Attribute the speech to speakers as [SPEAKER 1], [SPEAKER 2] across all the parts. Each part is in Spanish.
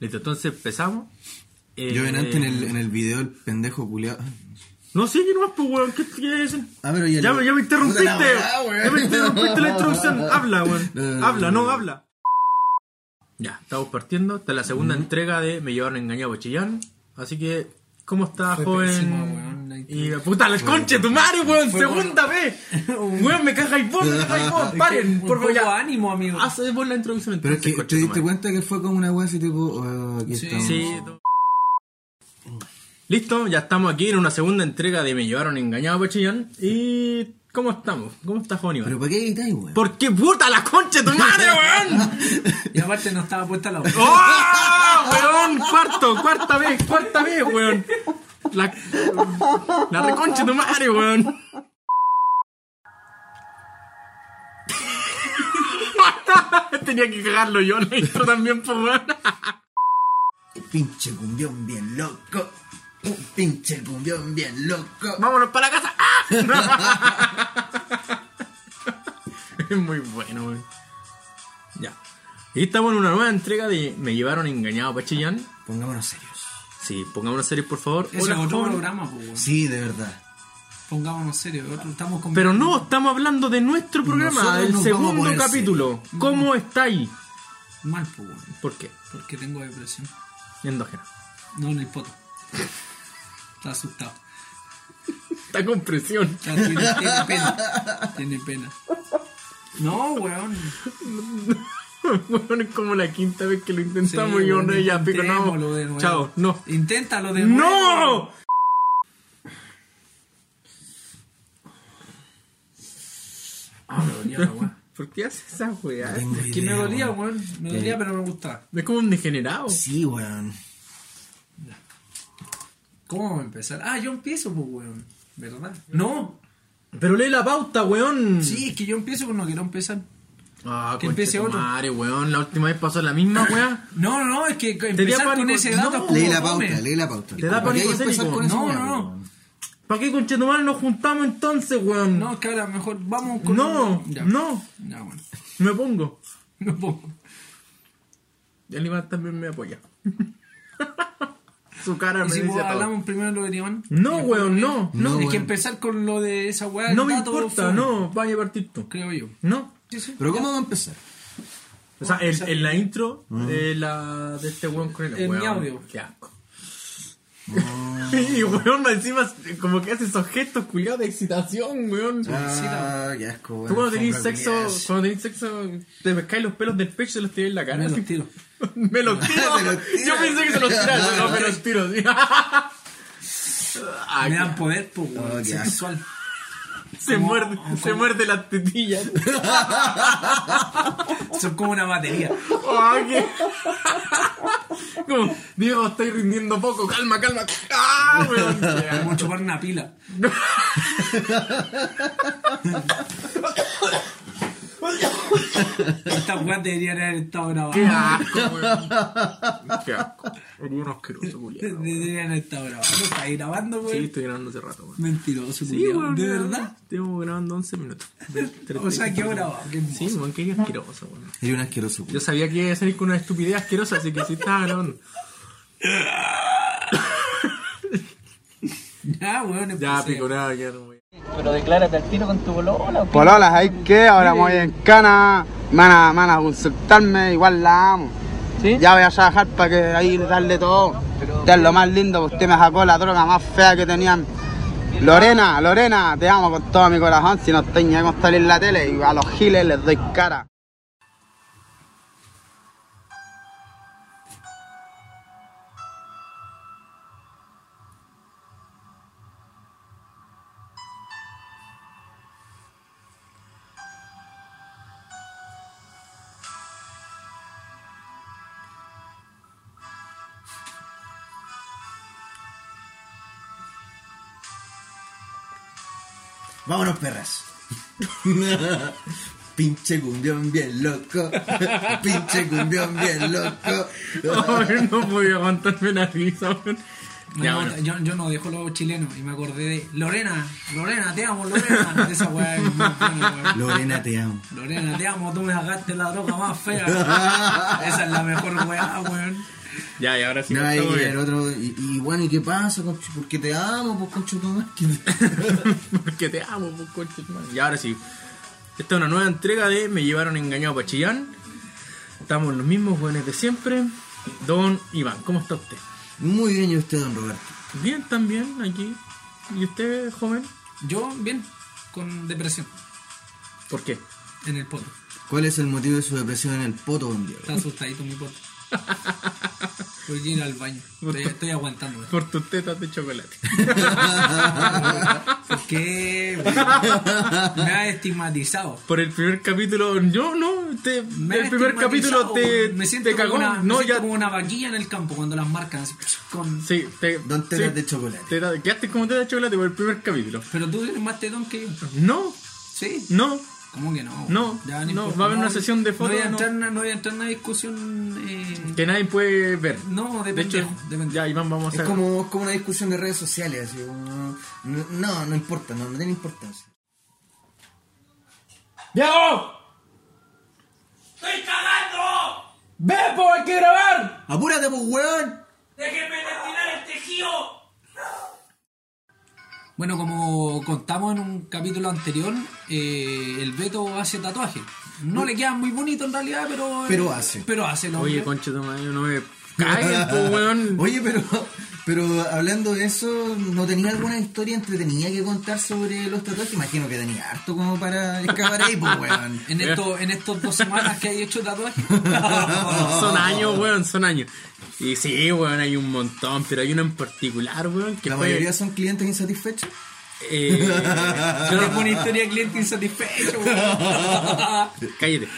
[SPEAKER 1] Listo, entonces empezamos. Eh,
[SPEAKER 2] Yo ven antes en el, en el video el pendejo culiado.
[SPEAKER 1] No sé, que nomás, pues, weón, ¿qué qué es?
[SPEAKER 2] Ah, pero ya
[SPEAKER 1] ya,
[SPEAKER 2] lo-
[SPEAKER 1] me- ya me interrumpiste.
[SPEAKER 2] Puta la weá, weón.
[SPEAKER 1] ya me interrumpiste la introducción. Habla, weón.
[SPEAKER 2] No, no, no, no,
[SPEAKER 1] habla, no,
[SPEAKER 2] no.
[SPEAKER 1] habla. Ya, estamos partiendo. Esta es la segunda entrega de Me llevaron engañado a Chillán. Así que, ¿cómo está,
[SPEAKER 3] Fue
[SPEAKER 1] joven?
[SPEAKER 3] pésima, weón, la
[SPEAKER 1] y puta, la conche, tu madre, weón.
[SPEAKER 3] fue
[SPEAKER 1] segunda vez. Weón, me caja y vos, me caja y vos. Paren, por favor.
[SPEAKER 3] poco
[SPEAKER 1] ya. Ah.
[SPEAKER 3] ánimo, amigo.
[SPEAKER 1] Haz vos la introducción
[SPEAKER 2] Pero es
[SPEAKER 1] entonces,
[SPEAKER 2] que
[SPEAKER 1] conche
[SPEAKER 2] te diste
[SPEAKER 1] tu madre.
[SPEAKER 2] cuenta que fue como una wea así tipo. ah, aquí
[SPEAKER 3] Sí.
[SPEAKER 2] estamos.
[SPEAKER 1] Sí, to- Listo, ya estamos aquí en una segunda entrega de Me llevaron engañado, a Chillán. ¿Y cómo estamos? ¿Cómo está, Joven Iván?
[SPEAKER 2] Pero ¿para qué editáis, weón?
[SPEAKER 1] Porque puta la concha de tu madre, weón.
[SPEAKER 3] Y aparte no estaba puesta la
[SPEAKER 1] ¡Oh! Weón, cuarto, cuarta vez, cuarta vez, weón. La, la reconcha de tu madre, weón. Tenía que cagarlo yo en la intro también, pues, weón.
[SPEAKER 2] Pinche cumbión bien loco. Un pinche cumbión bien loco.
[SPEAKER 1] Vámonos para la casa. ¡Ah! es muy bueno, weón. Ya. Y estamos en una nueva entrega de Me llevaron engañado a Pachillán.
[SPEAKER 2] Pongámonos serios.
[SPEAKER 1] Sí, pongámonos serios, por favor.
[SPEAKER 3] Ese
[SPEAKER 1] Hola,
[SPEAKER 3] es otro
[SPEAKER 1] joven.
[SPEAKER 3] programa, po, weón.
[SPEAKER 2] Sí, de verdad.
[SPEAKER 3] Pongámonos serio, otro- estamos con...
[SPEAKER 1] Pero no, estamos hablando de nuestro programa,
[SPEAKER 2] Nosotros nos
[SPEAKER 1] del
[SPEAKER 2] vamos a
[SPEAKER 1] segundo
[SPEAKER 2] poner
[SPEAKER 1] capítulo.
[SPEAKER 3] Mm.
[SPEAKER 1] ¿Cómo estáis?
[SPEAKER 3] Mal, po, weón.
[SPEAKER 1] ¿Por qué?
[SPEAKER 3] Porque tengo depresión.
[SPEAKER 1] Endógena.
[SPEAKER 3] No, no importa. Está asustado.
[SPEAKER 1] Está con presión.
[SPEAKER 3] Está- tiene, tiene pena. Tiene pena. No, weón.
[SPEAKER 1] Bueno, es como la quinta vez que lo
[SPEAKER 3] Sí,
[SPEAKER 1] intentamos y
[SPEAKER 3] weón,
[SPEAKER 1] uno ya pico,
[SPEAKER 3] intentémoslo de
[SPEAKER 1] no.
[SPEAKER 3] nuevo.
[SPEAKER 1] Chao, no.
[SPEAKER 3] Inténtalo de nuevo.
[SPEAKER 1] ¡No!
[SPEAKER 3] Ah, me dolía la weón.
[SPEAKER 1] ¿Por qué haces esa weá?
[SPEAKER 2] Tengo
[SPEAKER 3] Que me
[SPEAKER 2] idea,
[SPEAKER 3] dolía,
[SPEAKER 2] weón.
[SPEAKER 3] weón. Me dolía, pero me gustaba.
[SPEAKER 1] Es como un degenerado.
[SPEAKER 2] Sí, weón.
[SPEAKER 3] ¿Cómo vamos a empezar? Ah, yo empiezo, pues, weón. ¿Verdad? No.
[SPEAKER 1] Pero lee la pauta, weón.
[SPEAKER 3] Sí, es que yo empiezo cuando quiero empezar.
[SPEAKER 1] Ah,
[SPEAKER 3] Que
[SPEAKER 1] concha
[SPEAKER 3] empiece
[SPEAKER 1] tu
[SPEAKER 3] otro.
[SPEAKER 1] Madre, weón. La última vez pasó la misma weá.
[SPEAKER 3] No, no, no, es que
[SPEAKER 1] Tenía
[SPEAKER 3] empezar
[SPEAKER 1] pánico.
[SPEAKER 3] con ese dato. es
[SPEAKER 1] No,
[SPEAKER 3] como
[SPEAKER 2] Leí la
[SPEAKER 3] fome.
[SPEAKER 2] pauta, leí la pauta.
[SPEAKER 1] Te da
[SPEAKER 2] ¿Por qué
[SPEAKER 1] pánico
[SPEAKER 2] hay que empezar
[SPEAKER 1] escénico.
[SPEAKER 2] con esa
[SPEAKER 3] No,
[SPEAKER 2] weá,
[SPEAKER 3] no, no.
[SPEAKER 2] weón?
[SPEAKER 1] ¿Para qué concha tu madre nos juntamos entonces, weón?
[SPEAKER 3] No, que ahora mejor vamos con.
[SPEAKER 1] no,
[SPEAKER 3] Ya.
[SPEAKER 1] no.
[SPEAKER 3] Ya, bueno.
[SPEAKER 1] Me pongo.
[SPEAKER 3] No puedo.
[SPEAKER 1] Y el Iván también me apoya. Su cara
[SPEAKER 3] Y
[SPEAKER 1] me
[SPEAKER 3] si
[SPEAKER 1] dice
[SPEAKER 3] vos
[SPEAKER 1] todo.
[SPEAKER 3] hablamos primero lo de Iván.
[SPEAKER 1] No, weón, no.
[SPEAKER 2] No,
[SPEAKER 3] es
[SPEAKER 2] weón.
[SPEAKER 3] que empezar con lo de esa weá.
[SPEAKER 1] No
[SPEAKER 3] el
[SPEAKER 1] me
[SPEAKER 3] dato
[SPEAKER 1] importa,
[SPEAKER 3] fue-
[SPEAKER 1] no. Vaya a partir tú.
[SPEAKER 3] Creo yo.
[SPEAKER 1] No.
[SPEAKER 3] Sí, sí.
[SPEAKER 2] Pero ¿cómo va a empezar?
[SPEAKER 1] O sea, el- en la intro de, la, de este weón con el
[SPEAKER 3] En mi
[SPEAKER 1] weón,
[SPEAKER 3] audio.
[SPEAKER 1] Qué asco. y weón, encima como que hace esos gestos culiados de excitación, weón.
[SPEAKER 2] Ah, qué asco, weón.
[SPEAKER 1] Tú cuando tenés
[SPEAKER 2] Alfombra
[SPEAKER 1] sexo,
[SPEAKER 2] culiada.
[SPEAKER 1] cuando tenés sexo, te pescáis los pelos del pecho y se los tiráis en la cara.
[SPEAKER 3] Me los
[SPEAKER 1] así.
[SPEAKER 3] tiro.
[SPEAKER 1] me los tiro.
[SPEAKER 2] Te los tiro.
[SPEAKER 1] Yo pensé que se los tiras, no, me los tiro. sí. Ah,
[SPEAKER 3] Me
[SPEAKER 1] ya.
[SPEAKER 3] dan poder, pues, weón.
[SPEAKER 2] Oh, ya.
[SPEAKER 3] sexual.
[SPEAKER 1] se
[SPEAKER 3] como-
[SPEAKER 1] muerde,
[SPEAKER 3] como-
[SPEAKER 1] se muerde las tetillas.
[SPEAKER 3] Son como una batería.
[SPEAKER 1] Ah, qué- Como, Diego, estoy rindiendo poco, calma, calma. Ah, weón, ya.
[SPEAKER 3] Como chupar una pila. Estas weas deberían haber estado
[SPEAKER 1] Qué
[SPEAKER 3] grabadas.
[SPEAKER 1] asco, weón. Qué asco. Un asqueroso culiado.
[SPEAKER 3] Deberían haber estado grabadas. ¿Lo estáis grabando, weón?
[SPEAKER 1] Sí, estoy grabando hace rato, weón.
[SPEAKER 3] Mentiroso,
[SPEAKER 1] Sí,
[SPEAKER 3] culiao.
[SPEAKER 1] weón,
[SPEAKER 3] ¿De
[SPEAKER 1] weón.
[SPEAKER 3] verdad?
[SPEAKER 1] Estamos grabando 11 minutos.
[SPEAKER 3] O sea, que ahora, qué
[SPEAKER 1] Sí, weón, qué asqueroso, weón.
[SPEAKER 2] Era un asqueroso,
[SPEAKER 1] Yo
[SPEAKER 2] culiao.
[SPEAKER 1] sabía que iba a salir con una estupidez asquerosa, así que sí estaba grabando.
[SPEAKER 3] Ya, weón,
[SPEAKER 1] Ya,
[SPEAKER 3] empecé.
[SPEAKER 1] pico, nada, ya no voy.
[SPEAKER 4] Pero declárate al tiro con tu bolola. o qué?
[SPEAKER 5] Pololas, ¿hay que Ahora me voy en cana. Me van a, me van a consultarme, igual la amo.
[SPEAKER 4] ¿Sí?
[SPEAKER 5] Ya voy a trabajar para que ahí darle todo. Usted es lo más lindo, porque usted me sacó la droga más fea que tenían. Lorena, Lorena, te amo con todo mi corazón. Si no estoy ni con salir en la tele y a los giles les doy cara.
[SPEAKER 2] Vámonos, perras. Pinche cumbión bien loco. Pinche cumbión bien loco.
[SPEAKER 1] Ay, no podía aguantarme la risa, weón.
[SPEAKER 3] No,
[SPEAKER 1] Ya, bueno.
[SPEAKER 3] yo, yo no dejo los chilenos y me acordé de Lorena, Lorena, te amo, Lorena. De esa weá que me pone, weón.
[SPEAKER 2] Lorena, te amo.
[SPEAKER 3] Lorena, te amo, tú me sacaste la droga más fea. Esa es la mejor weá, weón.
[SPEAKER 1] Ya, y ahora sí.
[SPEAKER 2] No, y
[SPEAKER 1] estamos bien.
[SPEAKER 2] el otro, y, y bueno, ¿y qué pasa? conche? Porque te amo, pues concho tu madre.
[SPEAKER 1] Porque te amo, pues, conche tu madre. Y ahora sí. Esta es una nueva entrega de Me llevaron engañado para Chillán. Estamos los mismos jóvenes de siempre. Don Iván, ¿cómo está usted?
[SPEAKER 2] Muy bien, y usted, don Roberto.
[SPEAKER 1] Bien, también, aquí. ¿Y usted, joven?
[SPEAKER 3] Yo, bien, con depresión
[SPEAKER 1] ¿Por qué?
[SPEAKER 3] en el poto.
[SPEAKER 2] ¿Cuál es el motivo de su depresión en el poto, don Diego?
[SPEAKER 3] Está asustadito mi poto. Voy a ir al baño. Estoy, estoy aguantando, weón.
[SPEAKER 1] Por tus tetas de chocolate.
[SPEAKER 3] ¿Por qué? weón? Me ha estigmatizado.
[SPEAKER 1] Por el primer capítulo, yo no, te,
[SPEAKER 3] Me
[SPEAKER 1] el
[SPEAKER 3] ha
[SPEAKER 1] primer capítulo
[SPEAKER 3] estigmatizado,
[SPEAKER 1] te,
[SPEAKER 3] weón. me siento
[SPEAKER 1] te cagó.
[SPEAKER 3] Como una,
[SPEAKER 1] no,
[SPEAKER 3] me siento
[SPEAKER 1] ya.
[SPEAKER 3] como una vaquilla en el campo cuando las marcan. así, con-
[SPEAKER 1] Sí, te,
[SPEAKER 2] Don Tetas
[SPEAKER 1] sí,
[SPEAKER 2] de Chocolate.
[SPEAKER 1] teta- quedaste como teta de chocolate por el primer capítulo.
[SPEAKER 3] Pero tú eres más tetón que yo.
[SPEAKER 1] No,
[SPEAKER 3] Sí.
[SPEAKER 1] no,
[SPEAKER 3] ¿Cómo que no?
[SPEAKER 1] No, no,
[SPEAKER 3] importa.
[SPEAKER 1] va a haber una sesión de
[SPEAKER 3] No voy
[SPEAKER 1] fotos,
[SPEAKER 3] a
[SPEAKER 1] no.
[SPEAKER 3] entrar, en una- no voy a entrar en una discusión. Eh,
[SPEAKER 1] que nadie puede ver.
[SPEAKER 3] no,
[SPEAKER 1] De
[SPEAKER 3] depende.
[SPEAKER 1] hecho,
[SPEAKER 3] depende.
[SPEAKER 1] ya Iván vamos a
[SPEAKER 2] Es
[SPEAKER 1] hacer-
[SPEAKER 2] como, es como una discusión de redes sociales, así como, no, no, no importa, no, no tiene importancia.
[SPEAKER 1] ¡Diego! ¡Estoy cagando! ¡Ve, por hay que grabar!
[SPEAKER 2] ¡Apúrate, pues, weón!
[SPEAKER 3] Bueno, como contamos en un capítulo anterior, eh, el Beto hace tatuaje. No le quedan muy bonito en realidad, pero.
[SPEAKER 2] Pero hace.
[SPEAKER 3] Pero hace, ¿no?
[SPEAKER 1] Oye, conche tu madre, no me caguen, po, pues, weón.
[SPEAKER 2] Ah, Oye, pero, pero hablando de eso, ¿no tenía alguna historia entretenida que contar sobre los tatuajes? Imagino que tenía harto como para excavar ahí, pues, weón.
[SPEAKER 3] en estos en estos dos semanas que hay hecho tatuaje.
[SPEAKER 1] Son años, weón, son años. Y sí, weón, hay un montón, pero hay uno en particular, weón, que
[SPEAKER 2] La
[SPEAKER 1] fue...
[SPEAKER 2] mayoría son clientes insatisfechos.
[SPEAKER 1] eh,
[SPEAKER 3] Yo tengo una historia de cliente insatisfecho, weón.
[SPEAKER 1] cállate.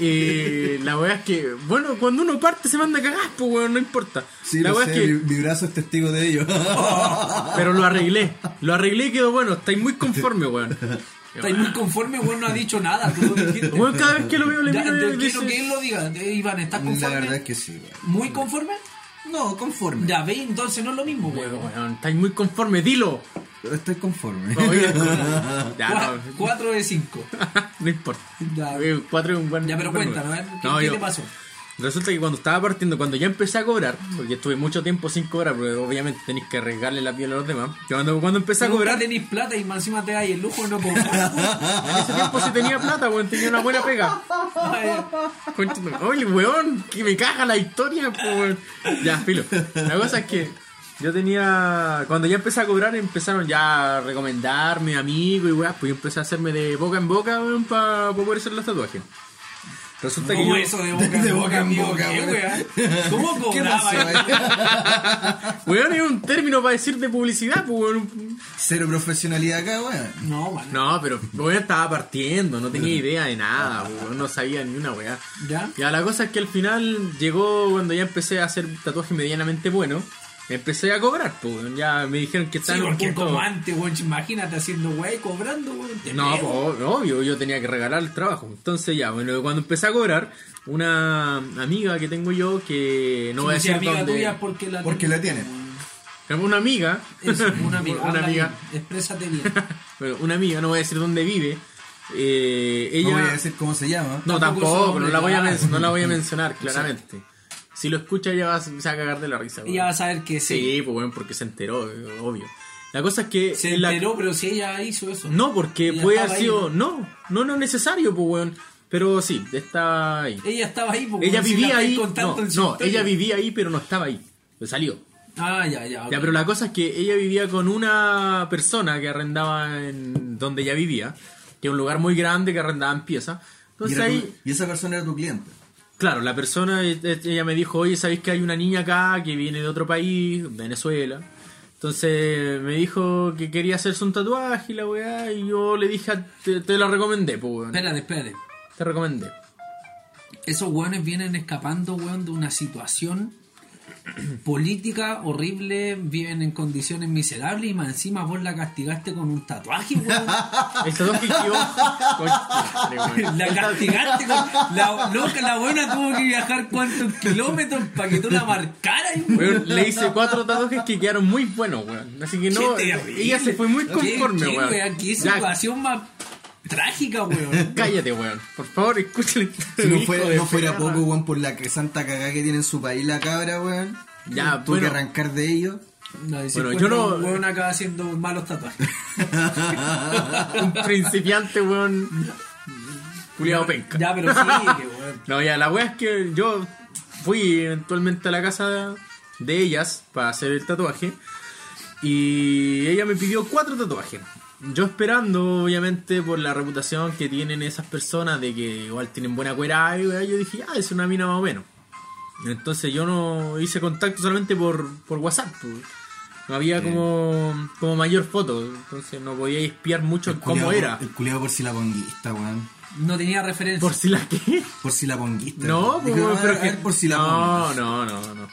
[SPEAKER 1] Eh, la weá es que, bueno, cuando uno parte se manda a cagar, pues, weón, no importa. la weá es que...
[SPEAKER 2] brazo es testigo de ello.
[SPEAKER 1] Pero lo arreglé, lo arreglé y quedó bueno, estáis muy conforme, weón.
[SPEAKER 3] Estáis muy conforme, weón, no ha dicho nada. tú lo dijiste.
[SPEAKER 1] Weón, cada vez que lo veo le
[SPEAKER 3] Ya,
[SPEAKER 1] miro
[SPEAKER 3] yo
[SPEAKER 1] y
[SPEAKER 3] quiero que
[SPEAKER 1] dice...
[SPEAKER 3] él lo diga. Eh, Iván, ¿estás
[SPEAKER 2] La
[SPEAKER 3] conforme?
[SPEAKER 2] verdad es que sí, weón.
[SPEAKER 3] ¿Muy conforme?
[SPEAKER 2] No, conforme.
[SPEAKER 3] Ya, ve, entonces no es lo mismo, weón.
[SPEAKER 1] Weón, estáis muy conforme, dilo.
[SPEAKER 2] Pero estoy conforme.
[SPEAKER 1] Oye, ya,
[SPEAKER 3] Cua-
[SPEAKER 1] no,
[SPEAKER 3] Cuatro de cinco.
[SPEAKER 1] no importa.
[SPEAKER 3] Ya.
[SPEAKER 1] Eh, Cuatro es un buen
[SPEAKER 3] Ya, pero
[SPEAKER 1] buen
[SPEAKER 3] cuéntanos,
[SPEAKER 1] número.
[SPEAKER 3] a ver, ¿qué- qué
[SPEAKER 1] yo-
[SPEAKER 3] te pasó?
[SPEAKER 1] Resulta que cuando estaba partiendo, cuando ya empecé a cobrar, porque estuve mucho tiempo sin cobrar, porque obviamente tenéis que arriesgarle la piel a los demás. Yo cuando, cuando empecé a
[SPEAKER 3] Ahora
[SPEAKER 1] cobrar,
[SPEAKER 3] tenéis plata y más encima te dais el lujo de no comprar.
[SPEAKER 1] en ese tiempo sí tenía plata, weón, tenía una buena pega. Concha tu- Oye, weón, que me caga la historia, po, weón. Ya, filo. La cosa es que yo tenía. Cuando ya empecé a cobrar, empezaron ya a recomendarme amigos y weón. Pues yo empecé a hacerme de boca en boca, weón, para poder hacer los tatuajes. Resulta que
[SPEAKER 3] ¿Cómo
[SPEAKER 1] yo.
[SPEAKER 3] eso de boca,
[SPEAKER 2] De
[SPEAKER 3] en
[SPEAKER 2] boca
[SPEAKER 3] boca,
[SPEAKER 2] en
[SPEAKER 3] amigo?
[SPEAKER 2] boca,
[SPEAKER 3] ¿Qué,
[SPEAKER 2] weón?
[SPEAKER 3] weón? ¿Cómo
[SPEAKER 2] ¿Qué
[SPEAKER 3] cobraba?
[SPEAKER 2] pasó ahí?
[SPEAKER 1] Weón, es un término para decir de publicidad, pues weón.
[SPEAKER 2] Cero profesionalidad acá, weón.
[SPEAKER 3] No, man.
[SPEAKER 1] No, pero weón estaba partiendo, no tenía idea de nada, weón, no sabía ni una weá.
[SPEAKER 3] ¿Ya?
[SPEAKER 1] Ya, la cosa es que al final llegó cuando ya empecé a hacer tatuaje medianamente bueno. Empecé a cobrar, pues, weón. ya me dijeron que
[SPEAKER 3] Sí,
[SPEAKER 1] estaba en un
[SPEAKER 3] porque
[SPEAKER 1] punto-
[SPEAKER 3] como antes, weón, imagínate haciendo weón, cobrando, weón. te
[SPEAKER 1] No,
[SPEAKER 3] pego.
[SPEAKER 1] pues, obvio, yo tenía que regalar el trabajo. Entonces ya, bueno, cuando empecé a cobrar, una amiga que tengo yo que no voy a
[SPEAKER 3] Si
[SPEAKER 1] decir
[SPEAKER 3] amiga
[SPEAKER 1] dónde-
[SPEAKER 3] tuya porque la
[SPEAKER 2] Porque la tiene.
[SPEAKER 1] Una amiga,
[SPEAKER 3] Eso, una amiga.
[SPEAKER 1] Una
[SPEAKER 3] habla
[SPEAKER 1] amiga.
[SPEAKER 3] bien, Exprésate bien.
[SPEAKER 1] bueno, una amiga, no voy a decir dónde vive. eh,
[SPEAKER 2] No
[SPEAKER 1] ella
[SPEAKER 2] voy a decir cómo se llama.
[SPEAKER 1] No,
[SPEAKER 3] Tampoco
[SPEAKER 1] tampoco,
[SPEAKER 3] son
[SPEAKER 1] no, la voy a
[SPEAKER 3] legales.
[SPEAKER 1] men- no la voy a mencionar, claramente. Si lo escucha, ella va, se va a cagar de la risa. weón.
[SPEAKER 3] Ella va a saber que sí.
[SPEAKER 1] Sí, pues bueno, porque se enteró, eh, obvio. La cosa es que.
[SPEAKER 3] Se
[SPEAKER 1] la-
[SPEAKER 3] enteró, pero si ella hizo eso.
[SPEAKER 1] No, porque
[SPEAKER 3] Ella
[SPEAKER 1] puede
[SPEAKER 3] estaba
[SPEAKER 1] haber
[SPEAKER 3] ahí,
[SPEAKER 1] sido. No, no, no es necesario, pues weón. Pero sí, está ahí.
[SPEAKER 3] Ella estaba ahí, porque
[SPEAKER 1] Ella
[SPEAKER 3] Eh, si la
[SPEAKER 1] vivía
[SPEAKER 3] estáis
[SPEAKER 1] ahí.
[SPEAKER 3] contando
[SPEAKER 1] No,
[SPEAKER 3] en su
[SPEAKER 1] no,
[SPEAKER 3] historia.
[SPEAKER 1] ella vivía ahí, pero no estaba ahí. Pues salió.
[SPEAKER 3] Ah, ya, ya.
[SPEAKER 1] Ya, pero la cosa es que ella vivía con una persona que arrendaba en donde ella vivía, que es un lugar muy grande que arrendaba en piezas.
[SPEAKER 2] Y,
[SPEAKER 1] Entonces
[SPEAKER 2] era tu-
[SPEAKER 1] ahí.
[SPEAKER 2] y esa persona era tu cliente.
[SPEAKER 1] Claro, la persona, eh, eh, ella me dijo, oye, ¿sabéis que hay una niña acá que viene de otro país, Venezuela? Entonces me dijo que quería hacerse un tatuaje y la weá, y yo le dije, a- te, te la recomendé, pues weón.
[SPEAKER 3] Espérate, espérate.
[SPEAKER 1] Te recomendé.
[SPEAKER 3] Esos weones vienen escapando, weón, de una situación política horrible, viven en condiciones miserables y más encima vos la castigaste con un tatuaje, weón.
[SPEAKER 1] El tatuaje que yo. Conchale, weón.
[SPEAKER 3] La castigaste con. La, loca, la buena tuvo que viajar cuántos kilómetros para que tú la marcaras, weón.
[SPEAKER 1] Weón, le hice cuatro tatuajes que quedaron muy buenos, weón. Así que no.
[SPEAKER 3] Qué terrible.
[SPEAKER 1] Ella se fue muy
[SPEAKER 3] Qué-
[SPEAKER 1] conforme,
[SPEAKER 3] qué,
[SPEAKER 1] weón.
[SPEAKER 3] weón, Qué
[SPEAKER 1] Ya,
[SPEAKER 3] situación más trágica, weón.
[SPEAKER 1] cállate, weón. Por favor, escúchale.
[SPEAKER 2] Si no
[SPEAKER 1] Hijo
[SPEAKER 2] fuera,
[SPEAKER 1] de
[SPEAKER 2] no fuera
[SPEAKER 1] perra.
[SPEAKER 2] poco, weón, por la que santa cagada que tiene en su país la cabra, weón.
[SPEAKER 1] Ya,
[SPEAKER 2] Tuve que
[SPEAKER 1] bueno.
[SPEAKER 2] arrancar de ellos.
[SPEAKER 3] No, y se
[SPEAKER 1] Bueno,
[SPEAKER 3] encuentra
[SPEAKER 1] yo no-
[SPEAKER 3] un weón acá haciendo malos tatuajes.
[SPEAKER 1] Un principiante, weón. Culiado penca.
[SPEAKER 3] Ya, pero sí, weón.
[SPEAKER 1] No, ya, la wea es que yo fui eventualmente a la casa de ellas para hacer el tatuaje. Y ella me pidió cuatro tatuajes. Yo esperando, obviamente, por la reputación que tienen esas personas de que igual tienen buena cuera y weá, yo dije, ah, es una mina más o menos. Entonces yo no hice contacto solamente por, por WhatsApp. pues. No había como, como mayor foto, entonces no podía espiar mucho en cómo
[SPEAKER 2] Culeado-
[SPEAKER 1] era.
[SPEAKER 2] El culiado por si la ponguista, weón.
[SPEAKER 3] No tenía referencia.
[SPEAKER 1] Por si la que...
[SPEAKER 2] Por si la ponguista.
[SPEAKER 1] No,
[SPEAKER 2] weón.
[SPEAKER 1] pues,
[SPEAKER 2] Dijo,
[SPEAKER 1] weón,
[SPEAKER 2] a
[SPEAKER 1] pero
[SPEAKER 2] ver,
[SPEAKER 1] que-
[SPEAKER 2] a ver por si la
[SPEAKER 1] no,
[SPEAKER 2] ponguista.
[SPEAKER 1] no, no, no.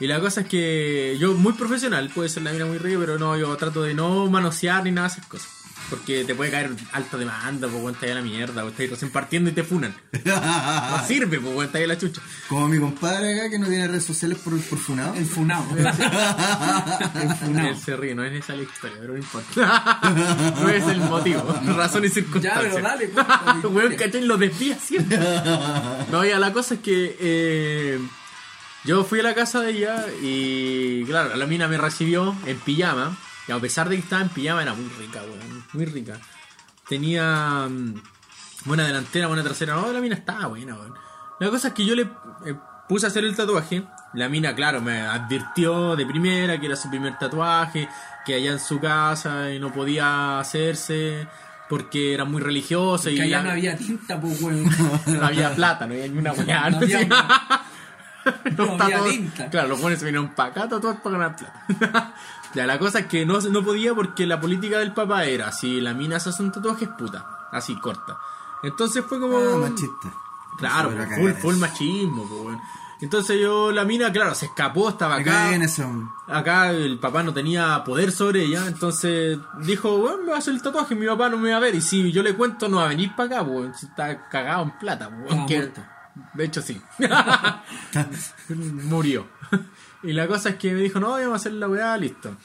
[SPEAKER 1] Y la cosa es que yo, muy profesional, puede ser la mina muy rica, pero no, yo trato de no manosear ni nada de esas cosas. Porque te puede caer alta demanda, pues cuenta ya la mierda, pues estáis recién partiendo y te funan.
[SPEAKER 2] Ah.
[SPEAKER 1] No sirve, pues cuenta ya la chucha.
[SPEAKER 2] Como mi compadre acá que no tiene redes sociales por, por funado.
[SPEAKER 3] El funado.
[SPEAKER 1] Él se ríe, no es esa la historia, pero no importa. no es el motivo, razón y circunstancia.
[SPEAKER 3] Ya, pero dale, pues, la historia.
[SPEAKER 1] Weón, cachai, lo desvía siempre. No, ya, la cosa es que eh, yo fui a la casa de ella y, claro, la mina me recibió en pijama. Y a pesar de que estaba en pijama, era muy rica, weón, muy rica. Tenía mm, buena delantera, buena trasera. No, la mina estaba buena, weón. La cosa es que yo le eh, puse a hacer el tatuaje. La mina, claro, me advirtió de primera que era su primer tatuaje, que allá en su casa eh, no podía hacerse porque era muy religiosa y
[SPEAKER 3] Que allá
[SPEAKER 1] la-
[SPEAKER 3] no había tinta, pues, weón.
[SPEAKER 1] no había plata, no había ni una weá.
[SPEAKER 3] No había-
[SPEAKER 1] Sí.
[SPEAKER 3] no
[SPEAKER 1] está
[SPEAKER 3] había
[SPEAKER 1] todo-
[SPEAKER 3] tinta.
[SPEAKER 1] Claro, los buenos se vinieron para acá a tatuar para ganar plata. ya, la cosa es que no, no podía porque la política del papá era: si la mina se hace un tatuaje es puta. Así, corta. Entonces fue como.
[SPEAKER 2] Ah, machista.
[SPEAKER 1] Claro,
[SPEAKER 2] Se va a cagar
[SPEAKER 1] full,
[SPEAKER 2] eso.
[SPEAKER 1] full machismo, po, weón. Entonces yo, la mina, claro, se escapó, estaba
[SPEAKER 2] Me
[SPEAKER 1] acá.
[SPEAKER 2] cae bien ese hombre.
[SPEAKER 1] Acá el papá no tenía poder sobre ella, entonces dijo, bueno, me va a hacer el tatuaje, mi papá no me va a ver. Y si yo le cuento, no va a venir para acá, weón. Si está cagado en plata, weón.
[SPEAKER 3] Estaba
[SPEAKER 1] Que-
[SPEAKER 3] muerto.
[SPEAKER 1] De hecho, sí. Murió. Y la cosa es que me dijo, no, vamos a hacer la weá, listo.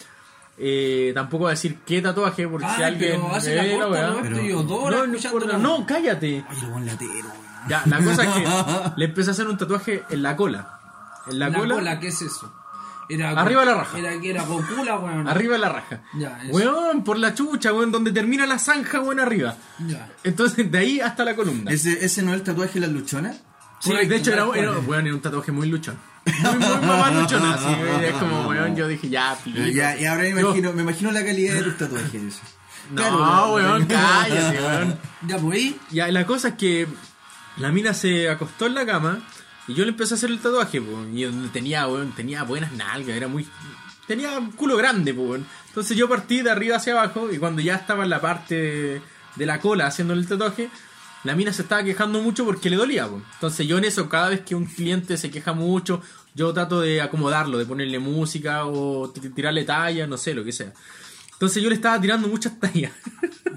[SPEAKER 1] Eh, tampoco va a decir qué tatuaje, porque
[SPEAKER 3] Ay,
[SPEAKER 1] si alguien.
[SPEAKER 3] pero hace
[SPEAKER 1] ve
[SPEAKER 3] la corta,
[SPEAKER 1] weá-
[SPEAKER 3] ¿no? Estoy odora
[SPEAKER 1] no, no,
[SPEAKER 3] escuchando
[SPEAKER 1] importa.
[SPEAKER 3] la-
[SPEAKER 1] no, cállate.
[SPEAKER 2] Ay, el buen latero, weón.
[SPEAKER 1] Ya, la cosa es que le empecé a hacer un tatuaje en la cola. En la,
[SPEAKER 3] La
[SPEAKER 1] cola,
[SPEAKER 3] cola, ¿qué es eso? Era
[SPEAKER 1] Arriba la raja.
[SPEAKER 3] Era que era cocula, weón.
[SPEAKER 1] arriba de la raja.
[SPEAKER 3] Ya, eso.
[SPEAKER 1] weón, por la chucha, weón, donde termina la zanja, weón, arriba.
[SPEAKER 3] Ya.
[SPEAKER 1] Entonces, de ahí hasta la columna.
[SPEAKER 2] ¿Ese, ¿Ese no es el tatuaje de las luchonas?
[SPEAKER 1] Sí,
[SPEAKER 3] Correcto,
[SPEAKER 1] de hecho, era,
[SPEAKER 3] tal
[SPEAKER 1] era-
[SPEAKER 3] cual.
[SPEAKER 1] weón, era un tatuaje muy luchón. Muy, muy mamá luchón, así. weón, Es como, weón, yo dije, ya, pico.
[SPEAKER 2] Eh, Ya, y ahora me
[SPEAKER 1] Yo-
[SPEAKER 2] imagino, me imagino la calidad de tus tatuajes.
[SPEAKER 1] No,
[SPEAKER 2] Claro,
[SPEAKER 1] weón, cállate, weón.
[SPEAKER 3] Ya, pues ahí.
[SPEAKER 1] Ya, la cosa es que la mina se acostó en la cama y yo le empecé a hacer el tatuaje, po, y donde tenía, weón, tenía buenas nalgas, era muy... Tenía un culo grande, po, weón. Entonces yo partí de arriba hacia abajo y cuando ya estaba en la parte de, de la cola haciendo el tatuaje, la mina se estaba quejando mucho porque le dolía, po. Entonces yo en eso, cada vez que un cliente se queja mucho, yo trato de acomodarlo, de ponerle música o t- tirarle talla, no sé, lo que sea. Entonces yo le estaba tirando muchas tallas.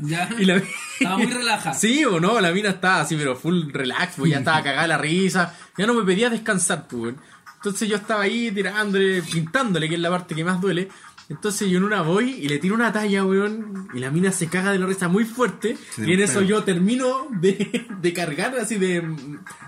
[SPEAKER 3] Ya.
[SPEAKER 1] Y la-
[SPEAKER 3] Estaba muy relajada.
[SPEAKER 1] Sí, o no, la mina estaba así, pero full relax, pues ya estaba cagada la risa, ya no me pedía descansar, pues. weón. Entonces yo estaba ahí tirándole, pintándole, que es la parte que más duele. Entonces yo en una voy y le tiro una talla, weón, y la mina se caga de la risa muy fuerte.
[SPEAKER 2] Se
[SPEAKER 1] y en eso
[SPEAKER 2] golpea.
[SPEAKER 1] yo termino de, de cargar así de.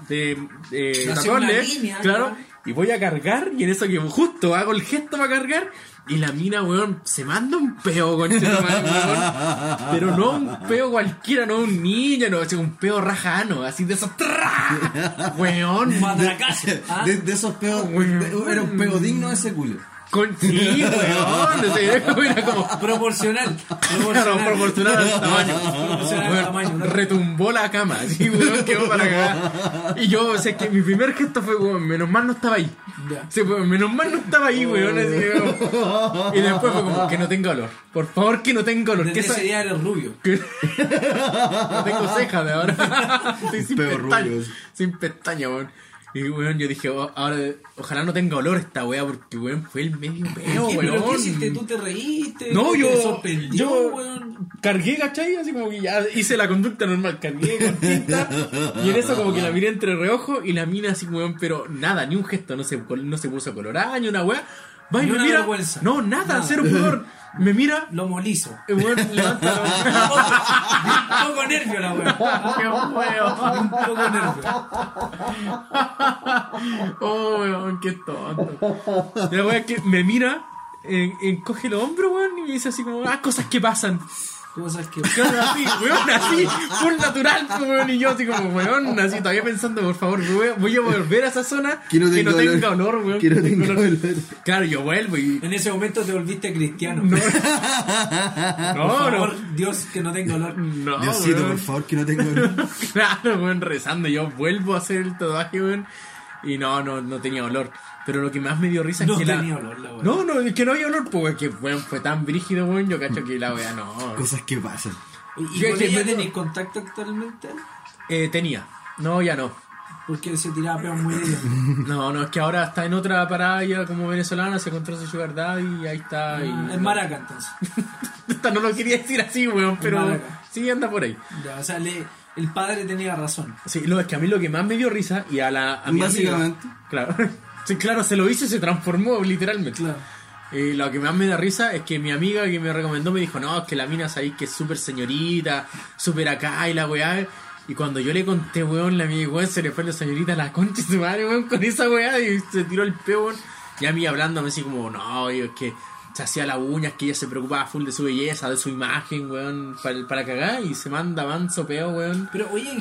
[SPEAKER 1] de. de
[SPEAKER 3] De hacer
[SPEAKER 1] tatuarle,
[SPEAKER 3] una línea,
[SPEAKER 1] claro.
[SPEAKER 3] ¿no?
[SPEAKER 1] Y voy a cargar, y en eso que justo hago el gesto para cargar, y la mina, weón, se manda un peo, conchetumadre, weón. Pero no un peo cualquiera, no un niño, no, sino un peo rajano, así de esos. ¡tra! Weón,
[SPEAKER 3] Matracazo. ¿ah?
[SPEAKER 2] De, de esos peos. de- era un peo digno de ese culo.
[SPEAKER 1] con sí, weón. o sea, Era como.
[SPEAKER 3] Proporcional.
[SPEAKER 1] Claro, proporcional al tamaño.
[SPEAKER 3] Proporcional al
[SPEAKER 1] Weón,
[SPEAKER 3] tamaño, ¿no?
[SPEAKER 1] Retumbó la cama, así, weón, quedó para acá. Y yo, o sea, que mi primer gesto fue, weón, menos mal no estaba ahí.
[SPEAKER 3] Ya.
[SPEAKER 1] Sí, weón, menos mal no estaba ahí, weón. así, weón. y después fue como, que no tenga olor. Por favor, que no tenga olor.
[SPEAKER 3] Desde
[SPEAKER 1] Que, esa-
[SPEAKER 3] ese día eres rubio.
[SPEAKER 1] que- No tengo cejas de ahora. Estoy sin
[SPEAKER 2] Peor
[SPEAKER 1] pestañas.
[SPEAKER 2] rubios.
[SPEAKER 1] Sin pestañas, weón. Y Y weón, yo dije, "Oh, ahora, ojalá no tenga olor esta weá, porque weón fue el medio peo,
[SPEAKER 3] ¿Qué- ¿Pero qué
[SPEAKER 1] weón.
[SPEAKER 3] hiciste? ¿Tú te reíste?
[SPEAKER 1] No,
[SPEAKER 3] ¿Te
[SPEAKER 1] yo.
[SPEAKER 3] sorprendió,
[SPEAKER 1] yo
[SPEAKER 3] weón?
[SPEAKER 1] cargué, ¿cachai? Así como que ya hice la conducta normal, cargué con tinta. y en eso, como que la miré entre reojo y la mina así, weón, pero nada, ni un gesto, no se, col- no se puso colorada, ni una weá. Va y
[SPEAKER 3] Ni
[SPEAKER 1] me
[SPEAKER 3] una
[SPEAKER 1] mira.
[SPEAKER 3] vergüenza.
[SPEAKER 1] No, nada,
[SPEAKER 3] Nada.
[SPEAKER 1] cero pudor. Me mira.
[SPEAKER 3] Lo molizo.
[SPEAKER 1] y Weón, levanta la
[SPEAKER 3] Un poco nervio la weón.
[SPEAKER 1] ¡Qué
[SPEAKER 3] Un
[SPEAKER 1] weón!
[SPEAKER 3] poco nervio.
[SPEAKER 1] ¡Oh, weón, qué tonto! La weá que me mira, en- encoge los hombros, weón, y me dice así como, ah, cosas que pasan.
[SPEAKER 3] Cosas que.
[SPEAKER 1] Yo así, weón, así, full natural, pues, weón, y yo así como, weón, así, todavía pensando, por favor, weón, voy a volver a esa zona
[SPEAKER 6] Que no tenga olor.
[SPEAKER 1] tenga olor, weón.
[SPEAKER 6] Que no
[SPEAKER 1] tenga
[SPEAKER 6] tenga olor.
[SPEAKER 1] Claro, yo vuelvo y...
[SPEAKER 3] En ese momento te volviste cristiano.
[SPEAKER 1] No,
[SPEAKER 3] Ah, Por
[SPEAKER 1] no, no, Mm.
[SPEAKER 3] favor, Dios, que no tenga olor.
[SPEAKER 1] no,
[SPEAKER 6] Diosito,
[SPEAKER 1] weón.
[SPEAKER 6] por favor, que no tengo. olor.
[SPEAKER 1] Claro, weón, rezando, yo vuelvo a hacer el tatuaje, weón, y no, no, no tenía olor. Pero lo que más me dio risa
[SPEAKER 3] No
[SPEAKER 1] es que la-
[SPEAKER 3] tenía olor la weón.
[SPEAKER 1] No, no, es que no había olor, pues, weón, que weón, fue tan brígido, weón, yo cacho que la weá no.
[SPEAKER 6] Cosas que pasan.
[SPEAKER 3] ¿Y
[SPEAKER 1] Yo-
[SPEAKER 3] con
[SPEAKER 1] yo-
[SPEAKER 3] ella
[SPEAKER 1] yo-
[SPEAKER 3] tenéis contacto actualmente?
[SPEAKER 1] Eh, tenía. No, ya no.
[SPEAKER 3] Porque se tiraba peos muy bien.
[SPEAKER 1] No, no, es que ahora está en otra parada ya como venezolana, se encontró su sugar daddy y ahí está. y-
[SPEAKER 3] Ah, Es maraca entonces.
[SPEAKER 1] Puta, no lo quería decir así, weón, pero
[SPEAKER 3] Málaga.
[SPEAKER 1] sí anda por ahí.
[SPEAKER 3] Ya, o sea, le- el padre tenía razón.
[SPEAKER 1] Sí, lo es que a mí lo que más me dio risa y a la a mi
[SPEAKER 6] Básicamente.
[SPEAKER 1] amiga- claro. Sí, claro, se lo hizo y se transformó literalmente.
[SPEAKER 3] Claro.
[SPEAKER 1] Eh, lo que más me da risa es que mi amiga que me recomendó me dijo, no, es que la mina sabéis que es súper señorita, súper acá y la weá. Y cuando yo le conté, weón, la amiga, weón, se le fue la señorita a la concha de su madre, weón, con esa weá y se tiró el peo, weón. Y a mí hablándome así como, no, yo, es que se hacía las uñas, que ella se preocupaba full de su belleza, de su imagen, weón, para, para cagar y se manda manso peo, weón.
[SPEAKER 3] Pero oye, en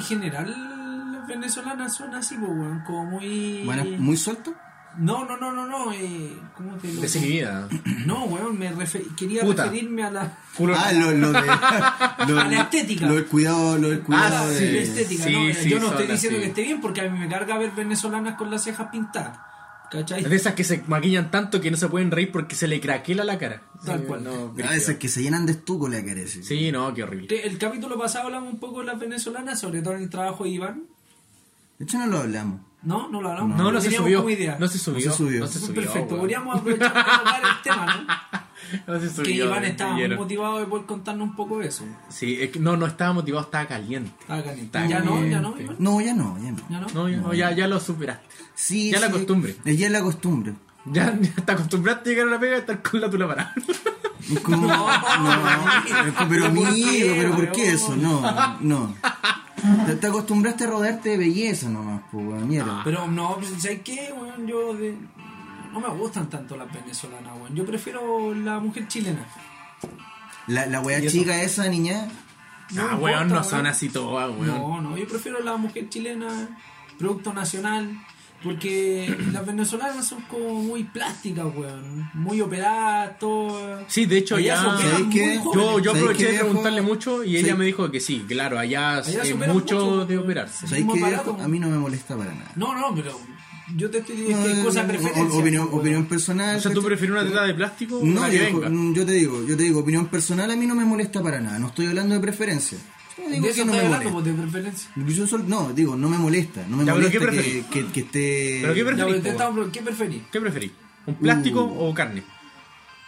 [SPEAKER 3] general, las venezolanas son así, po, weón, como muy.
[SPEAKER 6] Bueno, muy suelto.
[SPEAKER 3] No, no, no, no, no. Eh, ¿Cómo te lo.?
[SPEAKER 1] De mi vida.
[SPEAKER 3] No, weón, me refe- quería
[SPEAKER 1] Puta.
[SPEAKER 3] referirme a la.
[SPEAKER 6] Ah, lo, lo de. Lo,
[SPEAKER 3] A la estética.
[SPEAKER 6] Lo del cuidado, lo del cuidado.
[SPEAKER 1] Ah,
[SPEAKER 3] la-
[SPEAKER 1] sí.
[SPEAKER 3] la
[SPEAKER 6] de-
[SPEAKER 3] estética,
[SPEAKER 1] Sí,
[SPEAKER 3] ¿no?
[SPEAKER 1] sí,
[SPEAKER 3] Yo no
[SPEAKER 1] son
[SPEAKER 3] estoy diciendo
[SPEAKER 1] así.
[SPEAKER 3] que esté bien porque a mí me carga ver venezolanas con las cejas pintadas. ¿Cachai?
[SPEAKER 1] De esas que se maquillan tanto que no se pueden reír porque se le craquela la cara.
[SPEAKER 3] Tal cual.
[SPEAKER 1] No,
[SPEAKER 6] Ah, esas que se llenan de estuco la carece.
[SPEAKER 1] Sí, no, qué horrible.
[SPEAKER 3] Que El capítulo pasado hablamos un poco de las venezolanas, sobre todo en el trabajo de Iván.
[SPEAKER 6] De hecho, no lo hablamos.
[SPEAKER 3] No, no lo hablamos.
[SPEAKER 1] No, no se
[SPEAKER 3] teníamos
[SPEAKER 1] subió.
[SPEAKER 3] como idea.
[SPEAKER 1] No se subió.
[SPEAKER 6] No se subió.
[SPEAKER 1] No se subió.
[SPEAKER 3] Perfecto,
[SPEAKER 1] weón.
[SPEAKER 3] podríamos aprovechar para tocar el tema, ¿no?
[SPEAKER 1] No se subió.
[SPEAKER 3] Que Iván
[SPEAKER 1] weón,
[SPEAKER 3] estaba muy
[SPEAKER 1] pillero.
[SPEAKER 3] motivado de poder contarnos un poco de eso.
[SPEAKER 1] Sí, es que- no, no estaba motivado, estaba caliente.
[SPEAKER 3] Estaba caliente.
[SPEAKER 1] Está
[SPEAKER 3] ya no, ya no,
[SPEAKER 1] caliente.
[SPEAKER 3] Iván.
[SPEAKER 6] No, ya no, ya no.
[SPEAKER 3] Ya no.
[SPEAKER 1] No, ya, no, ya, ya lo superaste.
[SPEAKER 6] Sí,
[SPEAKER 1] Ya la
[SPEAKER 6] sí.
[SPEAKER 1] costumbre.
[SPEAKER 6] Eh, Ya es la costumbre.
[SPEAKER 1] Ya, ya te acostumbraste a llegar a la pega y estar con la tula parada.
[SPEAKER 6] Es como- no, pero
[SPEAKER 3] ¿Por
[SPEAKER 6] amigo,
[SPEAKER 3] qué,
[SPEAKER 6] pero ¿por qué
[SPEAKER 3] weón?
[SPEAKER 6] eso? No, no. Te, te acostumbraste a rodearte de belleza nomás, pues, weón,
[SPEAKER 1] Ah.
[SPEAKER 6] mierda.
[SPEAKER 3] Pero no, pues, ¿sabes qué, weón? Yo de- no me gustan tanto las venezolanas, weón. Yo prefiero la mujer chilena.
[SPEAKER 6] La, la wea chica esa, niña.
[SPEAKER 3] No
[SPEAKER 1] ah,
[SPEAKER 3] me
[SPEAKER 1] weón, no
[SPEAKER 3] importa,
[SPEAKER 1] son así todas, weón.
[SPEAKER 3] No, no, yo prefiero la mujer chilena, producto nacional. Porque las venezolanas son como muy plásticas, weón. Muy operadas, todo.
[SPEAKER 1] Sí, de hecho,
[SPEAKER 3] Allá
[SPEAKER 1] ya-
[SPEAKER 3] se operan
[SPEAKER 6] ¿Sabes
[SPEAKER 3] muy
[SPEAKER 6] qué?
[SPEAKER 3] jóvenes.
[SPEAKER 1] Yo, yo
[SPEAKER 6] ¿Sabes
[SPEAKER 1] aproveché
[SPEAKER 6] qué,
[SPEAKER 1] de
[SPEAKER 6] viejo?
[SPEAKER 1] preguntarle mucho y ella
[SPEAKER 6] Sí.
[SPEAKER 1] me dijo que sí, claro, allá,
[SPEAKER 3] Allá
[SPEAKER 1] es
[SPEAKER 3] superan
[SPEAKER 1] mucho,
[SPEAKER 3] mucho,
[SPEAKER 1] de
[SPEAKER 3] weón.
[SPEAKER 1] operarse.
[SPEAKER 6] ¿Sabes
[SPEAKER 3] Muy
[SPEAKER 6] qué?
[SPEAKER 3] barato.
[SPEAKER 6] viejo? A mí no me molesta para nada.
[SPEAKER 3] No, no, pero yo te estoy diciendo que
[SPEAKER 6] No,
[SPEAKER 3] es cosa de
[SPEAKER 6] no, no,
[SPEAKER 3] preferencia.
[SPEAKER 6] o- opinión,
[SPEAKER 3] weón.
[SPEAKER 6] opinión personal.
[SPEAKER 1] O sea, ¿tú
[SPEAKER 6] ¿cachai?
[SPEAKER 1] prefieres una tela de plástico o
[SPEAKER 6] No,
[SPEAKER 1] una que
[SPEAKER 6] viejo,
[SPEAKER 1] venga?
[SPEAKER 6] mm, yo te digo, yo te digo, opinión personal a mí no me molesta para nada. No estoy hablando de preferencia. Yo digo
[SPEAKER 3] De
[SPEAKER 6] que
[SPEAKER 3] eso
[SPEAKER 6] no
[SPEAKER 3] estoy
[SPEAKER 6] me
[SPEAKER 3] hablando,
[SPEAKER 6] molesta.
[SPEAKER 3] pues, de preferencia.
[SPEAKER 6] Yo sol- no, digo, no me molesta. No me
[SPEAKER 1] Ya, pero ¿qué
[SPEAKER 6] molesta que,
[SPEAKER 1] preferís?
[SPEAKER 6] que- que esté.
[SPEAKER 1] ¿Pero qué
[SPEAKER 3] Ya,
[SPEAKER 1] preferís?
[SPEAKER 3] pero te
[SPEAKER 1] po?
[SPEAKER 3] estaba preguntando, ¿Qué preferís?
[SPEAKER 1] ¿Qué preferís? ¿Un plástico
[SPEAKER 6] Uh.
[SPEAKER 1] o carne?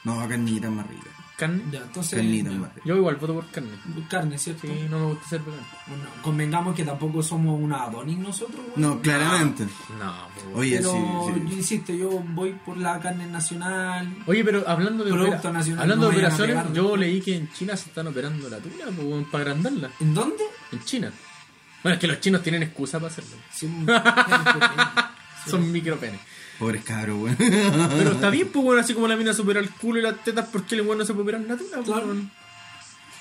[SPEAKER 6] No, carnita más rica.
[SPEAKER 1] ¿Carne?
[SPEAKER 3] Ya, entonces.
[SPEAKER 6] Carnita
[SPEAKER 3] ya.
[SPEAKER 6] más rica.
[SPEAKER 1] Yo igual voto por carne.
[SPEAKER 3] Carne, ¿cierto?
[SPEAKER 1] Sí, no me gusta ser vegano.
[SPEAKER 3] Bueno, convengamos que tampoco somos una Adonis nosotros, weón.
[SPEAKER 6] No, claramente.
[SPEAKER 1] No, po, weón.
[SPEAKER 6] Oye,
[SPEAKER 3] pero
[SPEAKER 6] sí,
[SPEAKER 3] yo
[SPEAKER 6] sí.
[SPEAKER 3] insisto, yo voy por la carne nacional.
[SPEAKER 1] Oye, pero hablando de,
[SPEAKER 3] Producto
[SPEAKER 1] opera-
[SPEAKER 3] nacional,
[SPEAKER 1] hablando
[SPEAKER 3] no
[SPEAKER 1] de
[SPEAKER 3] vayan a
[SPEAKER 1] operaciones,
[SPEAKER 3] pegar.
[SPEAKER 1] yo leí que en China se están operando la tula po, weón, para agrandarla.
[SPEAKER 3] ¿En dónde?
[SPEAKER 1] En China. Bueno, es que los chinos tienen excusa para hacerlo.
[SPEAKER 3] Sí, un- ¿eh? Sí.
[SPEAKER 1] Son micropenes.
[SPEAKER 6] Pobres cabros, weón.
[SPEAKER 1] Pero está bien, pues, bueno, así como la mina supera el culo y las tetas, ¿por qué el weón no se puede operar la tula? po,
[SPEAKER 3] Claro.
[SPEAKER 1] weón?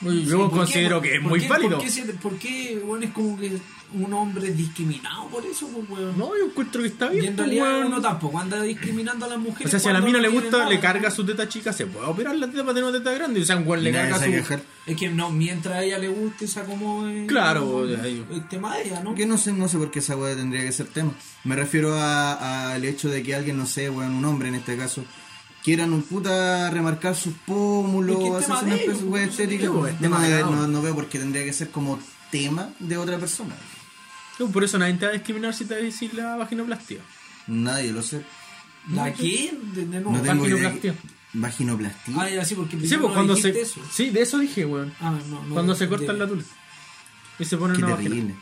[SPEAKER 1] Oye, Yo
[SPEAKER 3] ¿Por qué?
[SPEAKER 1] considero
[SPEAKER 3] ¿Por-
[SPEAKER 1] que es
[SPEAKER 3] por
[SPEAKER 1] muy
[SPEAKER 3] qué-
[SPEAKER 1] válido.
[SPEAKER 3] ¿Por qué, se- por qué, weón, es como que un hombre es discriminado por eso, pues, weón?
[SPEAKER 1] No, yo encuentro que está bien.
[SPEAKER 3] y en
[SPEAKER 1] po,
[SPEAKER 3] realidad
[SPEAKER 1] weón.
[SPEAKER 3] uno tampoco anda discriminando a las mujeres.
[SPEAKER 1] O sea, si a la
[SPEAKER 3] cuando
[SPEAKER 1] mina
[SPEAKER 3] no pues.
[SPEAKER 1] le
[SPEAKER 3] tienen
[SPEAKER 1] gusta,
[SPEAKER 3] nada.
[SPEAKER 1] le carga su teta chica, se puede operar la teta para tener una teta grande. O sea, un weón le
[SPEAKER 6] Nadie
[SPEAKER 1] carga
[SPEAKER 6] se va a
[SPEAKER 1] su.
[SPEAKER 6] quejar.
[SPEAKER 3] Es que no, mientras a ella le guste, se acomode.
[SPEAKER 1] Claro, ahí-
[SPEAKER 3] el tema de ella, ¿no?
[SPEAKER 6] Que no sé, no sé por qué esa weá tendría que ser tema. Me refiero a- al hecho de que alguien, no sé, weón, un hombre en este caso, quieran un puta remarcar sus
[SPEAKER 3] Es que es
[SPEAKER 6] pómulos,
[SPEAKER 3] tema
[SPEAKER 6] hacerse una
[SPEAKER 3] de ellos,
[SPEAKER 6] especie de weá
[SPEAKER 3] pues,
[SPEAKER 6] estética.
[SPEAKER 1] sí, pues, es
[SPEAKER 6] No,
[SPEAKER 1] tema de
[SPEAKER 6] no,
[SPEAKER 1] cada uno.
[SPEAKER 6] no veo por qué tendría que ser como tema de otra persona.
[SPEAKER 1] No, por eso nadie te va a discriminar si te va a decir la vaginoplastia.
[SPEAKER 2] Nadie lo sé.
[SPEAKER 3] ¿La qué? De, de nuevo.
[SPEAKER 2] No tengo idea.
[SPEAKER 1] vaginoplastia.
[SPEAKER 2] Vaginoplastia.
[SPEAKER 3] Ah, ya, sí, porque
[SPEAKER 1] Sí,
[SPEAKER 3] primero
[SPEAKER 1] pues, cuando
[SPEAKER 3] dijiste
[SPEAKER 1] se.
[SPEAKER 3] eso.
[SPEAKER 1] Sí, de eso dije, weón.
[SPEAKER 3] Ah, no, no,
[SPEAKER 1] cuando
[SPEAKER 3] no,
[SPEAKER 1] se cortan
[SPEAKER 3] de-
[SPEAKER 1] la tula. Y se ponen
[SPEAKER 2] Qué
[SPEAKER 1] una vagina.
[SPEAKER 2] terrible.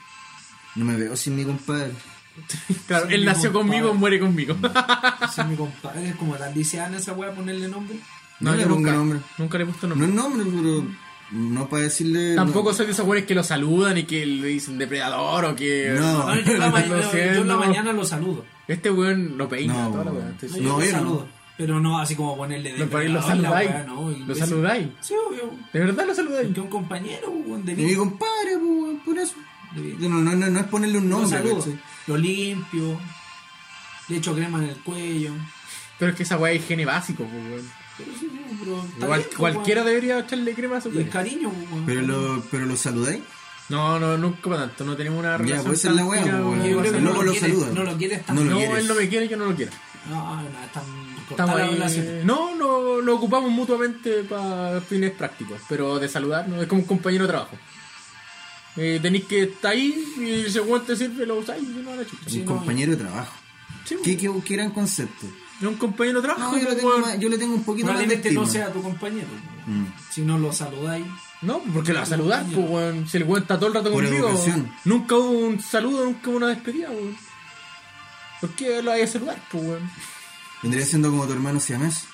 [SPEAKER 2] No me veo sin mi compadre.
[SPEAKER 1] Claro,
[SPEAKER 3] Sí, pues,
[SPEAKER 1] él
[SPEAKER 3] mi
[SPEAKER 1] nació conmigo,
[SPEAKER 3] compadre.
[SPEAKER 1] muere conmigo.
[SPEAKER 3] Sí, mi compadre es como tan lisiana esa wea ponerle nombre.
[SPEAKER 2] No le
[SPEAKER 1] yo
[SPEAKER 2] pongo
[SPEAKER 1] nunca,
[SPEAKER 2] nombre.
[SPEAKER 1] Nunca le he puesto
[SPEAKER 2] No
[SPEAKER 1] nombre.
[SPEAKER 2] es nombre, pero no para decirle.
[SPEAKER 1] Tampoco
[SPEAKER 2] no.
[SPEAKER 1] soy de esos weones que lo saludan y que le dicen depredador o que.
[SPEAKER 2] No.
[SPEAKER 3] Ah, yo, en la
[SPEAKER 1] Lo
[SPEAKER 3] ma- yo- yo en la
[SPEAKER 1] siento.
[SPEAKER 3] mañana lo saludo.
[SPEAKER 1] Este weón lo peina,
[SPEAKER 2] No,
[SPEAKER 1] toda la
[SPEAKER 2] weón.
[SPEAKER 1] weá. estoy
[SPEAKER 3] No,
[SPEAKER 2] No,
[SPEAKER 1] seguro.
[SPEAKER 3] yo lo
[SPEAKER 2] yo no.
[SPEAKER 3] saludo. Pero no así como ponerle de
[SPEAKER 1] No, pero ahí lo
[SPEAKER 3] depredador, la
[SPEAKER 1] saludáis.
[SPEAKER 3] wea, no,
[SPEAKER 1] Lo
[SPEAKER 3] imbécil.
[SPEAKER 1] saludáis.
[SPEAKER 3] Sí, obvio.
[SPEAKER 1] De verdad lo saludáis.
[SPEAKER 3] Porque un compañero, un de
[SPEAKER 2] Y mi compadre, pues, weón, por eso.
[SPEAKER 3] vida.
[SPEAKER 2] No, no, no, no es ponerle un
[SPEAKER 3] Lo
[SPEAKER 2] nombre.
[SPEAKER 3] saludo.
[SPEAKER 2] ¿cachai?
[SPEAKER 3] Lo limpio. Le echo crema en el cuello.
[SPEAKER 1] Pero es que esa weá es higiene básico, pues, weón.
[SPEAKER 3] Pero sí, sí, pero está
[SPEAKER 1] Cual-
[SPEAKER 3] bien, pues,
[SPEAKER 1] cualquiera debería echarle crema a su
[SPEAKER 3] weón. Y el
[SPEAKER 1] pene.
[SPEAKER 3] cariño, pues, weón.
[SPEAKER 2] Pero lo, pero lo saludáis.
[SPEAKER 1] No, no, nunca para tanto. No tenemos una relación.
[SPEAKER 2] Ya, pues esa es la
[SPEAKER 1] tan
[SPEAKER 2] weá,
[SPEAKER 1] tira,
[SPEAKER 2] pues,
[SPEAKER 1] weón.
[SPEAKER 2] weón.
[SPEAKER 3] Yo creo que
[SPEAKER 2] El
[SPEAKER 3] no
[SPEAKER 2] loco
[SPEAKER 3] lo
[SPEAKER 2] lo
[SPEAKER 3] quiere-
[SPEAKER 2] saluda.
[SPEAKER 3] no lo quiere tan-
[SPEAKER 2] No lo
[SPEAKER 1] No,
[SPEAKER 2] quieres.
[SPEAKER 1] él no me quiere, yo no lo quiero.
[SPEAKER 3] No, Ah, no, están
[SPEAKER 1] Estamos
[SPEAKER 3] cortadas las
[SPEAKER 1] ahí-
[SPEAKER 3] relaciones.
[SPEAKER 1] No, no, lo ocupamos mutuamente para fines prácticos, pero de saludarnos es como un compañero de trabajo. Eh, tenéis que estar ahí y si el weón te sirve lo usáis y si no a la chucha.
[SPEAKER 3] Sí,
[SPEAKER 2] un
[SPEAKER 3] no,
[SPEAKER 2] compañero de trabajo.
[SPEAKER 1] Sí,
[SPEAKER 2] ¿Qué, qué, qué gran concepto?
[SPEAKER 1] Es un compañero de trabajo. pues,
[SPEAKER 2] No, yo le tengo,
[SPEAKER 1] weón.
[SPEAKER 2] más- yo le tengo un poquito más de
[SPEAKER 3] Ah, Probablemente no
[SPEAKER 2] estima.
[SPEAKER 3] sea tu compañero. Si no lo saludáis.
[SPEAKER 1] No, porque la saludar, pues, weón. Si el weón está todo el rato
[SPEAKER 2] Por
[SPEAKER 1] conmigo,
[SPEAKER 2] educación.
[SPEAKER 1] nunca hubo un saludo, nunca hubo una despedida, weón. ¿Por qué lo hay que saludar, pues, weón?
[SPEAKER 2] Vendría siendo como tu hermano siamés.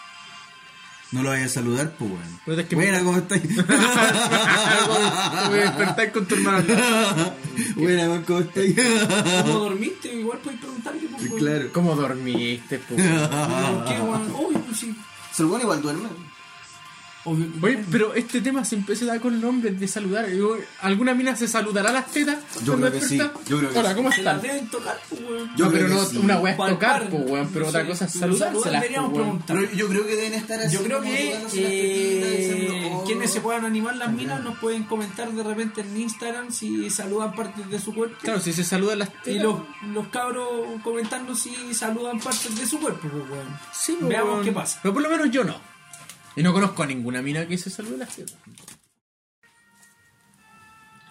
[SPEAKER 2] No lo vayas a saludar, pues, weón.
[SPEAKER 1] Pero es que-
[SPEAKER 2] Buena, ¿cómo estáis?
[SPEAKER 1] Te voy a despertar con tu hermano.
[SPEAKER 2] Buena, weón, ¿cómo estáis?
[SPEAKER 3] ¿Cómo dormiste? Igual puedes preguntarle. pues, weón.
[SPEAKER 2] claro.
[SPEAKER 1] ¿Cómo dormiste, pues? weón?
[SPEAKER 3] ¿Por qué, weón? Obvio, pues sí.
[SPEAKER 2] Se bueno igual duerme.
[SPEAKER 3] Obvio.
[SPEAKER 1] Oye, pero este tema siempre se da con nombres de saludar. Digo, ¿Alguna mina se saludará las tetas?
[SPEAKER 2] Yo
[SPEAKER 1] cuando
[SPEAKER 2] creo que
[SPEAKER 1] despierta?
[SPEAKER 2] sí, yo creo que
[SPEAKER 1] Hola,
[SPEAKER 2] sí.
[SPEAKER 1] ¿cómo
[SPEAKER 3] Se las
[SPEAKER 1] están?
[SPEAKER 3] deben tocar, pues, weón.
[SPEAKER 2] Yo
[SPEAKER 1] no,
[SPEAKER 2] creo
[SPEAKER 1] pero
[SPEAKER 2] que
[SPEAKER 1] no,
[SPEAKER 2] sí.
[SPEAKER 1] una weá es
[SPEAKER 3] Palpar,
[SPEAKER 1] tocar, pues, weón, pero
[SPEAKER 3] no
[SPEAKER 1] otra
[SPEAKER 3] sé,
[SPEAKER 1] cosa es
[SPEAKER 3] pero saludar
[SPEAKER 1] saludárselas,
[SPEAKER 3] deberíamos
[SPEAKER 1] po, weón.
[SPEAKER 3] preguntar.
[SPEAKER 2] yo creo que deben estar así.
[SPEAKER 3] Yo creo
[SPEAKER 2] como
[SPEAKER 3] que
[SPEAKER 2] tocándose las tetitas, diciendo,
[SPEAKER 3] eh,
[SPEAKER 2] oh.
[SPEAKER 3] quienes se puedan animar las minas nos pueden comentar de repente en Instagram si saludan partes de su cuerpo.
[SPEAKER 1] Claro, si se saludan las
[SPEAKER 3] Y
[SPEAKER 1] tetas.
[SPEAKER 3] los, los cabros comentando si saludan partes de su cuerpo, pues, weón.
[SPEAKER 1] Sí, po,
[SPEAKER 3] Veamos
[SPEAKER 1] weón.
[SPEAKER 3] qué pasa.
[SPEAKER 1] Pero por lo menos yo no. Y no conozco a ninguna mina que se salude las tetas.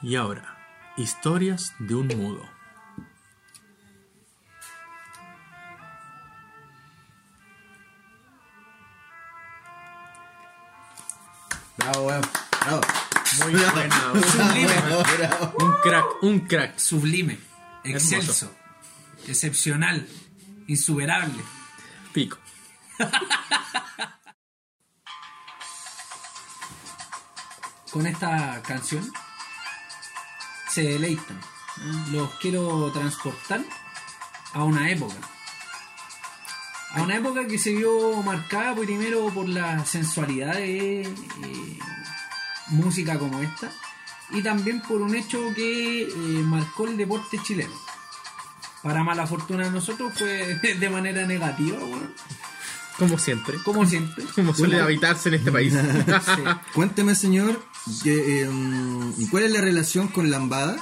[SPEAKER 1] Y ahora, historias de un mudo.
[SPEAKER 2] Bravo, weón. Bravo.
[SPEAKER 1] Muy buena,
[SPEAKER 2] Bravo.
[SPEAKER 1] Un crack, un crack.
[SPEAKER 3] Sublime,
[SPEAKER 1] Hermoso.
[SPEAKER 3] excelso, excepcional, insuperable.
[SPEAKER 1] Pico.
[SPEAKER 3] Con esta canción se deleitan. Los quiero transportar a una época. A una época que se vio marcada pues, primero por la sensualidad de eh, música como esta y también por un hecho que eh, marcó el deporte chileno. Para mala fortuna de nosotros fue de manera negativa, bueno,
[SPEAKER 1] Como siempre.
[SPEAKER 3] como siempre.
[SPEAKER 1] Como suele habitarse en este país.
[SPEAKER 3] Sí.
[SPEAKER 2] Cuénteme, señor, que, eh, mm, ¿cuál es la relación con Lambada?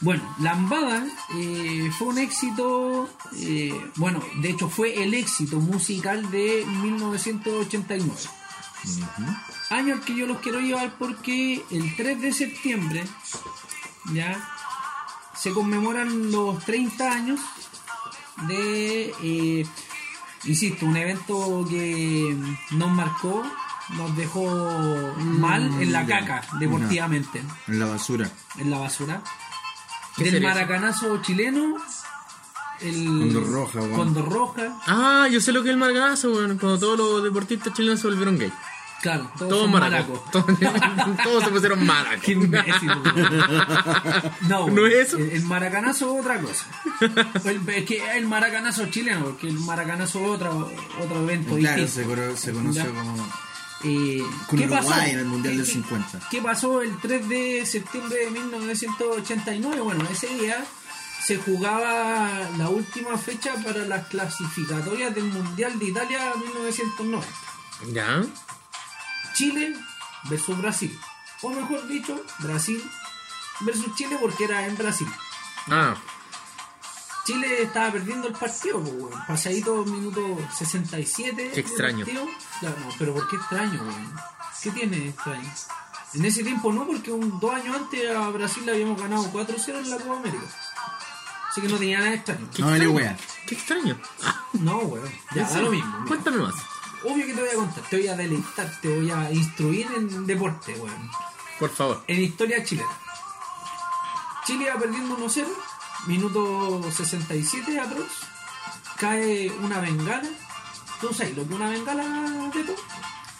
[SPEAKER 3] Bueno, Lambada eh, fue un éxito, eh, bueno, de hecho fue el éxito musical de 1989. Año al que yo los quiero llevar porque el 3 de septiembre, ya, se conmemoran los 30 años de, eh, insisto, un evento que nos marcó, nos dejó mal en la
[SPEAKER 2] ya.
[SPEAKER 3] caca deportivamente
[SPEAKER 2] En la basura.
[SPEAKER 3] en la basura.
[SPEAKER 1] ¿Qué
[SPEAKER 3] Del
[SPEAKER 1] sería eso?
[SPEAKER 3] maracanazo chileno. El
[SPEAKER 2] Condor Roja, weón.
[SPEAKER 3] Condor Roja.
[SPEAKER 1] Ah, yo sé lo que es el maracanazo, weón. Cuando todos los deportistas chilenos se volvieron gay.
[SPEAKER 3] Claro, todos,
[SPEAKER 1] Todos
[SPEAKER 3] son
[SPEAKER 1] maracos.
[SPEAKER 3] maracos.
[SPEAKER 1] Todos, todos se pusieron maracos.
[SPEAKER 3] Qué imbécil, weón. No,
[SPEAKER 1] ¿No es eso?
[SPEAKER 3] El, el maracanazo es otra cosa. El- es que el maracanazo chileno, porque el maracanazo es otro, otro evento
[SPEAKER 2] Claro,
[SPEAKER 3] distinto.
[SPEAKER 2] se, cono- se conoció
[SPEAKER 3] Ya.
[SPEAKER 2] como.
[SPEAKER 3] Eh,
[SPEAKER 2] Con
[SPEAKER 3] ¿Qué
[SPEAKER 2] Uruguay
[SPEAKER 3] pasó?
[SPEAKER 2] en el Mundial
[SPEAKER 3] ¿Qué-
[SPEAKER 2] del
[SPEAKER 3] qué-
[SPEAKER 2] 50?
[SPEAKER 3] ¿Qué pasó el 3 de septiembre de 1989? Bueno, ese día se jugaba la última fecha para las clasificatorias del Mundial de Italia 1990.
[SPEAKER 1] ¿Ya?
[SPEAKER 3] Chile versus Brasil. O mejor dicho, Brasil versus Chile porque era en Brasil.
[SPEAKER 1] Ah,
[SPEAKER 3] Chile estaba perdiendo el partido, pues, weón. Pasadito minuto 67.
[SPEAKER 1] Qué extraño.
[SPEAKER 3] del partido. Claro, no, pero ¿por qué extraño, weón? ¿Qué tiene de extraño? En ese tiempo no, porque un, dos años antes a Brasil le habíamos ganado 4-0 en la Copa América. Así que no tenía nada extraño.
[SPEAKER 1] Qué
[SPEAKER 6] No me le
[SPEAKER 1] extraño.
[SPEAKER 6] wea.
[SPEAKER 1] Qué extraño. Ah,
[SPEAKER 3] No, weón. Ya,
[SPEAKER 1] ya,
[SPEAKER 3] da
[SPEAKER 1] sí.
[SPEAKER 3] lo mismo. mira.
[SPEAKER 1] Cuéntame más.
[SPEAKER 3] Obvio que te voy a contar, te voy a deleitar, te voy a instruir en deporte, weón.
[SPEAKER 1] Por favor.
[SPEAKER 3] En historia chilena. Chile va perdiendo 1-0, minuto 67 atroz, cae una bengala. ¿Tú sabes lo que una bengala de todo?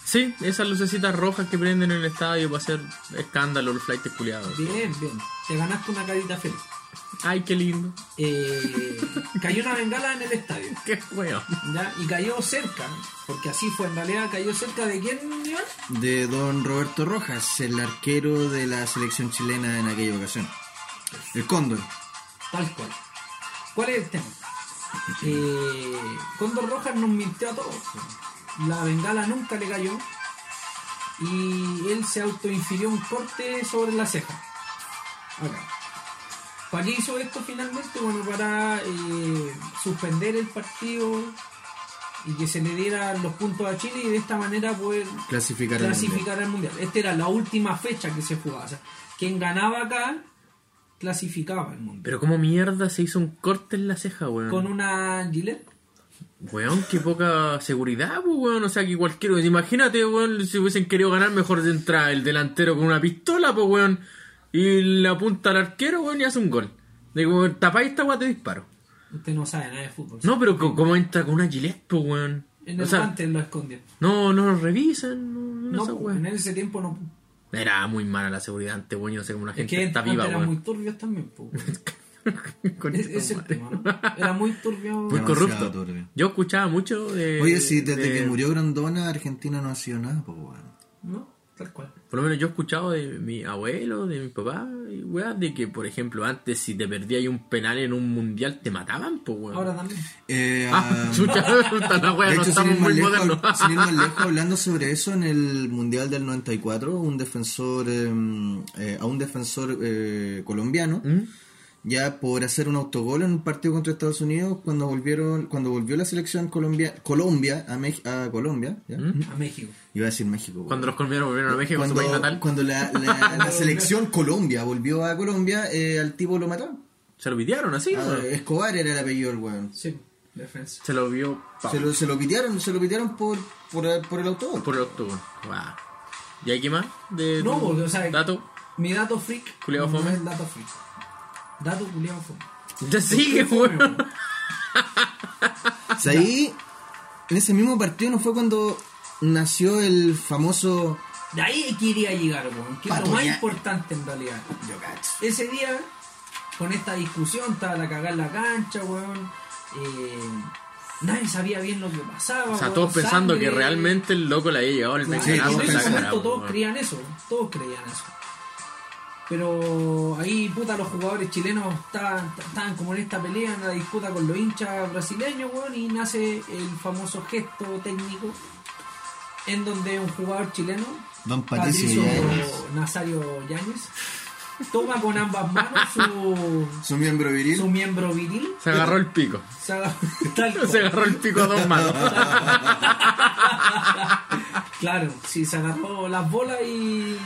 [SPEAKER 1] Sí, esas lucecitas rojas que prenden en el estadio para hacer escándalo los flights culiados.
[SPEAKER 3] Bien, bien. Te ganaste una carita feliz.
[SPEAKER 1] Ay, qué lindo.
[SPEAKER 3] Eh, cayó una bengala en el estadio.
[SPEAKER 1] Qué weón.
[SPEAKER 3] ¿ya? Y cayó cerca, porque así fue, en realidad cayó cerca de quién, Iván?
[SPEAKER 6] De don Roberto Rojas, el arquero de la selección chilena en aquella ocasión. El cóndor.
[SPEAKER 3] Tal cual. ¿Cuál es el tema? Eh, Condor Rojas nos mintió a todos. La bengala nunca le cayó y él se autoinfirió un corte sobre la ceja. Acá. ¿Para qué hizo esto finalmente? Bueno, para eh, suspender el partido y que se le dieran los puntos a Chile y de esta manera poder
[SPEAKER 6] Clasificar al
[SPEAKER 3] clasificar al mundial. Esta era la última fecha que se jugaba. O sea, quien ganaba acá clasificaba al mundial.
[SPEAKER 1] Pero cómo mierda se hizo un corte en la ceja, weón.
[SPEAKER 3] con una Gillette.
[SPEAKER 1] Weón, qué poca seguridad, pues, weón. O sea, que cualquiera. Imagínate, weón, si hubiesen querido ganar, mejor de entrada el delantero con una pistola, pues, weón. Y la punta al arquero, weón, y hace un gol. Digo, weón, tapáis esta weá, te disparo.
[SPEAKER 3] Usted no sabe nada de fútbol.
[SPEAKER 1] No, pero co- ¿cómo entra con una gilet, pues, weón?
[SPEAKER 3] En
[SPEAKER 1] O
[SPEAKER 3] el
[SPEAKER 1] sea,
[SPEAKER 3] guante lo escondió.
[SPEAKER 1] no, no lo revisan, no, no,
[SPEAKER 3] No,
[SPEAKER 1] esa
[SPEAKER 3] pues,
[SPEAKER 1] weá.
[SPEAKER 3] en ese tiempo no.
[SPEAKER 1] Era muy mala la seguridad antes, weón. Yo no sé cómo la
[SPEAKER 3] Es
[SPEAKER 1] gente
[SPEAKER 3] que
[SPEAKER 1] está
[SPEAKER 3] antes
[SPEAKER 1] viva,
[SPEAKER 3] eran muy
[SPEAKER 1] weón.
[SPEAKER 3] turbios también. pues.
[SPEAKER 1] Con
[SPEAKER 3] es,
[SPEAKER 1] esta
[SPEAKER 3] es el
[SPEAKER 1] madre.
[SPEAKER 3] tema, ¿no? Era muy turbio.
[SPEAKER 1] Muy
[SPEAKER 6] Demasiado
[SPEAKER 1] corrupto.
[SPEAKER 6] turbio.
[SPEAKER 1] Yo escuchaba mucho de.
[SPEAKER 6] Oye, sí, desde
[SPEAKER 1] Eh, de-
[SPEAKER 6] que murió Grandona, Argentina no ha sido nada, pues bueno.
[SPEAKER 3] ¿No? Tal cual.
[SPEAKER 1] Por lo menos yo he escuchado de mi abuelo, de mi papá, y weas, de que, por ejemplo, antes si te perdías un penal en un mundial, te mataban, pues, weón.
[SPEAKER 3] Ahora también.
[SPEAKER 6] Eh,
[SPEAKER 1] Ah,
[SPEAKER 6] ah,
[SPEAKER 1] chucha, puta la wea,
[SPEAKER 6] de
[SPEAKER 1] no
[SPEAKER 6] hecho, sin
[SPEAKER 1] estamos
[SPEAKER 6] ir, más
[SPEAKER 1] muy
[SPEAKER 6] lejos,
[SPEAKER 1] modernos.
[SPEAKER 6] sin ir más lejos, hablando sobre eso, en el Mundial del 94, un defensor, eh, eh, a un defensor eh, colombiano,
[SPEAKER 1] ¿Mm?
[SPEAKER 6] ya por hacer un autogol en un partido contra Estados Unidos, cuando volvieron, cuando volvió la selección Colombia, Colombia a, Mex- a Colombia, ya,
[SPEAKER 3] A México.
[SPEAKER 6] iba a decir México.
[SPEAKER 1] ¿Mm? Cuando los colombianos volvieron a México,
[SPEAKER 6] cuando,
[SPEAKER 1] su país natal,
[SPEAKER 6] cuando la, la- la selección Colombia volvió a Colombia, eh, al tipo lo mataron.
[SPEAKER 1] se lo pitearon así,
[SPEAKER 6] Ah,
[SPEAKER 1] weón.
[SPEAKER 6] Escobar era el apellido del weón.
[SPEAKER 3] Sí, defensa.
[SPEAKER 1] Se lo vio pa-
[SPEAKER 6] Se lo, se lo pitearon, se lo pitearon por, por, por el autogol.
[SPEAKER 1] por el octubre. Guau. ¿Y hay qué más? De
[SPEAKER 3] No,
[SPEAKER 1] tu
[SPEAKER 3] porque, o sea,
[SPEAKER 1] dato.
[SPEAKER 3] mi dato freak.
[SPEAKER 1] Culeado
[SPEAKER 3] no
[SPEAKER 1] fome.
[SPEAKER 3] es dato freak. Dato culiado fome.
[SPEAKER 1] Ya sigue,
[SPEAKER 3] fome,
[SPEAKER 1] weón.
[SPEAKER 3] weón. Ah,
[SPEAKER 6] O sea, ahí, en ese mismo partido, no fue cuando nació el famoso.
[SPEAKER 3] De ahí quería llegar, weón. Que es lo
[SPEAKER 6] Pato,
[SPEAKER 3] más
[SPEAKER 6] ya.
[SPEAKER 3] importante en realidad.
[SPEAKER 6] Yo cacho.
[SPEAKER 3] Ese día, con esta discusión, estaba la cagada en la cancha, weón. Eh, nadie sabía bien lo que pasaba.
[SPEAKER 1] O sea,
[SPEAKER 3] weón.
[SPEAKER 1] todos pensando que
[SPEAKER 3] Sangre.
[SPEAKER 1] realmente el loco le había llegado el
[SPEAKER 3] Claro,
[SPEAKER 1] pensionazo
[SPEAKER 3] en
[SPEAKER 6] todos
[SPEAKER 1] en
[SPEAKER 3] ese
[SPEAKER 1] la
[SPEAKER 6] pensaban.
[SPEAKER 1] cara,
[SPEAKER 3] momento todos
[SPEAKER 1] weón.
[SPEAKER 3] creían eso, todos creían eso. Pero ahí, puta, los jugadores chilenos estaban, estaban como en esta pelea, en la disputa con los hinchas brasileños, weón, y nace el famoso gesto técnico en donde un jugador chileno,
[SPEAKER 6] Don Patricio
[SPEAKER 3] Patricio
[SPEAKER 6] Yáñez.
[SPEAKER 3] Nazario Yáñez, toma con ambas manos su,
[SPEAKER 6] Su miembro viril.
[SPEAKER 3] su miembro viril.
[SPEAKER 1] Se agarró el pico.
[SPEAKER 3] Se agarró, tal cual.
[SPEAKER 1] Se agarró el pico a dos manos.
[SPEAKER 3] Claro, sí, se agarró las bolas y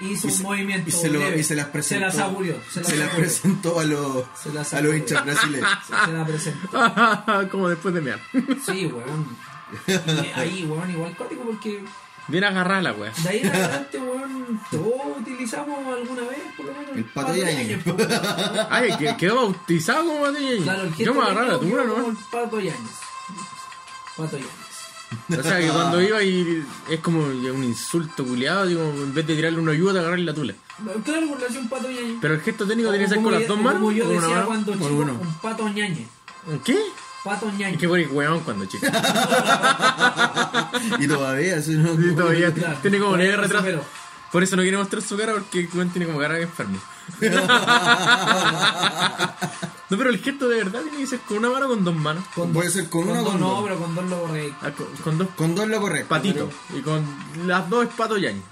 [SPEAKER 3] hizo
[SPEAKER 6] Y
[SPEAKER 3] un
[SPEAKER 6] se-
[SPEAKER 3] movimiento.
[SPEAKER 6] y se, lo-
[SPEAKER 3] leve.
[SPEAKER 6] y se las presentó.
[SPEAKER 3] Se las aburrió. Se las,
[SPEAKER 6] se las
[SPEAKER 3] aburrió.
[SPEAKER 6] presentó a los,
[SPEAKER 3] Se las
[SPEAKER 6] a los
[SPEAKER 3] saboreó.
[SPEAKER 6] hinchas brasileños.
[SPEAKER 3] Se, se las presentó.
[SPEAKER 1] Como después de mear.
[SPEAKER 3] Sí, weón. Y ahí, weón, igual cótico porque
[SPEAKER 1] Bien agarrada la wea.
[SPEAKER 3] de ahí en adelante, weón, todos utilizamos alguna vez, por lo menos.
[SPEAKER 6] El pato Yáñez.
[SPEAKER 3] po, weón.
[SPEAKER 1] Ay, que quedó bautizado como Matías.
[SPEAKER 3] Claro, el
[SPEAKER 1] Yo me agarré la
[SPEAKER 3] tuya,
[SPEAKER 1] tura, ¿no?
[SPEAKER 3] Pato Yañez. Pato Yañez.
[SPEAKER 1] O sea, que cuando iba y es como un insulto culiado, digo, en vez de tirarle una ayuda, te agarré la tula.
[SPEAKER 3] Claro, porque le hacía un pato Yañez.
[SPEAKER 1] Pero el gesto técnico
[SPEAKER 3] O
[SPEAKER 1] tenía que ser
[SPEAKER 3] como
[SPEAKER 1] con
[SPEAKER 3] yo-
[SPEAKER 1] las dos
[SPEAKER 3] o
[SPEAKER 1] manos.
[SPEAKER 3] Como yo
[SPEAKER 1] con una
[SPEAKER 3] decía
[SPEAKER 1] mano.
[SPEAKER 3] cuando
[SPEAKER 6] con
[SPEAKER 3] chico,
[SPEAKER 6] uno.
[SPEAKER 3] un pato ñañez.
[SPEAKER 1] ¿Qué?
[SPEAKER 3] Pato ñañez.
[SPEAKER 1] Es que por el weón cuando chico.
[SPEAKER 6] y todavía, eso no-
[SPEAKER 1] Y todavía
[SPEAKER 3] Claro.
[SPEAKER 1] tiene como
[SPEAKER 3] Todavía
[SPEAKER 1] leve
[SPEAKER 3] no
[SPEAKER 1] retraso.
[SPEAKER 3] superó.
[SPEAKER 1] Por eso no quiere mostrar su cara porque el weón tiene como cara de enfermo. No, pero el gesto de verdad tiene que ser con una mano o con dos manos.
[SPEAKER 3] Con-
[SPEAKER 6] Puede ser con una o
[SPEAKER 3] dos,
[SPEAKER 6] con
[SPEAKER 3] No,
[SPEAKER 6] dos.
[SPEAKER 3] pero con dos lo borré.
[SPEAKER 1] Ah, con- Con dos
[SPEAKER 6] Con dos lo correcto.
[SPEAKER 1] patitos. Y con las dos es pato yaño.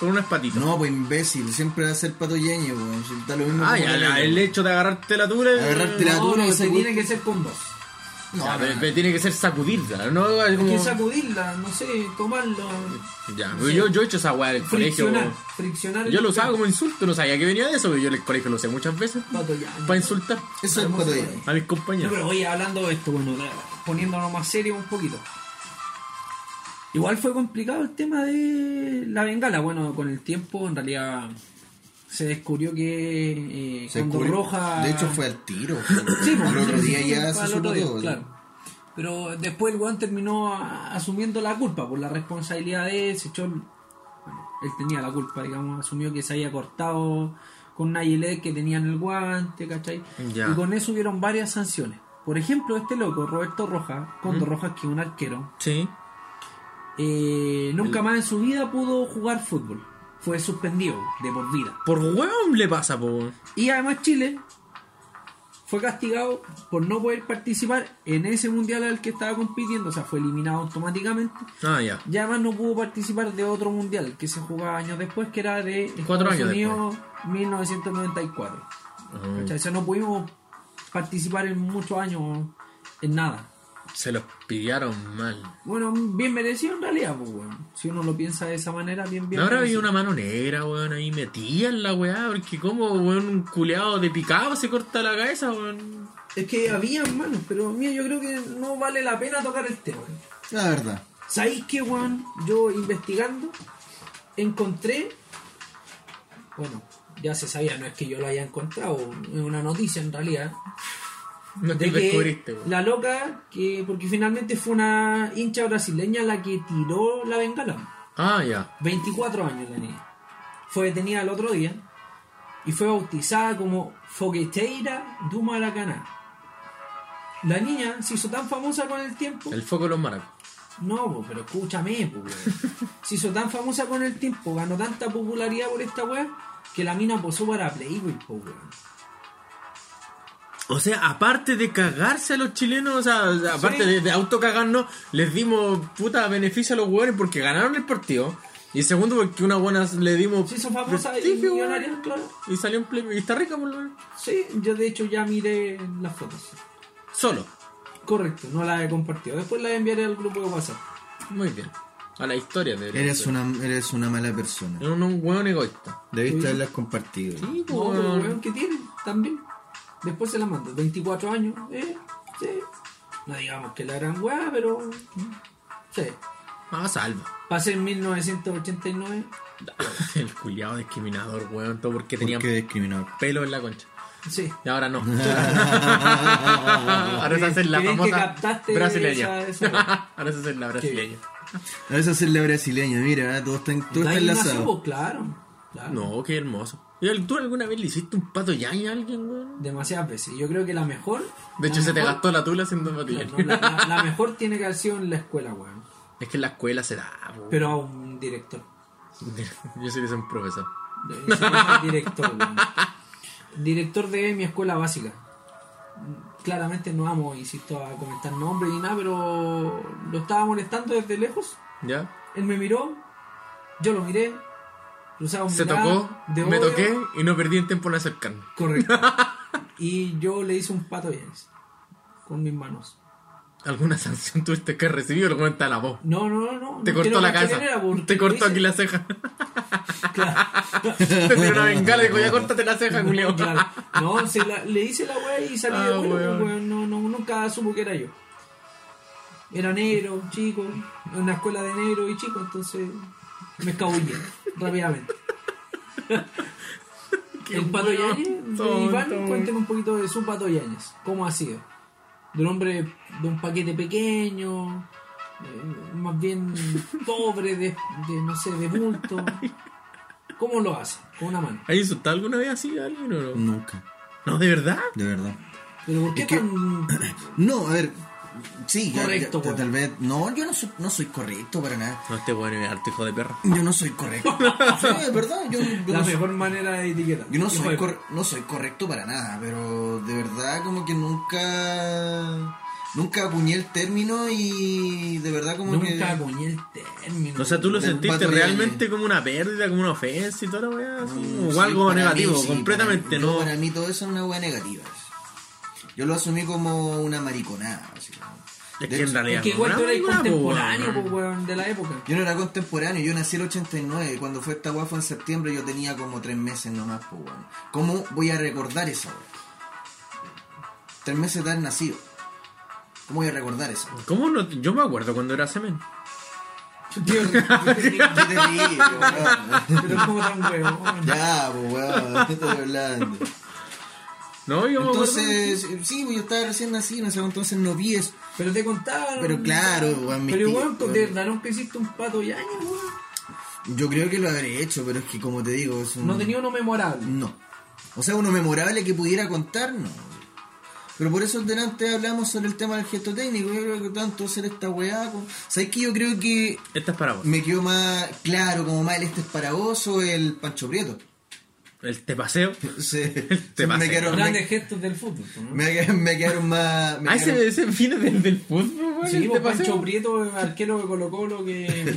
[SPEAKER 1] Con una es patito.
[SPEAKER 6] pero- No, pues imbécil, siempre va a ser pato Yeñe, weón. si Está lo mismo
[SPEAKER 1] Ah,
[SPEAKER 6] como
[SPEAKER 1] ya,
[SPEAKER 6] la-
[SPEAKER 1] la- el hecho de agarrarte la tula.
[SPEAKER 6] Agarrarte la-
[SPEAKER 3] No,
[SPEAKER 6] dura
[SPEAKER 3] no,
[SPEAKER 6] y se
[SPEAKER 3] se
[SPEAKER 6] cu-
[SPEAKER 3] tiene que ser con dos.
[SPEAKER 1] No, pero- pero tiene que ser sacudirla, ¿no? Es
[SPEAKER 3] Hay
[SPEAKER 1] como-
[SPEAKER 3] que sacudirla, no sé, tomarla,
[SPEAKER 1] Ya, pero yo, yo he hecho esa weá en el colegio.
[SPEAKER 3] friccionar, friccionar.
[SPEAKER 1] Yo lo usaba como insulto, no sabía que venía de eso, pero yo en el colegio lo usé muchas veces
[SPEAKER 3] Pato ya.
[SPEAKER 1] para insultar
[SPEAKER 2] Eso es cuando ya.
[SPEAKER 1] a mis
[SPEAKER 3] No,
[SPEAKER 1] compañeros.
[SPEAKER 3] pero oye, hablando de esto, bueno, la- poniéndonos más serio un poquito. Igual fue complicado el tema de la bengala. Bueno, con el tiempo en realidad se descubrió que eh,
[SPEAKER 2] Se
[SPEAKER 3] cuando
[SPEAKER 2] cubrió.
[SPEAKER 3] roja...
[SPEAKER 2] De hecho, fue al tiro.
[SPEAKER 3] Sí, pues,
[SPEAKER 2] el otro
[SPEAKER 3] sí,
[SPEAKER 2] día
[SPEAKER 3] sí,
[SPEAKER 2] ya
[SPEAKER 3] sí,
[SPEAKER 2] se
[SPEAKER 3] al
[SPEAKER 2] supo
[SPEAKER 3] otro día,
[SPEAKER 2] todo.
[SPEAKER 3] claro. Pero después el Juan terminó a- asumiendo la culpa por la responsabilidad de él. Se echó. el- bueno, él tenía la culpa, digamos. Asumió que se había cortado con una gilet que tenía en el guante, ¿cachai?
[SPEAKER 1] Ya.
[SPEAKER 3] Y con eso hubieron varias sanciones. Por ejemplo, este loco, Roberto Rojas, Condo Rojas, que es un arquero,
[SPEAKER 1] Sí.
[SPEAKER 3] eh, nunca más en su vida pudo jugar fútbol. Fue suspendido de por vida.
[SPEAKER 1] Por weón le pasa, po. weón.
[SPEAKER 3] Y además Chile fue castigado por no poder participar en ese mundial al que estaba compitiendo, o sea, fue eliminado automáticamente.
[SPEAKER 1] Ah, ya.
[SPEAKER 3] Y además no pudo participar de otro mundial que se jugaba años después, que era de
[SPEAKER 1] Cuatro
[SPEAKER 3] Estados
[SPEAKER 1] años Ah.
[SPEAKER 3] Unidos 1994. ¿Cachai? O sea, no pudimos participar en muchos años en nada.
[SPEAKER 1] Se los pillaron mal.
[SPEAKER 3] Bueno, bien merecido en realidad, pues, weón. si uno lo piensa de esa manera, bien, bien.
[SPEAKER 1] No habrá habido
[SPEAKER 3] merecido.
[SPEAKER 1] una mano negra, weón, ahí metida en la weá, porque como, weón, un culeado de picado se corta la cabeza, weón.
[SPEAKER 3] Es que había, hermanos, pero mía, yo creo que no vale la pena tocar el tema.
[SPEAKER 2] La verdad.
[SPEAKER 3] ¿Sabéis qué, Juan? Yo investigando encontré. Bueno, ya se sabía, no es que yo lo haya encontrado, es una noticia en realidad.
[SPEAKER 1] No te
[SPEAKER 3] De que
[SPEAKER 1] descubriste, weón.
[SPEAKER 3] la loca, que porque finalmente fue una hincha brasileña la que tiró la bengala.
[SPEAKER 1] Ah, ya.
[SPEAKER 3] 24 años la niña. Fue detenida el otro día y fue bautizada como Fogueteira do Maracaná. La niña se hizo tan famosa con el tiempo.
[SPEAKER 1] El foco de los maracos.
[SPEAKER 3] No, po, pero escúchame, po, weón. Se hizo tan famosa con el tiempo, ganó tanta popularidad por esta weá, que la mina posó para Playboy, po, weón.
[SPEAKER 1] O sea, aparte de cagarse a los chilenos, o sea, o sea, aparte
[SPEAKER 3] Sí.
[SPEAKER 1] de, de autocagarnos, les dimos puta beneficio a los weones porque ganaron el partido. Y segundo, porque una buena le dimos.
[SPEAKER 3] Se hizo famosa y
[SPEAKER 1] prestigio, weón.
[SPEAKER 3] millonaria, claro.
[SPEAKER 1] Y salió en play. Y está rica, por lo menos.
[SPEAKER 3] Sí, yo de hecho ya miré las fotos.
[SPEAKER 1] Solo.
[SPEAKER 3] Correcto, no las he compartido. Después las enviaré al grupo de WhatsApp.
[SPEAKER 1] Muy bien. A la historia de.
[SPEAKER 2] Eres una, eres una mala persona.
[SPEAKER 1] Era un, un weón egoísta.
[SPEAKER 2] Debiste haberlas compartido.
[SPEAKER 1] Sí,
[SPEAKER 3] No,
[SPEAKER 1] weón.
[SPEAKER 3] pero weón, que tiene también. Después se la mando, 24 años, eh, sí. No digamos que la gran weá, pero. mm, Sí.
[SPEAKER 1] Ah, salva.
[SPEAKER 3] Pasé en 1989.
[SPEAKER 1] El culiado discriminador, weón. Todo porque tenía
[SPEAKER 2] ¿Por qué discriminado?
[SPEAKER 1] pelo en la concha.
[SPEAKER 3] Sí.
[SPEAKER 1] Y ahora no. ahora se hace la
[SPEAKER 3] Bien que
[SPEAKER 1] famosa
[SPEAKER 3] captaste
[SPEAKER 1] brasileña.
[SPEAKER 3] esa- esa-
[SPEAKER 1] ahora se hace la brasileña.
[SPEAKER 2] A veces es la brasileña, mira, ah, todo está, en- todo
[SPEAKER 3] De
[SPEAKER 2] está
[SPEAKER 3] ahí nació,
[SPEAKER 2] enlazado.
[SPEAKER 3] pues, claro. claro.
[SPEAKER 1] No, qué hermoso. ¿Y el- ¿Tú alguna vez le hiciste un pato yaña a alguien, weón?
[SPEAKER 3] Demasiadas veces. Yo creo que la mejor.
[SPEAKER 1] De hecho,
[SPEAKER 3] la
[SPEAKER 1] se te
[SPEAKER 3] mejor-
[SPEAKER 1] gastó la tula haciendo un pato
[SPEAKER 3] Claro,
[SPEAKER 1] yaña.
[SPEAKER 3] Ah, no, la, la- la mejor tiene que haber sido en la escuela, weón.
[SPEAKER 1] Es que en la escuela se da, weón.
[SPEAKER 3] Pero a un director.
[SPEAKER 1] Yo soy de ser un profesor.
[SPEAKER 3] Debe ser un director, weón. Director de mi escuela básica. Claramente no amo, insisto, a comentar nombres ni nada, pero lo estaba molestando desde lejos.
[SPEAKER 1] ¿Ya?
[SPEAKER 3] Él me miró, yo lo miré, cruzaba un
[SPEAKER 1] Se tocó,
[SPEAKER 3] de
[SPEAKER 1] me
[SPEAKER 3] odio.
[SPEAKER 1] toqué y no perdí el tiempo en acercarme.
[SPEAKER 3] Correcto. y yo le hice un pato bien con mis manos.
[SPEAKER 1] ¿Alguna sanción tuviste que recibir? Lo cuenta la voz.
[SPEAKER 3] No, no, no, no.
[SPEAKER 1] Te
[SPEAKER 3] no
[SPEAKER 1] cortó
[SPEAKER 3] quiero
[SPEAKER 1] la
[SPEAKER 3] cachar
[SPEAKER 1] casa.
[SPEAKER 3] era porque
[SPEAKER 1] Te cortó
[SPEAKER 3] hice-
[SPEAKER 1] aquí la ceja.
[SPEAKER 3] Claro.
[SPEAKER 1] Te tiró una bengala y dijo, ya córtate la ceja, Julio.
[SPEAKER 3] Claro. No, se la- le hice la weá y salí
[SPEAKER 1] Ah,
[SPEAKER 3] de bueno,
[SPEAKER 1] weón.
[SPEAKER 3] weón, no, no, nunca supo que era yo. Era negro, chico, en una escuela de negro y chico, entonces me escabullé rápidamente. El Pato Yáñez, de
[SPEAKER 1] tonto,
[SPEAKER 3] Iván,
[SPEAKER 1] weón.
[SPEAKER 3] cuénteme un poquito de su Pato Yáñez, cómo ha sido. De un hombre de un paquete pequeño, eh, más bien pobre, de, de, no sé, de bulto. ¿Cómo lo hace? Con una mano.
[SPEAKER 1] ¿Has insultado alguna vez así a alguien o no?
[SPEAKER 2] Nunca,
[SPEAKER 1] No, de verdad.
[SPEAKER 2] de verdad.
[SPEAKER 3] ¿Pero por qué
[SPEAKER 2] Es que-
[SPEAKER 3] tan
[SPEAKER 2] No, a ver. Sí, ya-
[SPEAKER 3] Correcto,
[SPEAKER 2] ya-
[SPEAKER 3] weón.
[SPEAKER 2] tal vez. No, yo no soy, no soy correcto para nada.
[SPEAKER 1] No, este bueno es harto hijo de perra.
[SPEAKER 2] Yo no soy correcto. Sí, de verdad, yo, yo
[SPEAKER 3] La
[SPEAKER 2] no soy,
[SPEAKER 3] mejor manera de etiquetar.
[SPEAKER 2] yo no soy
[SPEAKER 3] Hijo de-
[SPEAKER 2] cor- no soy correcto para nada, pero de verdad, como que nunca. Nunca acuñé el término y de verdad, como que.
[SPEAKER 3] Nunca acuñé el término.
[SPEAKER 1] O sea, tú lo
[SPEAKER 2] Del
[SPEAKER 1] sentiste
[SPEAKER 2] Mm, Pato
[SPEAKER 1] realmente
[SPEAKER 2] Yáñez.
[SPEAKER 1] como una pérdida, como una ofensa y toda la weá, así,
[SPEAKER 2] Mm,
[SPEAKER 1] o
[SPEAKER 2] sí,
[SPEAKER 1] algo
[SPEAKER 2] para mí,
[SPEAKER 1] negativo,
[SPEAKER 2] sí,
[SPEAKER 1] completamente,
[SPEAKER 2] para-
[SPEAKER 1] ¿no?
[SPEAKER 2] Para mí todo eso es una hueá negativa. Yo lo asumí como una mariconada. así como,
[SPEAKER 1] Es
[SPEAKER 6] De
[SPEAKER 1] que en
[SPEAKER 6] hecho,
[SPEAKER 1] realidad.
[SPEAKER 3] Es que
[SPEAKER 1] no,
[SPEAKER 3] igual
[SPEAKER 1] una
[SPEAKER 3] tú eres
[SPEAKER 1] película, po,
[SPEAKER 3] contemporáneo,
[SPEAKER 1] weón.
[SPEAKER 3] pues, weón, de la época.
[SPEAKER 6] Yo no era contemporáneo, yo nací el 89. Cuando fue esta guafa en septiembre, yo tenía como tres meses nomás, pues, weón. ¿Cómo voy a recordar esa, weón? Tres meses de haber nacido. ¿Cómo voy a recordar eso?
[SPEAKER 1] ¿Cómo no? Yo me acuerdo cuando era semen.
[SPEAKER 6] Qué terrible, weón.
[SPEAKER 3] Pero es como tan weón.
[SPEAKER 6] Ya, pues, weón, ¿qué estoy hablando?
[SPEAKER 1] No, yo me acuerdo.
[SPEAKER 6] Entonces, sí, pues, yo estaba recién nacido, en ese entonces no vi eso.
[SPEAKER 3] Pero te contaban.
[SPEAKER 6] Pero claro, weón, mis
[SPEAKER 3] Pero
[SPEAKER 6] tíos,
[SPEAKER 3] igual,
[SPEAKER 6] weón.
[SPEAKER 3] de verdad, nunca hiciste un pato y año, weón.
[SPEAKER 6] Yo creo que lo habré hecho, pero es que, como te digo, es un.
[SPEAKER 3] No tenía uno memorable.
[SPEAKER 6] No. O sea, uno memorable que pudiera contarnos. Pero por eso delante hablamos sobre el tema del gesto técnico. Yo creo que tanto hacer esta weá. con- ¿Sabes que Yo creo que
[SPEAKER 1] Esta es para vos.
[SPEAKER 6] me quedó más claro, como más el este es para vos o el Pancho Prieto.
[SPEAKER 1] El te paseo.
[SPEAKER 6] Se-
[SPEAKER 1] Te
[SPEAKER 6] se- me,
[SPEAKER 1] pasé.
[SPEAKER 6] quedaron,
[SPEAKER 3] Grandes
[SPEAKER 6] me,
[SPEAKER 3] gestos del fútbol, ¿no?
[SPEAKER 6] me quedaron- me quedaron más. me
[SPEAKER 1] Ah,
[SPEAKER 6] quedaron-
[SPEAKER 1] ese, ese viene del, del fútbol, weón.
[SPEAKER 3] Sí,
[SPEAKER 1] el te
[SPEAKER 3] pues
[SPEAKER 1] paseo.
[SPEAKER 3] Pancho Prieto, el arquero de Colo Colo, que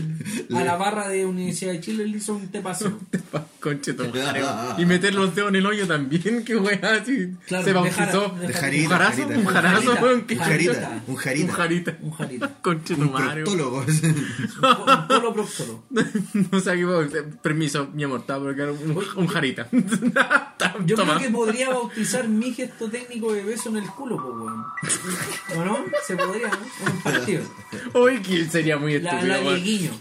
[SPEAKER 3] a la barra de Universidad de Chile le hizo un te paseo.
[SPEAKER 1] Te pa- Conche tu madre, weón. Y meter los dedos en el hoyo también, qué weá. así.
[SPEAKER 3] Claro,
[SPEAKER 1] Se
[SPEAKER 3] dejar-
[SPEAKER 1] bautizó.
[SPEAKER 3] dejar-
[SPEAKER 1] Un
[SPEAKER 6] Dejarita,
[SPEAKER 1] jarazo,
[SPEAKER 6] jarita.
[SPEAKER 1] un jarazo,
[SPEAKER 3] Jarita.
[SPEAKER 1] weón. qué
[SPEAKER 6] Un
[SPEAKER 1] chucha.
[SPEAKER 6] jarita, un jarita.
[SPEAKER 1] Un jarita.
[SPEAKER 3] Un jarita.
[SPEAKER 1] Conche tu
[SPEAKER 6] Un
[SPEAKER 1] madre, weón.
[SPEAKER 6] proctólogo.
[SPEAKER 3] Un Polo proctolo.
[SPEAKER 1] no sé qué va- Permiso, mi amor, estaba por acá un, un jarita.
[SPEAKER 3] Yo
[SPEAKER 1] Toma.
[SPEAKER 3] creo que podría bautizar mi gesto técnico de beso en el culo, pues, weón. ¿O no? Se podría, ¿no? En un partido.
[SPEAKER 1] Hoy que sería muy
[SPEAKER 3] La,
[SPEAKER 1] estúpido,
[SPEAKER 3] la
[SPEAKER 1] weón.
[SPEAKER 3] Dieguiño.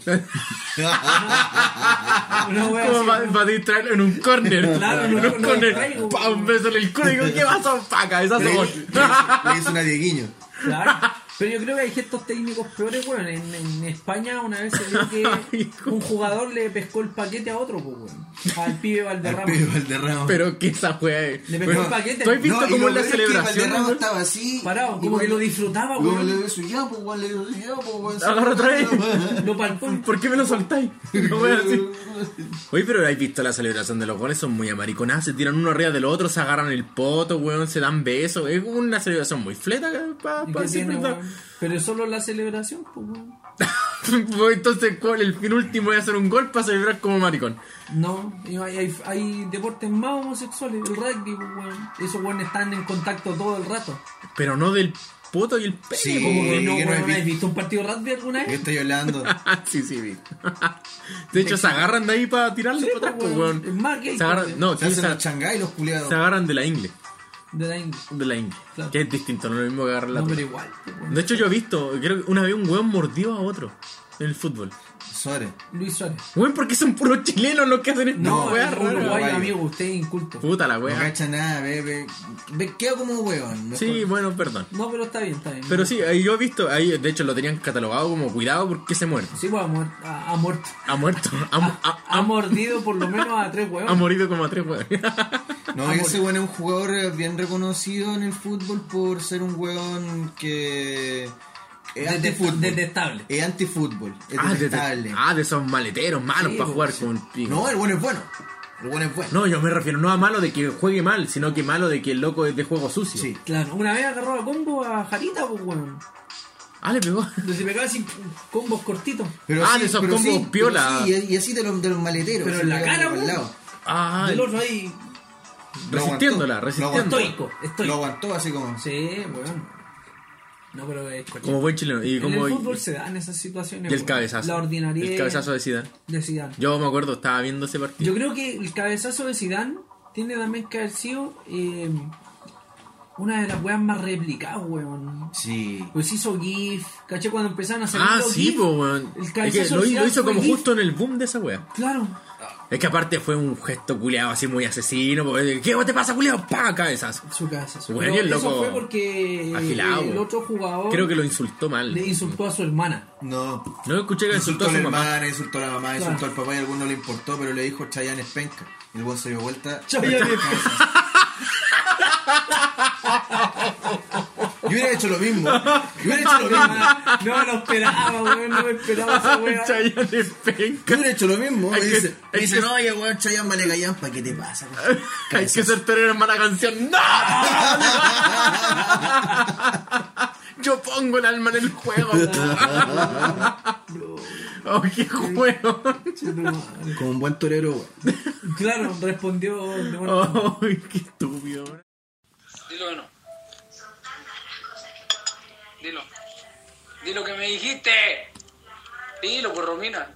[SPEAKER 3] Una wea
[SPEAKER 1] ¿Cómo va,
[SPEAKER 3] así.
[SPEAKER 1] va a distraerlo en un corner?
[SPEAKER 3] Claro,
[SPEAKER 1] en
[SPEAKER 3] no,
[SPEAKER 1] un
[SPEAKER 3] no,
[SPEAKER 1] corner.
[SPEAKER 3] no, traigo,
[SPEAKER 1] pa,
[SPEAKER 3] weón.
[SPEAKER 1] un beso en el culo y digo, ¿qué pasó? Pa, cabezazo,
[SPEAKER 6] Le
[SPEAKER 1] gol.
[SPEAKER 6] le hizo una dieguiño.
[SPEAKER 3] Claro. Pero yo creo que hay gestos técnicos peores, weón. En, en España una vez se vio que un jugador le pescó el paquete a otro, pues, weón. Al pibe
[SPEAKER 6] Al
[SPEAKER 3] Valderrama.
[SPEAKER 6] Pedro Valderrama.
[SPEAKER 1] Pero que esa fue.
[SPEAKER 3] Le pegó
[SPEAKER 1] Bueno,
[SPEAKER 3] el paquete.
[SPEAKER 1] ¿Tú has visto
[SPEAKER 6] No, y
[SPEAKER 1] cómo
[SPEAKER 6] lo
[SPEAKER 1] es la
[SPEAKER 6] peor es que
[SPEAKER 1] celebración?
[SPEAKER 6] Valderrama
[SPEAKER 1] weón?
[SPEAKER 6] estaba así.
[SPEAKER 3] Parado,
[SPEAKER 6] y
[SPEAKER 3] como
[SPEAKER 6] cuando-
[SPEAKER 3] que lo disfrutaba,
[SPEAKER 6] Yo
[SPEAKER 3] weón.
[SPEAKER 6] le doy su ya, pues, weón, le doy su ya, pues, weón.
[SPEAKER 1] Agarra otra vez.
[SPEAKER 3] Lo palpó.
[SPEAKER 1] ¿Por qué me lo soltáis? No voy a decir. Oye, pero ¿has visto la celebración de los goles? Son muy amariconadas, se tiran uno arriba del otro, se agarran el poto, weón, se dan besos. Es una celebración muy fleta eh, para
[SPEAKER 3] ¿Y qué tiene,
[SPEAKER 1] pues,
[SPEAKER 3] weón? Pero solo la celebración, pues, weón.
[SPEAKER 1] Entonces, ¿cuál? El fin último es hacer un gol para celebrar como maricón.
[SPEAKER 3] No, y hay, hay, hay deportes más homosexuales, el rugby, pues, weón. Esos weones están en contacto todo el rato.
[SPEAKER 1] Pero no del poto y el pene.
[SPEAKER 6] Sí,
[SPEAKER 3] Como que no,
[SPEAKER 6] que no
[SPEAKER 3] weón,
[SPEAKER 6] he
[SPEAKER 3] ¿has
[SPEAKER 6] visto.
[SPEAKER 3] visto un partido de rugby alguna
[SPEAKER 6] ¿Qué
[SPEAKER 3] vez?
[SPEAKER 6] estoy hablando?
[SPEAKER 1] sí, sí, vi. De hecho, se agarran de ahí para tirarle
[SPEAKER 3] Sí,
[SPEAKER 1] para atrás,
[SPEAKER 3] pues,
[SPEAKER 1] pues,
[SPEAKER 3] weón.
[SPEAKER 1] weón.
[SPEAKER 3] Es más gay,
[SPEAKER 1] Se agarran,
[SPEAKER 3] pues,
[SPEAKER 1] no,
[SPEAKER 6] Se
[SPEAKER 1] sí, se,
[SPEAKER 6] hacen los changay los
[SPEAKER 1] se
[SPEAKER 6] culiados.
[SPEAKER 1] agarran de la ingle.
[SPEAKER 3] De la India.
[SPEAKER 1] De la ingle.
[SPEAKER 3] Claro.
[SPEAKER 1] Que es distinto, no es lo mismo que agarrar la
[SPEAKER 3] No, pero
[SPEAKER 1] tula.
[SPEAKER 3] igual, pues, weón.
[SPEAKER 1] De hecho, yo he visto, creo que una vez un weón mordió a otro en el fútbol.
[SPEAKER 6] Sore.
[SPEAKER 3] Luis Suárez.
[SPEAKER 1] Weón, porque son puros chilenos los que hacen esto?
[SPEAKER 3] No,
[SPEAKER 1] weá,
[SPEAKER 3] es
[SPEAKER 1] rara,
[SPEAKER 3] Uruguay,
[SPEAKER 6] Uruguayo.
[SPEAKER 3] amigo, usted es inculto.
[SPEAKER 1] Puta la
[SPEAKER 6] No
[SPEAKER 1] weá.
[SPEAKER 6] cacha nada, bebé. Ve, quedo como hueón. mejor.
[SPEAKER 1] Sí, bueno, perdón.
[SPEAKER 3] No, pero está bien, está bien.
[SPEAKER 1] Pero sí, ahí yo he visto, ahí de hecho lo tenían catalogado como cuidado porque se muere.
[SPEAKER 3] Sí, pues ha, muer- ha- ha muerto.
[SPEAKER 1] Ha muerto, ha, mu- ha-
[SPEAKER 3] Ha mordido por lo menos a tres
[SPEAKER 1] ha
[SPEAKER 3] huevos.
[SPEAKER 1] morido como a tres weones.
[SPEAKER 6] No, ese weón es un jugador eh, bien reconocido en el fútbol por ser un weón que. Es antifútbol.
[SPEAKER 3] Detestable.
[SPEAKER 6] Es antifútbol. Es
[SPEAKER 1] Ah, de,
[SPEAKER 6] detestable.
[SPEAKER 1] ah, de esos maleteros malos
[SPEAKER 3] Sí,
[SPEAKER 1] para
[SPEAKER 3] po,
[SPEAKER 1] jugar
[SPEAKER 3] sí.
[SPEAKER 1] con pico.
[SPEAKER 6] No, el weón es bueno. El weón es bueno.
[SPEAKER 1] No, yo me refiero no a malo de que juegue mal, sino que malo de que el loco es de juego sucio.
[SPEAKER 6] Sí.
[SPEAKER 3] Claro, una vez agarró a combo a Jarita, pues, weón.
[SPEAKER 1] Ah, le pegó.
[SPEAKER 3] Se pegaba así combos cortitos.
[SPEAKER 1] Ah, de esos combos
[SPEAKER 6] sí,
[SPEAKER 1] piola.
[SPEAKER 6] pero sí, y, y así de los, de los maleteros.
[SPEAKER 3] Pero
[SPEAKER 6] así
[SPEAKER 3] en la
[SPEAKER 6] de
[SPEAKER 3] cara,
[SPEAKER 6] los
[SPEAKER 3] weón.
[SPEAKER 6] lados.
[SPEAKER 1] Ah,
[SPEAKER 3] Del otro ahí.
[SPEAKER 6] Lo
[SPEAKER 1] resistiéndola,
[SPEAKER 6] aguantó, lo
[SPEAKER 1] resistiendo.
[SPEAKER 6] aguantó.
[SPEAKER 3] Estoico,
[SPEAKER 6] Lo
[SPEAKER 3] estoico.
[SPEAKER 6] aguantó así como.
[SPEAKER 3] Sí, weón. No, pero es cochino.
[SPEAKER 1] Como buen chileno. Y
[SPEAKER 3] En
[SPEAKER 1] como
[SPEAKER 3] el fútbol se dan esas situaciones.
[SPEAKER 1] y el
[SPEAKER 3] weón.
[SPEAKER 1] cabezazo.
[SPEAKER 3] La ordinariedad.
[SPEAKER 1] El cabezazo de Zidane.
[SPEAKER 3] de Zidane.
[SPEAKER 1] Yo me acuerdo, estaba viendo ese partido.
[SPEAKER 3] Yo creo que el cabezazo de Zidane tiene también que haber sido eh, una de las weas más replicadas, weón.
[SPEAKER 6] Sí.
[SPEAKER 3] Pues hizo GIF, ¿caché? Cuando empezaron a salir
[SPEAKER 1] Ah,
[SPEAKER 3] los
[SPEAKER 1] sí,
[SPEAKER 3] GIF,
[SPEAKER 1] po, weón.
[SPEAKER 3] El
[SPEAKER 1] Es que
[SPEAKER 3] cabezazo
[SPEAKER 1] lo,
[SPEAKER 3] de
[SPEAKER 1] lo
[SPEAKER 3] Zidane
[SPEAKER 1] hizo
[SPEAKER 3] fue
[SPEAKER 1] como
[SPEAKER 3] GIF.
[SPEAKER 1] justo en el boom de esa wea.
[SPEAKER 3] Claro.
[SPEAKER 1] Es que aparte fue un gesto culeado así muy asesino. Porque, ¿Qué te pasa, culeado? ¡Pah! Cabezazo.
[SPEAKER 3] Su cabezazo.
[SPEAKER 1] Weón,
[SPEAKER 3] Pero
[SPEAKER 1] y el
[SPEAKER 3] eso
[SPEAKER 1] loco
[SPEAKER 3] fue porque
[SPEAKER 1] agilado.
[SPEAKER 3] el otro jugador
[SPEAKER 1] Creo que lo insultó mal.
[SPEAKER 3] le insultó a su hermana.
[SPEAKER 6] No.
[SPEAKER 1] No escuché que insultó
[SPEAKER 6] Insultó
[SPEAKER 1] a
[SPEAKER 6] a la
[SPEAKER 1] su mamá.
[SPEAKER 6] hermana, insultó a la mamá, insultó al papá y a alguno le importó, pero le dijo Chayanne es penca. Y el buen se dio vuelta.
[SPEAKER 3] Chayanne es
[SPEAKER 6] Yo hubiera hecho lo mismo. Yo hubiera hecho lo mismo.
[SPEAKER 3] No lo esperaba, weón, no me esperaba esa wea.
[SPEAKER 1] Chayanne penca.
[SPEAKER 6] Yo hubiera hecho lo mismo. Me
[SPEAKER 1] Hay que-
[SPEAKER 6] dice,
[SPEAKER 1] hay
[SPEAKER 6] me dice,
[SPEAKER 1] que-
[SPEAKER 6] no, oye, weón, Chayanne vale gallampa, ¿qué te pasa?
[SPEAKER 1] Hay que ser torero en mala canción. ¡No! Yo pongo el alma en el juego. oh, qué juego.
[SPEAKER 6] Como un buen torero, weón.
[SPEAKER 3] Claro, respondió de buena forma.
[SPEAKER 1] Oh, qué estúpido.
[SPEAKER 7] Dilo o no. Dilo. lo que me dijiste. Dilo, pues Romina.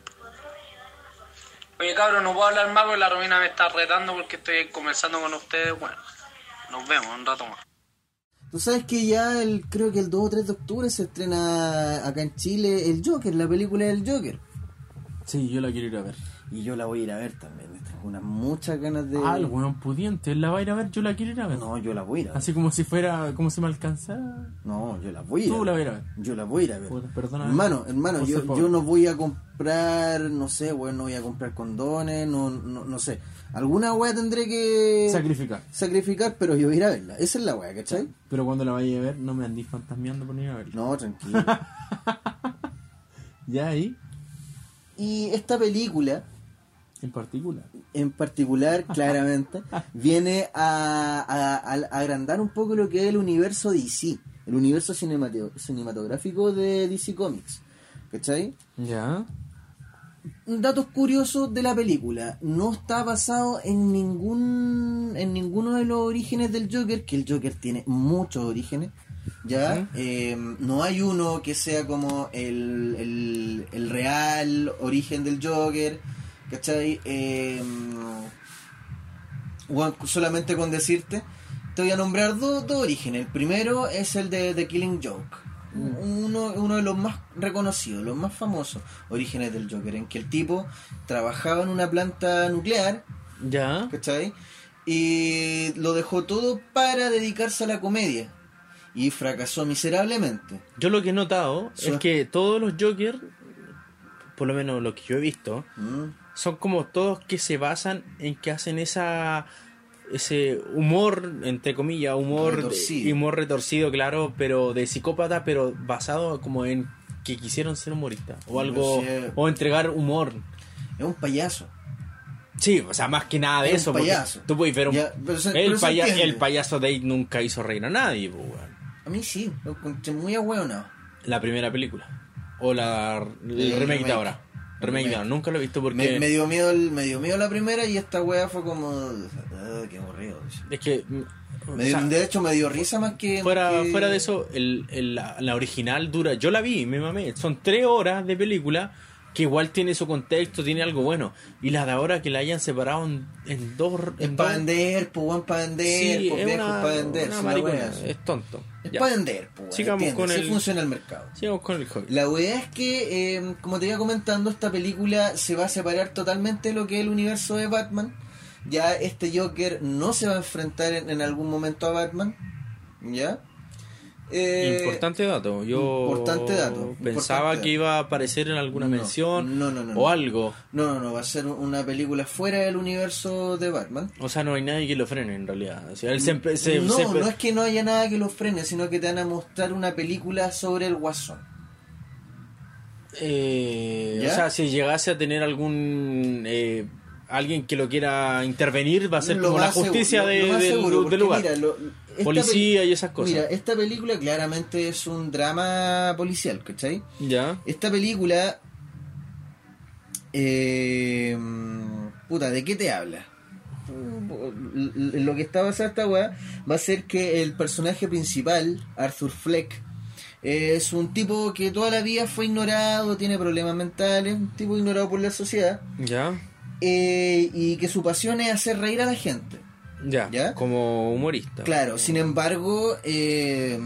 [SPEAKER 7] Oye, cabrón, no puedo hablar más porque la Romina me está retando porque estoy conversando con ustedes. Bueno, nos vemos un rato más.
[SPEAKER 6] Tú sabes que ya el, creo que el 2 o 3 de octubre se estrena acá en Chile El Joker, la película del Joker.
[SPEAKER 1] Sí, yo la quiero ir a ver.
[SPEAKER 6] Y yo la voy a ir a ver también. Tengo unas muchas ganas de.
[SPEAKER 1] Ah, el weón pudiente, él la va a ir a ver, yo la quiero ir a ver.
[SPEAKER 6] No, yo la voy a ir a ver.
[SPEAKER 1] Así como si fuera, como si me alcanzara.
[SPEAKER 6] No, yo la voy a ir.
[SPEAKER 1] Tú la
[SPEAKER 6] a
[SPEAKER 1] vas a
[SPEAKER 6] ver.
[SPEAKER 1] ir a ver.
[SPEAKER 6] Yo la voy a ir a ver.
[SPEAKER 1] Puta, perdóname.
[SPEAKER 6] Hermano, hermano,
[SPEAKER 1] Por
[SPEAKER 6] yo,
[SPEAKER 1] ser pobre.
[SPEAKER 6] yo no voy a comprar, no sé, weón, no voy a comprar condones, no, no, no sé. Alguna weá tendré que
[SPEAKER 1] Sacrificar.
[SPEAKER 6] sacrificar, pero yo voy a ir a verla. Esa es la weá, ¿cachai?
[SPEAKER 1] Pero cuando la vaya a ver, no me andís fantasmeando por ir a verla.
[SPEAKER 6] No, tranquilo.
[SPEAKER 1] Ya ahí,
[SPEAKER 6] y esta película,
[SPEAKER 1] en particular.
[SPEAKER 6] en particular, claramente, viene a, a- a- a agrandar un poco lo que es el universo DC, el universo cinemateo- cinematográfico de DC Comics. ¿Cachai?
[SPEAKER 1] Ya.
[SPEAKER 6] Datos curiosos de la película. No está basado en ningún en ninguno de los orígenes del Joker, que el Joker tiene muchos orígenes. Ya, Eh, no hay uno que sea como el, el, el real origen del Joker, ¿cachai? Eh, bueno, solamente con decirte, te voy a nombrar dos dos orígenes. El primero es el de The Killing Joke. Uno, uno de los más reconocidos, los más famosos orígenes del Joker, en que el tipo trabajaba en una planta nuclear,
[SPEAKER 1] Ya.
[SPEAKER 6] ¿cachai? Y lo dejó todo para dedicarse a la comedia. Y fracasó miserablemente.
[SPEAKER 8] Yo lo que he notado
[SPEAKER 6] Sí.
[SPEAKER 8] es que todos los Joker, por lo menos lo que yo he visto,
[SPEAKER 6] Mm.
[SPEAKER 8] son como todos que se basan en que hacen esa ese humor entre comillas humor
[SPEAKER 6] Retorcido.
[SPEAKER 8] humor retorcido claro pero de psicópata pero basado como en que quisieron ser humoristas o algo
[SPEAKER 6] No sé.
[SPEAKER 8] o entregar humor
[SPEAKER 6] Es un payaso.
[SPEAKER 8] sí o sea más que nada de
[SPEAKER 6] Es un
[SPEAKER 8] eso porque
[SPEAKER 6] payaso.
[SPEAKER 8] tú puedes ver un,
[SPEAKER 6] Ya, pero se-
[SPEAKER 8] el,
[SPEAKER 6] pero se
[SPEAKER 8] paya-
[SPEAKER 6] entiende.
[SPEAKER 8] el payaso Date nunca hizo reír a nadie po, weón.
[SPEAKER 6] A mí sí, lo encontré muy ahueonado.
[SPEAKER 8] la primera película o la el remake,
[SPEAKER 6] remake.
[SPEAKER 8] de ahora remake, de ahora nunca lo he visto porque
[SPEAKER 6] Me, me dio miedo el- me dio miedo la primera y esta wea fue como. "Ah, qué aburrido.
[SPEAKER 8] es que mm, o
[SPEAKER 6] Me-
[SPEAKER 8] sea,
[SPEAKER 6] de hecho, me dio risa más que.
[SPEAKER 8] Fuera,
[SPEAKER 6] que-
[SPEAKER 8] fuera de eso, el, el- la, la original dura. Yo la vi, me mamé. Son tres horas de película que igual tiene su contexto, tiene algo bueno. Y la de ahora que la hayan separado en, en dos.
[SPEAKER 6] Es
[SPEAKER 8] En dos-
[SPEAKER 6] para vender, pues, weón, para vender,
[SPEAKER 8] Sí,
[SPEAKER 6] pues,
[SPEAKER 8] es
[SPEAKER 6] viejo,
[SPEAKER 8] una,
[SPEAKER 6] para vender.
[SPEAKER 8] una
[SPEAKER 6] si la
[SPEAKER 8] maricona,
[SPEAKER 6] wea es-
[SPEAKER 8] es tonto.
[SPEAKER 6] es
[SPEAKER 8] Ya.
[SPEAKER 6] para vender, pues, weón,
[SPEAKER 8] Sigamos
[SPEAKER 6] ¿entiendes?
[SPEAKER 8] con
[SPEAKER 6] Así
[SPEAKER 8] el-
[SPEAKER 6] funciona el mercado.
[SPEAKER 8] Sigamos con el hobby.
[SPEAKER 6] La wea es que, eh, como te iba comentando, esta película se va a separar totalmente de lo que es el universo de Batman. Ya este Joker no se va a enfrentar en, en algún momento a Batman. ¿Ya? Eh,
[SPEAKER 8] importante dato. Yo
[SPEAKER 6] importante dato,
[SPEAKER 8] pensaba
[SPEAKER 6] importante dato.
[SPEAKER 8] que iba a aparecer en alguna
[SPEAKER 6] No,
[SPEAKER 8] mención
[SPEAKER 6] no, no, no,
[SPEAKER 8] o
[SPEAKER 6] no.
[SPEAKER 8] algo.
[SPEAKER 6] No, no, no, va a ser una película fuera del universo de Batman.
[SPEAKER 8] O sea, no hay nadie que lo frene en realidad. O sea, él siempre se,
[SPEAKER 6] no,
[SPEAKER 8] se-
[SPEAKER 6] no es que no haya nada que lo frene, sino que te van a mostrar una película sobre el guasón.
[SPEAKER 8] Eh,
[SPEAKER 6] ¿Ya?
[SPEAKER 8] o sea, si llegase a tener algún eh, alguien que lo quiera intervenir, va a ser
[SPEAKER 6] Lo
[SPEAKER 8] como
[SPEAKER 6] más
[SPEAKER 8] la justicia
[SPEAKER 6] seguro,
[SPEAKER 8] de-
[SPEAKER 6] lo- lo más
[SPEAKER 8] del,
[SPEAKER 6] seguro,
[SPEAKER 8] del
[SPEAKER 6] porque
[SPEAKER 8] lugar.
[SPEAKER 6] mira, lo- esta
[SPEAKER 8] Policía
[SPEAKER 6] peli-
[SPEAKER 8] y esas cosas.
[SPEAKER 6] Mira, esta película claramente es un drama policial, ¿cachai?
[SPEAKER 8] ya.
[SPEAKER 6] Esta película. eh, puta, ¿de qué te habla? L- Lo que está basada esta weá va a ser que el personaje principal, Arthur Fleck, es un tipo que toda la vida fue ignorado, tiene problemas mentales, un tipo ignorado por la sociedad,
[SPEAKER 8] Ya.
[SPEAKER 6] eh, y que su pasión es hacer reír a la gente.
[SPEAKER 8] Ya.
[SPEAKER 6] ¿Ya?
[SPEAKER 8] Como humorista.
[SPEAKER 6] Claro, sin embargo, eh,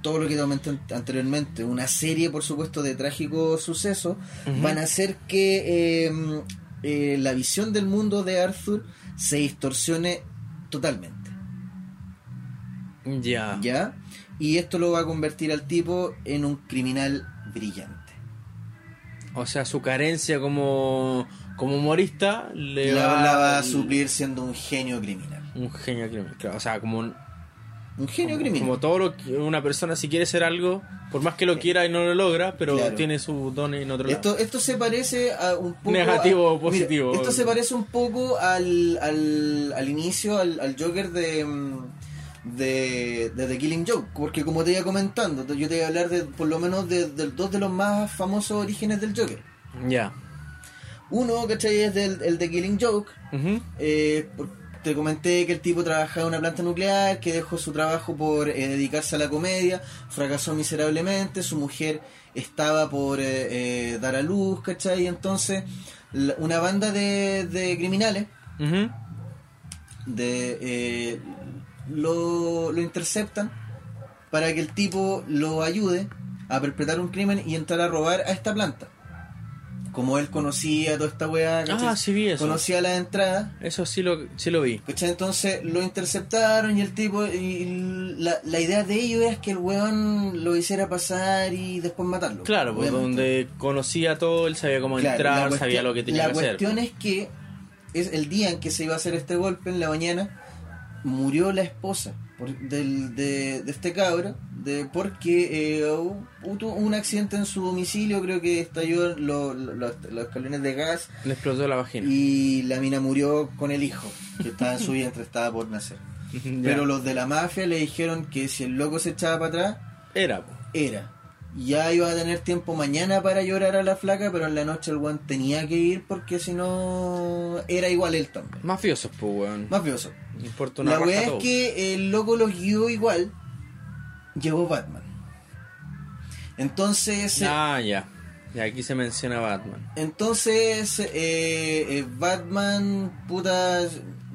[SPEAKER 6] todo lo que te comenté an- anteriormente, una serie, por supuesto, de trágicos sucesos, van a hacer que eh, eh, la visión del mundo de Arthur se distorsione totalmente,
[SPEAKER 8] Ya.
[SPEAKER 6] ¿ya? Y esto lo va a convertir al tipo en un criminal brillante.
[SPEAKER 8] O sea, su carencia como, como humorista le
[SPEAKER 6] La,
[SPEAKER 8] va,
[SPEAKER 6] la va a suplir siendo un genio criminal.
[SPEAKER 8] Un genio criminal. Claro, O sea, como, un-
[SPEAKER 6] Un genio criminal.
[SPEAKER 8] como todo lo que una persona si quiere ser algo, por más que lo quiera y no lo logra, pero
[SPEAKER 6] Claro.
[SPEAKER 8] tiene su don en otro lado.
[SPEAKER 6] Esto, esto se parece a un poco.
[SPEAKER 8] Negativo
[SPEAKER 6] a-
[SPEAKER 8] o positivo.
[SPEAKER 6] esto se parece un poco al, al, al inicio, al, al Joker de, mm, de, de The Killing Joke. Porque, como te iba comentando, yo te voy a hablar de por lo menos de, de dos de los más famosos orígenes del Joker.
[SPEAKER 8] Ya.
[SPEAKER 6] Uno, ¿cachai? Es del, el The Killing Joke.
[SPEAKER 8] Ujú.
[SPEAKER 6] eh, por- te comenté que el tipo trabajaba en una planta nuclear, que dejó su trabajo por eh, dedicarse a la comedia, fracasó miserablemente, su mujer estaba por eh, eh, dar a luz, ¿cachai? Entonces, la- una banda de, de criminales
[SPEAKER 8] Ujú.
[SPEAKER 6] de, eh, lo, lo interceptan para que el tipo lo ayude a perpetrar un crimen y entrar a robar a esta planta. Como él conocía toda esta weá, ¿cachai?
[SPEAKER 8] Ah, sí vi eso.
[SPEAKER 6] conocía la entrada,
[SPEAKER 8] Eso sí lo, sí lo vi.
[SPEAKER 6] ¿Cachai? Entonces lo interceptaron y el tipo. Y la, la idea de ellos es que el weón lo hiciera pasar y después matarlo.
[SPEAKER 8] Claro, pues
[SPEAKER 6] obviamente.
[SPEAKER 8] donde conocía todo, él sabía cómo
[SPEAKER 6] Claro,
[SPEAKER 8] entrar,
[SPEAKER 6] la
[SPEAKER 8] sabía
[SPEAKER 6] cuestión-
[SPEAKER 8] lo que tenía
[SPEAKER 6] La
[SPEAKER 8] que hacer. pues.
[SPEAKER 6] cuestión es que es el día en que se iba a hacer este golpe, en la mañana, murió la esposa por- del- de, de este cabro de, porque eh, hubo hubo un accidente en su domicilio, creo que estalló lo- lo- los, los escalones de gas
[SPEAKER 8] Le explotó la vagina.
[SPEAKER 6] y la mina murió con el hijo que estaba en su vientre, estaba por nacer. Pero los de la mafia le dijeron que si el loco se echaba para atrás,
[SPEAKER 8] Era, pues, po.
[SPEAKER 6] era. Ya iba a tener tiempo mañana para llorar a la flaca, pero en la noche el weón tenía que ir porque si no era igual él también.
[SPEAKER 8] mafiosos, pues, weón.
[SPEAKER 6] Mafioso.
[SPEAKER 8] No importa una
[SPEAKER 6] La
[SPEAKER 8] raja
[SPEAKER 6] weá es
[SPEAKER 8] todo.
[SPEAKER 6] que el loco los guió igual. Llegó Batman. Entonces, eh,
[SPEAKER 8] Ah, ya. Y aquí se menciona Batman.
[SPEAKER 6] entonces eh, eh, Batman, puta,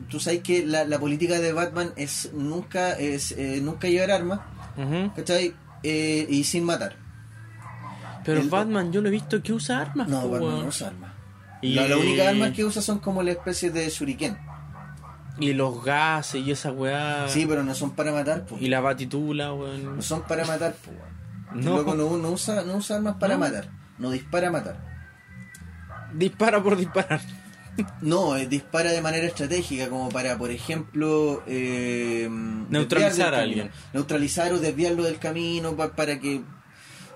[SPEAKER 6] tú sabes que la, la política de Batman es nunca es eh, nunca llevar armas,
[SPEAKER 8] Ujú.
[SPEAKER 6] ¿cachai? Eh, y sin matar.
[SPEAKER 8] Pero
[SPEAKER 6] El-
[SPEAKER 8] Batman, yo no he visto que usa armas,
[SPEAKER 6] No,
[SPEAKER 8] po,
[SPEAKER 6] Batman
[SPEAKER 8] weón.
[SPEAKER 6] no usa armas.
[SPEAKER 8] Y-
[SPEAKER 6] La, la única arma que usa son como la especie de shuriken.
[SPEAKER 8] Y los gases y esa weá.
[SPEAKER 6] Sí, pero no son para matar, po.
[SPEAKER 8] Ah. Y la batitula, weón.
[SPEAKER 6] No son para matar, po. weón. El
[SPEAKER 8] No.
[SPEAKER 6] loco no, no usa, no usa armas para matar. No dispara a matar.
[SPEAKER 8] Dispara por disparar.
[SPEAKER 6] No, eh, dispara de manera estratégica, como para, por ejemplo, eh, mm,
[SPEAKER 8] Neutralizar
[SPEAKER 6] desviar del
[SPEAKER 8] a alguien.
[SPEAKER 6] camino. Neutralizar o desviarlo del camino pa- para que...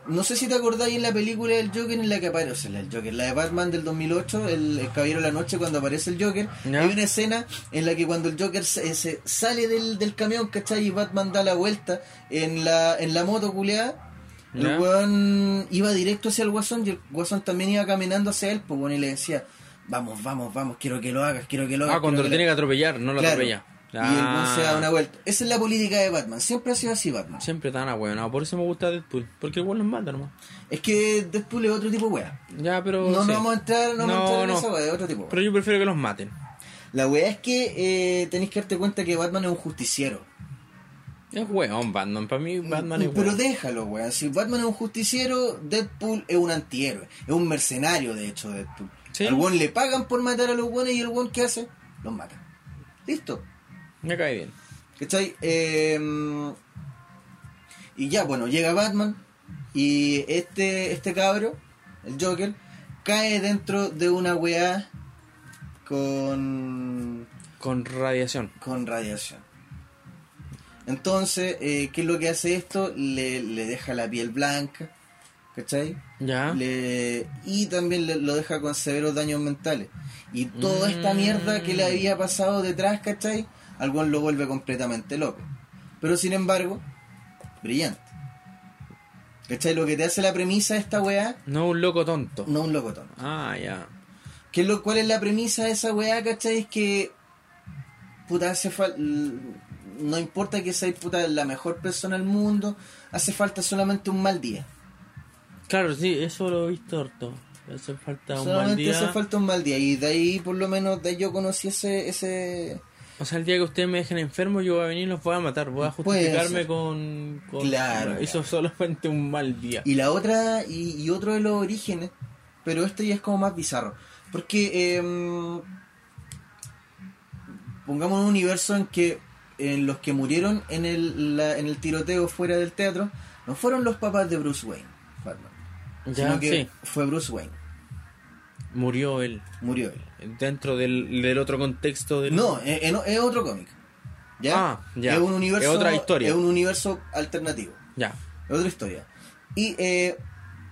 [SPEAKER 6] No sé si te acordáis en la película del Joker en la que aparece, o sea, la del Joker, la de Batman del 2008, el, el Caballero de la Noche, cuando aparece el Joker,
[SPEAKER 8] Ya.
[SPEAKER 6] hay una escena en la que cuando el Joker se, eh, se sale del, del camión, ¿cachai? Y Batman da la vuelta en la, en la moto culeada,
[SPEAKER 8] Ya.
[SPEAKER 6] el weón iba directo hacia el guasón y el guasón también iba caminando hacia él, pues bueno, y le decía, vamos, vamos, vamos, quiero que lo hagas, quiero que lo hagas.
[SPEAKER 8] Ah, cuando lo
[SPEAKER 6] quiero
[SPEAKER 8] tiene
[SPEAKER 6] que
[SPEAKER 8] que atropellar, no lo
[SPEAKER 6] Claro.
[SPEAKER 8] atropella.
[SPEAKER 6] Y el weón se
[SPEAKER 8] Ah.
[SPEAKER 6] da una vuelta. Esa es la política de Batman, siempre ha sido así Batman.
[SPEAKER 8] Siempre tan ahueonado, por eso me gusta Deadpool, porque el weón los mata nomás.
[SPEAKER 6] Es que Deadpool es otro tipo de wea.
[SPEAKER 8] Ya, pero.
[SPEAKER 6] No,
[SPEAKER 8] sí.
[SPEAKER 6] no vamos a entrar, no, vamos a entrar en esa wea, es otro tipo de wea.
[SPEAKER 8] Pero yo prefiero que los maten.
[SPEAKER 6] La wea es que eh, tenéis que darte cuenta que Batman es un justiciero.
[SPEAKER 8] Es weón, Batman. Para mí, Batman es
[SPEAKER 6] Pero
[SPEAKER 8] weón.
[SPEAKER 6] déjalo, weón. Si Batman es un justiciero, Deadpool es un antihéroe. Es un mercenario, de hecho, Deadpool.
[SPEAKER 8] Sí.
[SPEAKER 6] Al weón le pagan por matar a los weones y el weón que hace, los mata. Listo.
[SPEAKER 8] Me cae bien.
[SPEAKER 6] ¿Cachai? Eh, y ya, bueno, llega Batman y este, este cabro, el Joker, cae dentro de una weá con,
[SPEAKER 8] Con radiación.
[SPEAKER 6] con radiación. Entonces, eh, ¿qué es lo que hace esto? Le, le deja la piel blanca, ¿cachai?
[SPEAKER 8] Ya.
[SPEAKER 6] Le- y también le- lo deja con severos daños mentales. Y toda esta mierda que le había pasado detrás, ¿cachai? Al weón lo vuelve completamente loco. Pero sin embargo, brillante. ¿Cachai? Lo que te hace la premisa de esta weá,
[SPEAKER 8] No un loco tonto.
[SPEAKER 6] no un locotón.
[SPEAKER 8] Ah, ya.
[SPEAKER 6] ¿Qué es lo, ¿Cuál es la premisa de esa weá, cachai? Es que. Puta, hace falta. No importa que seas puta la mejor persona del mundo, hace falta solamente un mal día.
[SPEAKER 8] Claro, sí, eso lo he visto harto. Hace falta un mal
[SPEAKER 6] Solamente
[SPEAKER 8] día.
[SPEAKER 6] hace falta un mal día. Y de ahí, por lo menos, de ahí yo conocí ese. ese...
[SPEAKER 8] O sea, el día que ustedes me dejen enfermo, yo voy a venir y los voy a matar. Voy a
[SPEAKER 6] Puede
[SPEAKER 8] justificarme
[SPEAKER 6] ser.
[SPEAKER 8] con, con-
[SPEAKER 6] Claro,
[SPEAKER 8] Eso solamente un mal día.
[SPEAKER 6] Y la otra, y, y otro de los orígenes, pero este ya es como más bizarro. Porque, em, pongamos un universo en que en los que murieron en el, la- en el tiroteo fuera del teatro no fueron los papás de Bruce Wayne, Batman,
[SPEAKER 8] ya,
[SPEAKER 6] sino que
[SPEAKER 8] sí.
[SPEAKER 6] fue Bruce Wayne,
[SPEAKER 8] Murió él.
[SPEAKER 6] murió él.
[SPEAKER 8] Dentro del, del otro contexto del.
[SPEAKER 6] No, es, es- es otro cómic. ¿ya?
[SPEAKER 8] Ah, ya.
[SPEAKER 6] Es un universo,
[SPEAKER 8] Es otra historia.
[SPEAKER 6] Es un universo alternativo.
[SPEAKER 8] Ya.
[SPEAKER 6] Es otra historia. Y eh,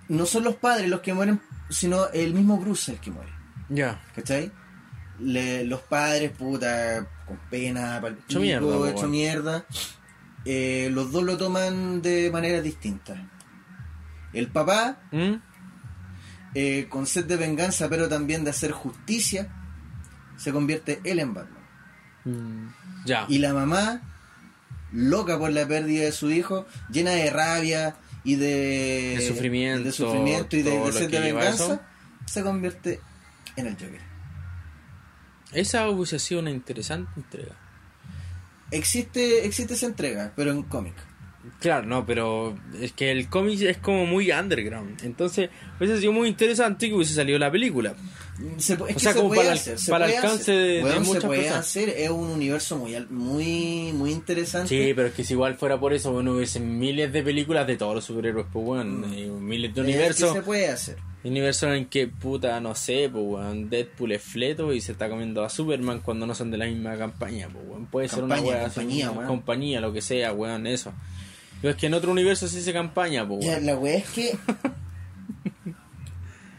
[SPEAKER 6] no son los padres los que mueren, sino el mismo Bruce el que muere.
[SPEAKER 8] Ya.
[SPEAKER 6] ¿Cachai? Le- los padres, puta, con pena, pal
[SPEAKER 8] Hecho mierda, po,
[SPEAKER 6] hecho
[SPEAKER 8] weón.
[SPEAKER 6] mierda. Eh, los dos lo toman de maneras distintas. El papá,
[SPEAKER 8] ¿Mm?
[SPEAKER 6] eh, con sed de venganza, pero también de hacer justicia, se convierte él en Batman.
[SPEAKER 8] Ya. Ah.
[SPEAKER 6] Y la mamá, loca por la pérdida de su hijo, llena de rabia y de,
[SPEAKER 8] De sufrimiento,
[SPEAKER 6] de sufrimiento y de,
[SPEAKER 8] todo
[SPEAKER 6] de
[SPEAKER 8] lo
[SPEAKER 6] sed
[SPEAKER 8] que
[SPEAKER 6] de
[SPEAKER 8] lleva
[SPEAKER 6] venganza,
[SPEAKER 8] eso.
[SPEAKER 6] se convierte en el Joker.
[SPEAKER 8] Esa hubiese sido una interesante entrega.
[SPEAKER 6] Existe, existe esa entrega, pero en cómic.
[SPEAKER 8] Claro, no, pero es que el cómic es como muy underground. Entonces, hubiese sido muy interesante que hubiese salido la película.
[SPEAKER 6] Se, pu- es
[SPEAKER 8] O
[SPEAKER 6] que
[SPEAKER 8] sea,
[SPEAKER 6] se
[SPEAKER 8] como
[SPEAKER 6] puede
[SPEAKER 8] para el-
[SPEAKER 6] hacer, se
[SPEAKER 8] para el
[SPEAKER 6] puede
[SPEAKER 8] alcance
[SPEAKER 6] hacer.
[SPEAKER 8] de- de
[SPEAKER 6] Weón,
[SPEAKER 8] muchas
[SPEAKER 6] se puede
[SPEAKER 8] personas.
[SPEAKER 6] hacer, es un universo muy, al- muy, muy interesante.
[SPEAKER 8] Sí, pero es que si igual fuera por eso, bueno, hubiesen miles de películas de todos los superhéroes, pues, weón. eh, miles de
[SPEAKER 6] Es que
[SPEAKER 8] universos.
[SPEAKER 6] se puede hacer.
[SPEAKER 8] Universo en que puta, no sé, pues weón, Deadpool es fleto y se está comiendo a Superman cuando no son de la misma campaña, pues weón. Puede ser
[SPEAKER 6] Campaña,
[SPEAKER 8] una weá,
[SPEAKER 6] compañía,
[SPEAKER 8] una
[SPEAKER 6] weón.
[SPEAKER 8] compañía, lo que sea, weón, eso. Pero es que en otro universo sí se campaña, pues
[SPEAKER 6] Ya,
[SPEAKER 8] weón.
[SPEAKER 6] la weá es que.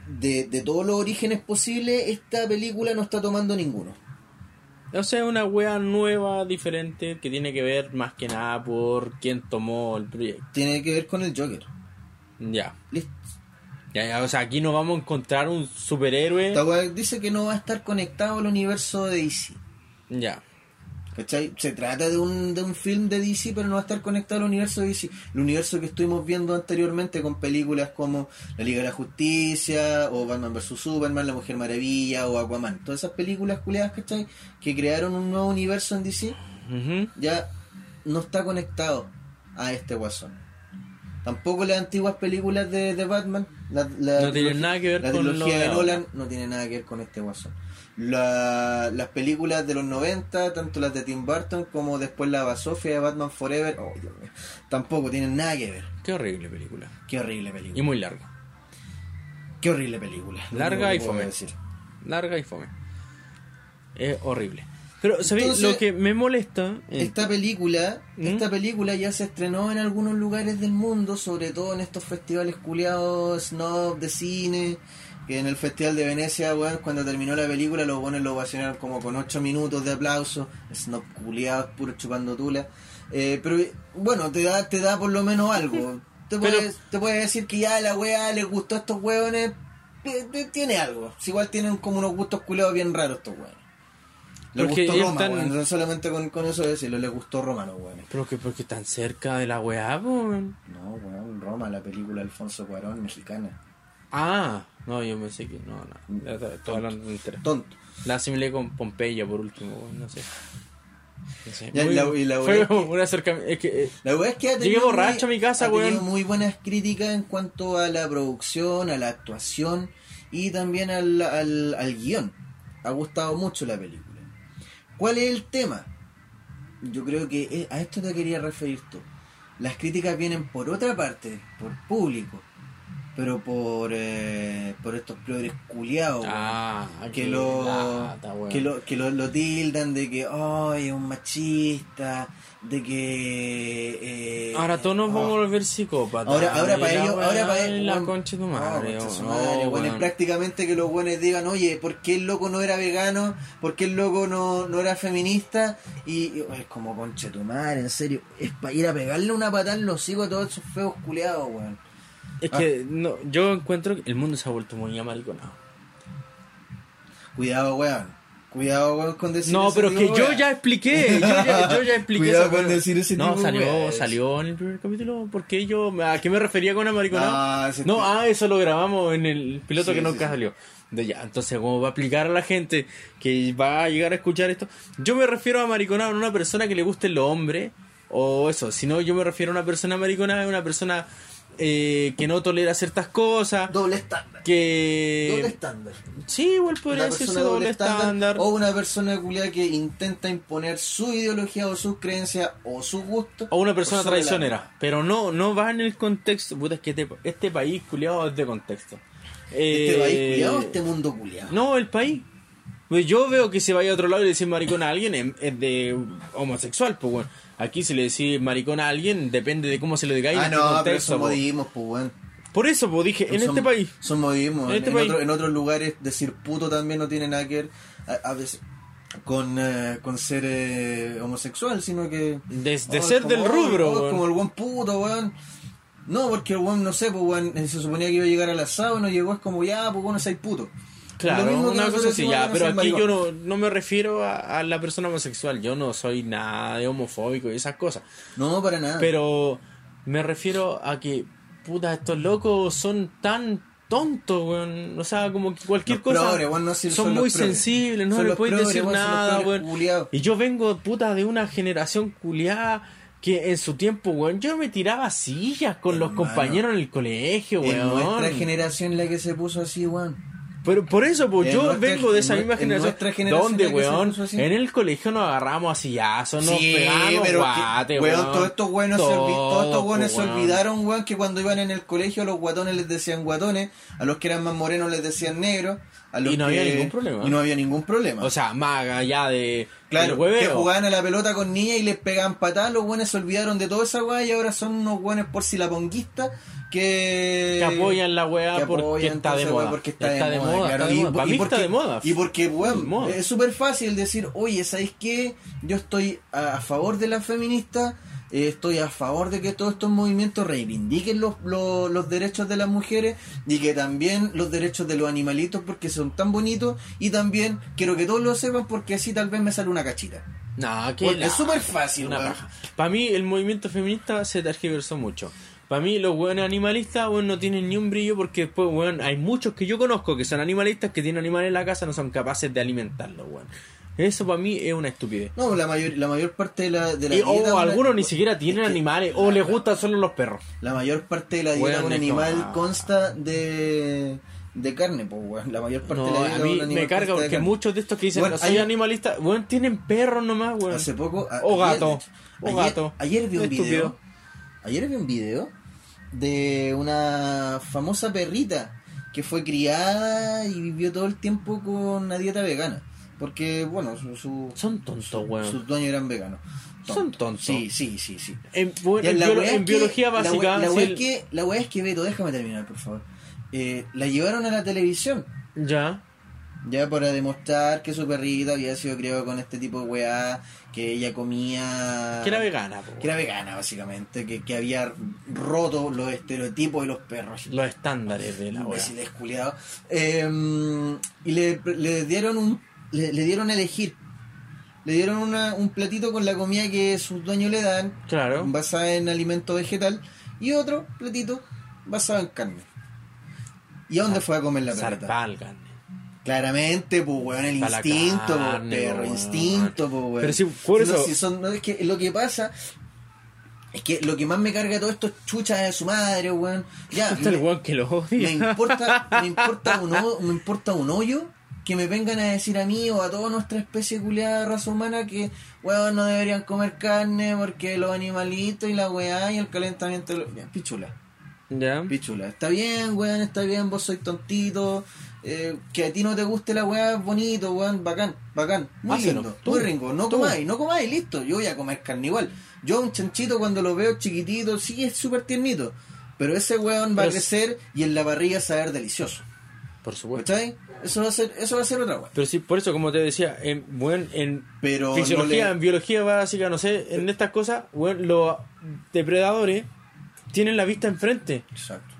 [SPEAKER 6] De, de todos los orígenes posibles, esta película no está tomando ninguno.
[SPEAKER 8] O sea, una wea nueva, diferente, que tiene que ver más que nada por quién tomó el proyecto.
[SPEAKER 6] Tiene que ver con el Joker.
[SPEAKER 8] Ya.
[SPEAKER 6] Listo.
[SPEAKER 8] Ya, ya, o sea, aquí no vamos a encontrar un superhéroe.
[SPEAKER 6] Esta weá dice que no va a estar conectado al universo de DC.
[SPEAKER 8] Ya.
[SPEAKER 6] ¿Cachai? Se trata de un, de un film de DC, pero no va a estar conectado al universo de DC. El universo que estuvimos viendo anteriormente con películas como La Liga de la Justicia, o Batman vs. Superman, La Mujer Maravilla, o Aquaman. Todas esas películas culeadas, ¿cachai? Que crearon un nuevo universo en DC,
[SPEAKER 8] Ujú.
[SPEAKER 6] ya no está conectado a este guasón. Tampoco las antiguas películas de, de Batman. la- la
[SPEAKER 8] No tienen
[SPEAKER 6] trilogía-
[SPEAKER 8] nada que ver
[SPEAKER 6] la
[SPEAKER 8] con lo
[SPEAKER 6] trilogía
[SPEAKER 8] de
[SPEAKER 6] de
[SPEAKER 8] ahora.
[SPEAKER 6] Nolan no tiene nada que ver con este guasón. La- las películas de los 90, tanto las de Tim Burton como después la basofia de Batman Forever, oh, Dios mío, tampoco tienen nada que ver.
[SPEAKER 8] Qué horrible película.
[SPEAKER 6] Qué horrible
[SPEAKER 8] Y
[SPEAKER 6] película.
[SPEAKER 8] muy larga.
[SPEAKER 6] Qué horrible película. Lo
[SPEAKER 8] Larga
[SPEAKER 6] único que
[SPEAKER 8] y
[SPEAKER 6] puedo
[SPEAKER 8] fome.
[SPEAKER 6] decir.
[SPEAKER 8] Larga y fome. Es horrible. Pero, ¿sabéis?
[SPEAKER 6] Entonces,
[SPEAKER 8] lo que me molesta. eh,
[SPEAKER 6] Esta película,
[SPEAKER 8] ¿Mm?
[SPEAKER 6] esta película ya se estrenó en algunos lugares del mundo, sobre todo en estos festivales culiados, snob de cine, que en el Festival de Venecia, weón, cuando terminó la película, los buenos lo ovacionaron como con 8 minutos de aplauso, snob culiados, puro chupando tula. Eh, pero bueno, te da, te da por lo menos algo. Te
[SPEAKER 8] Pero-
[SPEAKER 6] puedes, te puedes decir que ya la weá les gustó a estos weones, eh, eh, tiene algo. Si igual tienen como unos gustos culiados bien raros estos weones. Les
[SPEAKER 8] Porque
[SPEAKER 6] gustó
[SPEAKER 8] ellos
[SPEAKER 6] Roma,
[SPEAKER 8] están-
[SPEAKER 6] weón. No solamente con, con eso decirlo, le gustó Roma, no, weón.
[SPEAKER 8] Pero que porque tan cerca de la weá, po, weón.
[SPEAKER 6] No, weón, Roma, la película de Alfonso Cuarón, mexicana.
[SPEAKER 8] Ah, no, yo pensé que. No, no. Ya está- Estoy hablando de entera.
[SPEAKER 6] Tonto.
[SPEAKER 8] La asimilé con Pompeya por último, weón, no sé. No sé.
[SPEAKER 6] Ya,
[SPEAKER 8] Muy-
[SPEAKER 6] la- y la
[SPEAKER 8] fue
[SPEAKER 6] weá
[SPEAKER 8] como un acercamiento. Es que. eh,
[SPEAKER 6] La weá es que ha
[SPEAKER 8] Llegué
[SPEAKER 6] tenido
[SPEAKER 8] borracho a mi casa,
[SPEAKER 6] ha tenido
[SPEAKER 8] weón.
[SPEAKER 6] muy buenas críticas en cuanto a la producción, a la actuación y también al, al, al guión. Ha gustado mucho la película. ¿Cuál es el tema? Yo creo que eh, a esto te quería referir tú. Las críticas vienen por otra parte, por público, pero por, eh, por estos flores culiados. weón.
[SPEAKER 8] Ah,
[SPEAKER 6] que
[SPEAKER 8] qué
[SPEAKER 6] lo
[SPEAKER 8] lata, weón.
[SPEAKER 6] que lo, que lo, lo tildan de que ay es un machista de que eh,
[SPEAKER 8] Ahora todos nos
[SPEAKER 6] oh.
[SPEAKER 8] vamos a volver psicópatas.
[SPEAKER 6] ahora ahora
[SPEAKER 8] Y
[SPEAKER 6] para
[SPEAKER 8] la
[SPEAKER 6] ellos
[SPEAKER 8] weá
[SPEAKER 6] ahora para
[SPEAKER 8] y
[SPEAKER 6] ellos
[SPEAKER 8] La
[SPEAKER 6] weón.
[SPEAKER 8] concha de tu madre,
[SPEAKER 6] Oh, concha de su
[SPEAKER 8] weón.
[SPEAKER 6] madre,
[SPEAKER 8] No,
[SPEAKER 6] weón, es
[SPEAKER 8] weón.
[SPEAKER 6] prácticamente que los buenos digan oye por qué el loco no era vegano por qué el loco no, no era feminista y, y, oh, es como concha de tu madre en serio es para ir a pegarle una patada en los hijos a todos esos feos culeados weón
[SPEAKER 8] Es
[SPEAKER 6] ah.
[SPEAKER 8] que no, yo encuentro que el mundo se ha vuelto muy amariconado.
[SPEAKER 6] cuidado weón cuidado weón con decir
[SPEAKER 8] No,
[SPEAKER 6] ese
[SPEAKER 8] pero es que
[SPEAKER 6] tipo de
[SPEAKER 8] yo
[SPEAKER 6] weá.
[SPEAKER 8] ya expliqué. Yo ya, yo ya expliqué.
[SPEAKER 6] Cuidado
[SPEAKER 8] esa
[SPEAKER 6] con
[SPEAKER 8] weá.
[SPEAKER 6] decir ese
[SPEAKER 8] No,
[SPEAKER 6] tipo de
[SPEAKER 8] salió,
[SPEAKER 6] weas.
[SPEAKER 8] salió en el primer capítulo. ¿Por qué yo? ¿A qué me refería con
[SPEAKER 6] Ah,
[SPEAKER 8] amariconado?
[SPEAKER 6] ese
[SPEAKER 8] No,
[SPEAKER 6] tipo-
[SPEAKER 8] ah, eso lo grabamos en el piloto
[SPEAKER 6] Sí,
[SPEAKER 8] que
[SPEAKER 6] sí,
[SPEAKER 8] nunca
[SPEAKER 6] sí.
[SPEAKER 8] salió. De ya, entonces, ¿cómo va a aplicar a la gente que va a llegar a escuchar esto? Yo me refiero a mariconado a una persona que le guste el hombre o eso. Si no, yo me refiero a una persona mariconada, a una persona eh, que no tolera ciertas cosas.
[SPEAKER 6] doble estándar doble
[SPEAKER 8] Que.
[SPEAKER 6] estándar
[SPEAKER 8] Sí, igual
[SPEAKER 6] una
[SPEAKER 8] podría decirse
[SPEAKER 6] persona
[SPEAKER 8] doble estándar.
[SPEAKER 6] o una persona culia que intenta imponer su ideología o sus creencias o su gusto
[SPEAKER 8] O una persona
[SPEAKER 6] por sobre la-
[SPEAKER 8] traicionera. Pero no, no va en el contexto. Puta, es que este, este país culiado es de contexto.
[SPEAKER 6] este
[SPEAKER 8] Eh,
[SPEAKER 6] país culiado este mundo culiado
[SPEAKER 8] No, el país. Pues yo veo que se vaya a otro lado y le decís maricón a alguien es, es de homosexual, pues bueno. Aquí si le decís maricón a alguien, depende de cómo se lo digáis.
[SPEAKER 6] ah
[SPEAKER 8] en qué
[SPEAKER 6] no pero
[SPEAKER 8] contexto,
[SPEAKER 6] son
[SPEAKER 8] po.
[SPEAKER 6] modismos pues weón
[SPEAKER 8] Por eso, pues dije, en
[SPEAKER 6] Son-
[SPEAKER 8] este país.
[SPEAKER 6] son modismos
[SPEAKER 8] En
[SPEAKER 6] en,
[SPEAKER 8] este
[SPEAKER 6] en
[SPEAKER 8] país.
[SPEAKER 6] otro- en otros lugares decir puto también no tiene nada que ver a, a veces con, eh, con ser eh, homosexual sino que
[SPEAKER 8] De, de
[SPEAKER 6] Oh,
[SPEAKER 8] ser
[SPEAKER 6] como,
[SPEAKER 8] del
[SPEAKER 6] oh,
[SPEAKER 8] rubro,
[SPEAKER 6] oh,
[SPEAKER 8] weón.
[SPEAKER 6] como el buen puto, weón. No, porque el weón, no sé, pues weón, eh, se suponía que iba a llegar al asado, no llegó, es como ya, pues weón, no seas puto. Lo mismo
[SPEAKER 8] Claro,
[SPEAKER 6] que
[SPEAKER 8] una
[SPEAKER 6] nosotros
[SPEAKER 8] cosa así,
[SPEAKER 6] decimos
[SPEAKER 8] ya,
[SPEAKER 6] que no
[SPEAKER 8] pero
[SPEAKER 6] sean
[SPEAKER 8] aquí yo
[SPEAKER 6] maricones.
[SPEAKER 8] no, no me refiero a, a la persona homosexual, yo no soy nada de homofóbico y esas cosas,
[SPEAKER 6] No, para nada.
[SPEAKER 8] pero me refiero a que, puta, estos locos son tan tontos, weón, o sea, como que cualquier
[SPEAKER 6] Los
[SPEAKER 8] cosa,
[SPEAKER 6] progres, weón, no sirven,
[SPEAKER 8] son,
[SPEAKER 6] son los
[SPEAKER 8] muy
[SPEAKER 6] progres.
[SPEAKER 8] sensibles, no
[SPEAKER 6] Son
[SPEAKER 8] le
[SPEAKER 6] los
[SPEAKER 8] puedes
[SPEAKER 6] progres,
[SPEAKER 8] decir
[SPEAKER 6] weón, son los
[SPEAKER 8] nada,
[SPEAKER 6] progres
[SPEAKER 8] weón,
[SPEAKER 6] culiados.
[SPEAKER 8] y yo vengo, puta, de una generación culiada que en su tiempo, weón, yo me tiraba sillas con los
[SPEAKER 6] Hermano,
[SPEAKER 8] compañeros en el colegio,
[SPEAKER 6] es
[SPEAKER 8] weón.
[SPEAKER 6] nuestra generación la que se puso así, weón.
[SPEAKER 8] Pero por eso, pues
[SPEAKER 6] En
[SPEAKER 8] yo
[SPEAKER 6] nuestra-
[SPEAKER 8] vengo de esa
[SPEAKER 6] en nue-
[SPEAKER 8] misma
[SPEAKER 6] en
[SPEAKER 8] generación.
[SPEAKER 6] nuestra generación
[SPEAKER 8] ¿Dónde,
[SPEAKER 6] es que se
[SPEAKER 8] weón?
[SPEAKER 6] puso así.
[SPEAKER 8] En el colegio nos agarramos así, ya, son nos pegamos, guate,
[SPEAKER 6] que-
[SPEAKER 8] weón.
[SPEAKER 6] weón, todos estos weones, se, olvi- todos estos
[SPEAKER 8] Todos,
[SPEAKER 6] weones se
[SPEAKER 8] weón.
[SPEAKER 6] olvidaron, weón, que cuando iban en el colegio a los guatones les decían guatones, a los que eran más morenos les decían negros, a los
[SPEAKER 8] Y no
[SPEAKER 6] que-
[SPEAKER 8] había ningún problema.
[SPEAKER 6] Y no había ningún problema.
[SPEAKER 8] O sea, más allá de.
[SPEAKER 6] Claro,
[SPEAKER 8] del hueveo.
[SPEAKER 6] que jugaban a la pelota con niñas y les pegaban patadas, los buenos se olvidaron de toda esa weá y ahora son unos buenos por si la ponguista que...
[SPEAKER 8] Que apoyan la weá
[SPEAKER 6] que apoyan
[SPEAKER 8] porque está
[SPEAKER 6] toda
[SPEAKER 8] de
[SPEAKER 6] esa
[SPEAKER 8] moda.
[SPEAKER 6] weá Porque está, de, moda,
[SPEAKER 8] está
[SPEAKER 6] claro.
[SPEAKER 8] de
[SPEAKER 6] Y
[SPEAKER 8] moda.
[SPEAKER 6] por-
[SPEAKER 8] Para
[SPEAKER 6] y
[SPEAKER 8] mí
[SPEAKER 6] porque,
[SPEAKER 8] está de moda.
[SPEAKER 6] Y porque, weón,
[SPEAKER 8] De moda.
[SPEAKER 6] es súper fácil decir, oye, ¿sabéis qué? Yo estoy a, a favor de las feministas, eh, estoy a favor de que todos estos movimientos reivindiquen los, los, los derechos de las mujeres y que también los derechos de los animalitos porque son tan bonitos y también quiero que todos lo sepan porque así tal vez me sale una cachita.
[SPEAKER 8] No, que
[SPEAKER 6] Weón, es
[SPEAKER 8] la-
[SPEAKER 6] súper fácil, weón.
[SPEAKER 8] Para mí, el movimiento feminista se tergiversó mucho. Para mí, los weones animalistas, weón, no tienen ni un brillo porque después, weón, hay muchos que yo conozco que son animalistas, que tienen animales en la casa, no son capaces de alimentarlos, weón. Eso para mí es una estupidez.
[SPEAKER 6] No, la mayor, la mayor parte de la, de la
[SPEAKER 8] Y-
[SPEAKER 6] dieta de
[SPEAKER 8] o
[SPEAKER 6] una-
[SPEAKER 8] algunos ni siquiera tienen
[SPEAKER 6] Es que
[SPEAKER 8] animales, o les gustan solo los perros.
[SPEAKER 6] La mayor parte de la dieta
[SPEAKER 8] Weón,
[SPEAKER 6] de un
[SPEAKER 8] es
[SPEAKER 6] animal
[SPEAKER 8] como-
[SPEAKER 6] consta de, de carne, pues, weón. La mayor parte
[SPEAKER 8] No,
[SPEAKER 6] de la dieta
[SPEAKER 8] a
[SPEAKER 6] de un
[SPEAKER 8] mí
[SPEAKER 6] animal
[SPEAKER 8] me carga
[SPEAKER 6] consta de
[SPEAKER 8] porque
[SPEAKER 6] carne.
[SPEAKER 8] muchos de estos que dicen
[SPEAKER 6] Bueno,
[SPEAKER 8] no soy
[SPEAKER 6] hay-
[SPEAKER 8] animalista, weón, tienen perros nomás, weón.
[SPEAKER 6] Hace poco. a-
[SPEAKER 8] O
[SPEAKER 6] ayer,
[SPEAKER 8] gato,
[SPEAKER 6] de hecho,
[SPEAKER 8] o
[SPEAKER 6] ayer-
[SPEAKER 8] gato.
[SPEAKER 6] Ayer vi un
[SPEAKER 8] Estúpido.
[SPEAKER 6] video. Ayer vi un video de una famosa perrita que fue criada y vivió todo el tiempo con una dieta vegana. Porque, bueno, su, su-
[SPEAKER 8] Son tontos,
[SPEAKER 6] su-
[SPEAKER 8] weón.
[SPEAKER 6] sus dueños eran veganos.
[SPEAKER 8] Son tontos.
[SPEAKER 6] Sí, sí, sí, sí.
[SPEAKER 8] En, weón,
[SPEAKER 6] Ya,
[SPEAKER 8] en
[SPEAKER 6] la
[SPEAKER 8] biolo-
[SPEAKER 6] weá
[SPEAKER 8] en
[SPEAKER 6] es que-
[SPEAKER 8] biología
[SPEAKER 6] la weá-
[SPEAKER 8] básica,
[SPEAKER 6] La
[SPEAKER 8] si
[SPEAKER 6] weá
[SPEAKER 8] el-
[SPEAKER 6] es que, la weá es que, Beto, déjame terminar, por favor. Eh, la llevaron a la televisión,
[SPEAKER 8] ya.
[SPEAKER 6] ya para demostrar que su perrita había sido criada con este tipo de weá, que ella comía.
[SPEAKER 8] Que era vegana, po,
[SPEAKER 6] Ah. Que era vegana, básicamente, que, que había roto los estereotipos de los perros.
[SPEAKER 8] los estándares de la weá.
[SPEAKER 6] Imbéciles culiados. Eh, y le, le dieron un le, le dieron a elegir. Le dieron una- un platito con la comida que sus dueños le dan,
[SPEAKER 8] Claro.
[SPEAKER 6] basada en alimento vegetal, y otro platito basado en carne. ¿Y a dónde fue a comer la perrita?
[SPEAKER 8] Zarpal, carne.
[SPEAKER 6] Claramente, pues, weón, el
[SPEAKER 8] Para la
[SPEAKER 6] instinto, po,
[SPEAKER 8] carne,
[SPEAKER 6] perro,
[SPEAKER 8] weón.
[SPEAKER 6] instinto, pues, weón.
[SPEAKER 8] Pero si, por
[SPEAKER 6] No,
[SPEAKER 8] eso-
[SPEAKER 6] si son- no, es que lo que pasa es que lo que más me carga todo esto es chucha de su madre, weón. Ya,
[SPEAKER 8] Hasta el
[SPEAKER 6] me-
[SPEAKER 8] weón que lo
[SPEAKER 6] me
[SPEAKER 8] odia.
[SPEAKER 6] importa, me importa un ho- me importa un hoyo que me vengan a decir a mí o a toda nuestra especie culiada de raza humana que weón no deberían comer carne porque los animalitos y la weá y el calentamiento de los- Ya, pichula,
[SPEAKER 8] ya.
[SPEAKER 6] pichula, está bien weón, está bien, vos sois tontito, eh, que a ti no te guste la weá es bonito, weón, bacán, bacán, muy
[SPEAKER 8] Hácelo,
[SPEAKER 6] lindo,
[SPEAKER 8] tú,
[SPEAKER 6] muy ringo, no
[SPEAKER 8] tú.
[SPEAKER 6] comáis, no comáis, listo, yo voy a comer carne igual, yo a un chanchito cuando lo veo chiquitito, sí es súper tiernito, pero ese weón va a
[SPEAKER 8] Pero es-
[SPEAKER 6] crecer y en la parrilla saber delicioso.
[SPEAKER 8] Por supuesto.
[SPEAKER 6] ¿Cachai? Eso va a ser, eso va a ser otra weá.
[SPEAKER 8] Pero sí, por eso, como te decía, en, weón, en
[SPEAKER 6] Pero
[SPEAKER 8] fisiología,
[SPEAKER 6] no le-
[SPEAKER 8] en biología básica, no sé, en estas cosas, weón, los depredadores tienen la vista enfrente.
[SPEAKER 6] Exacto.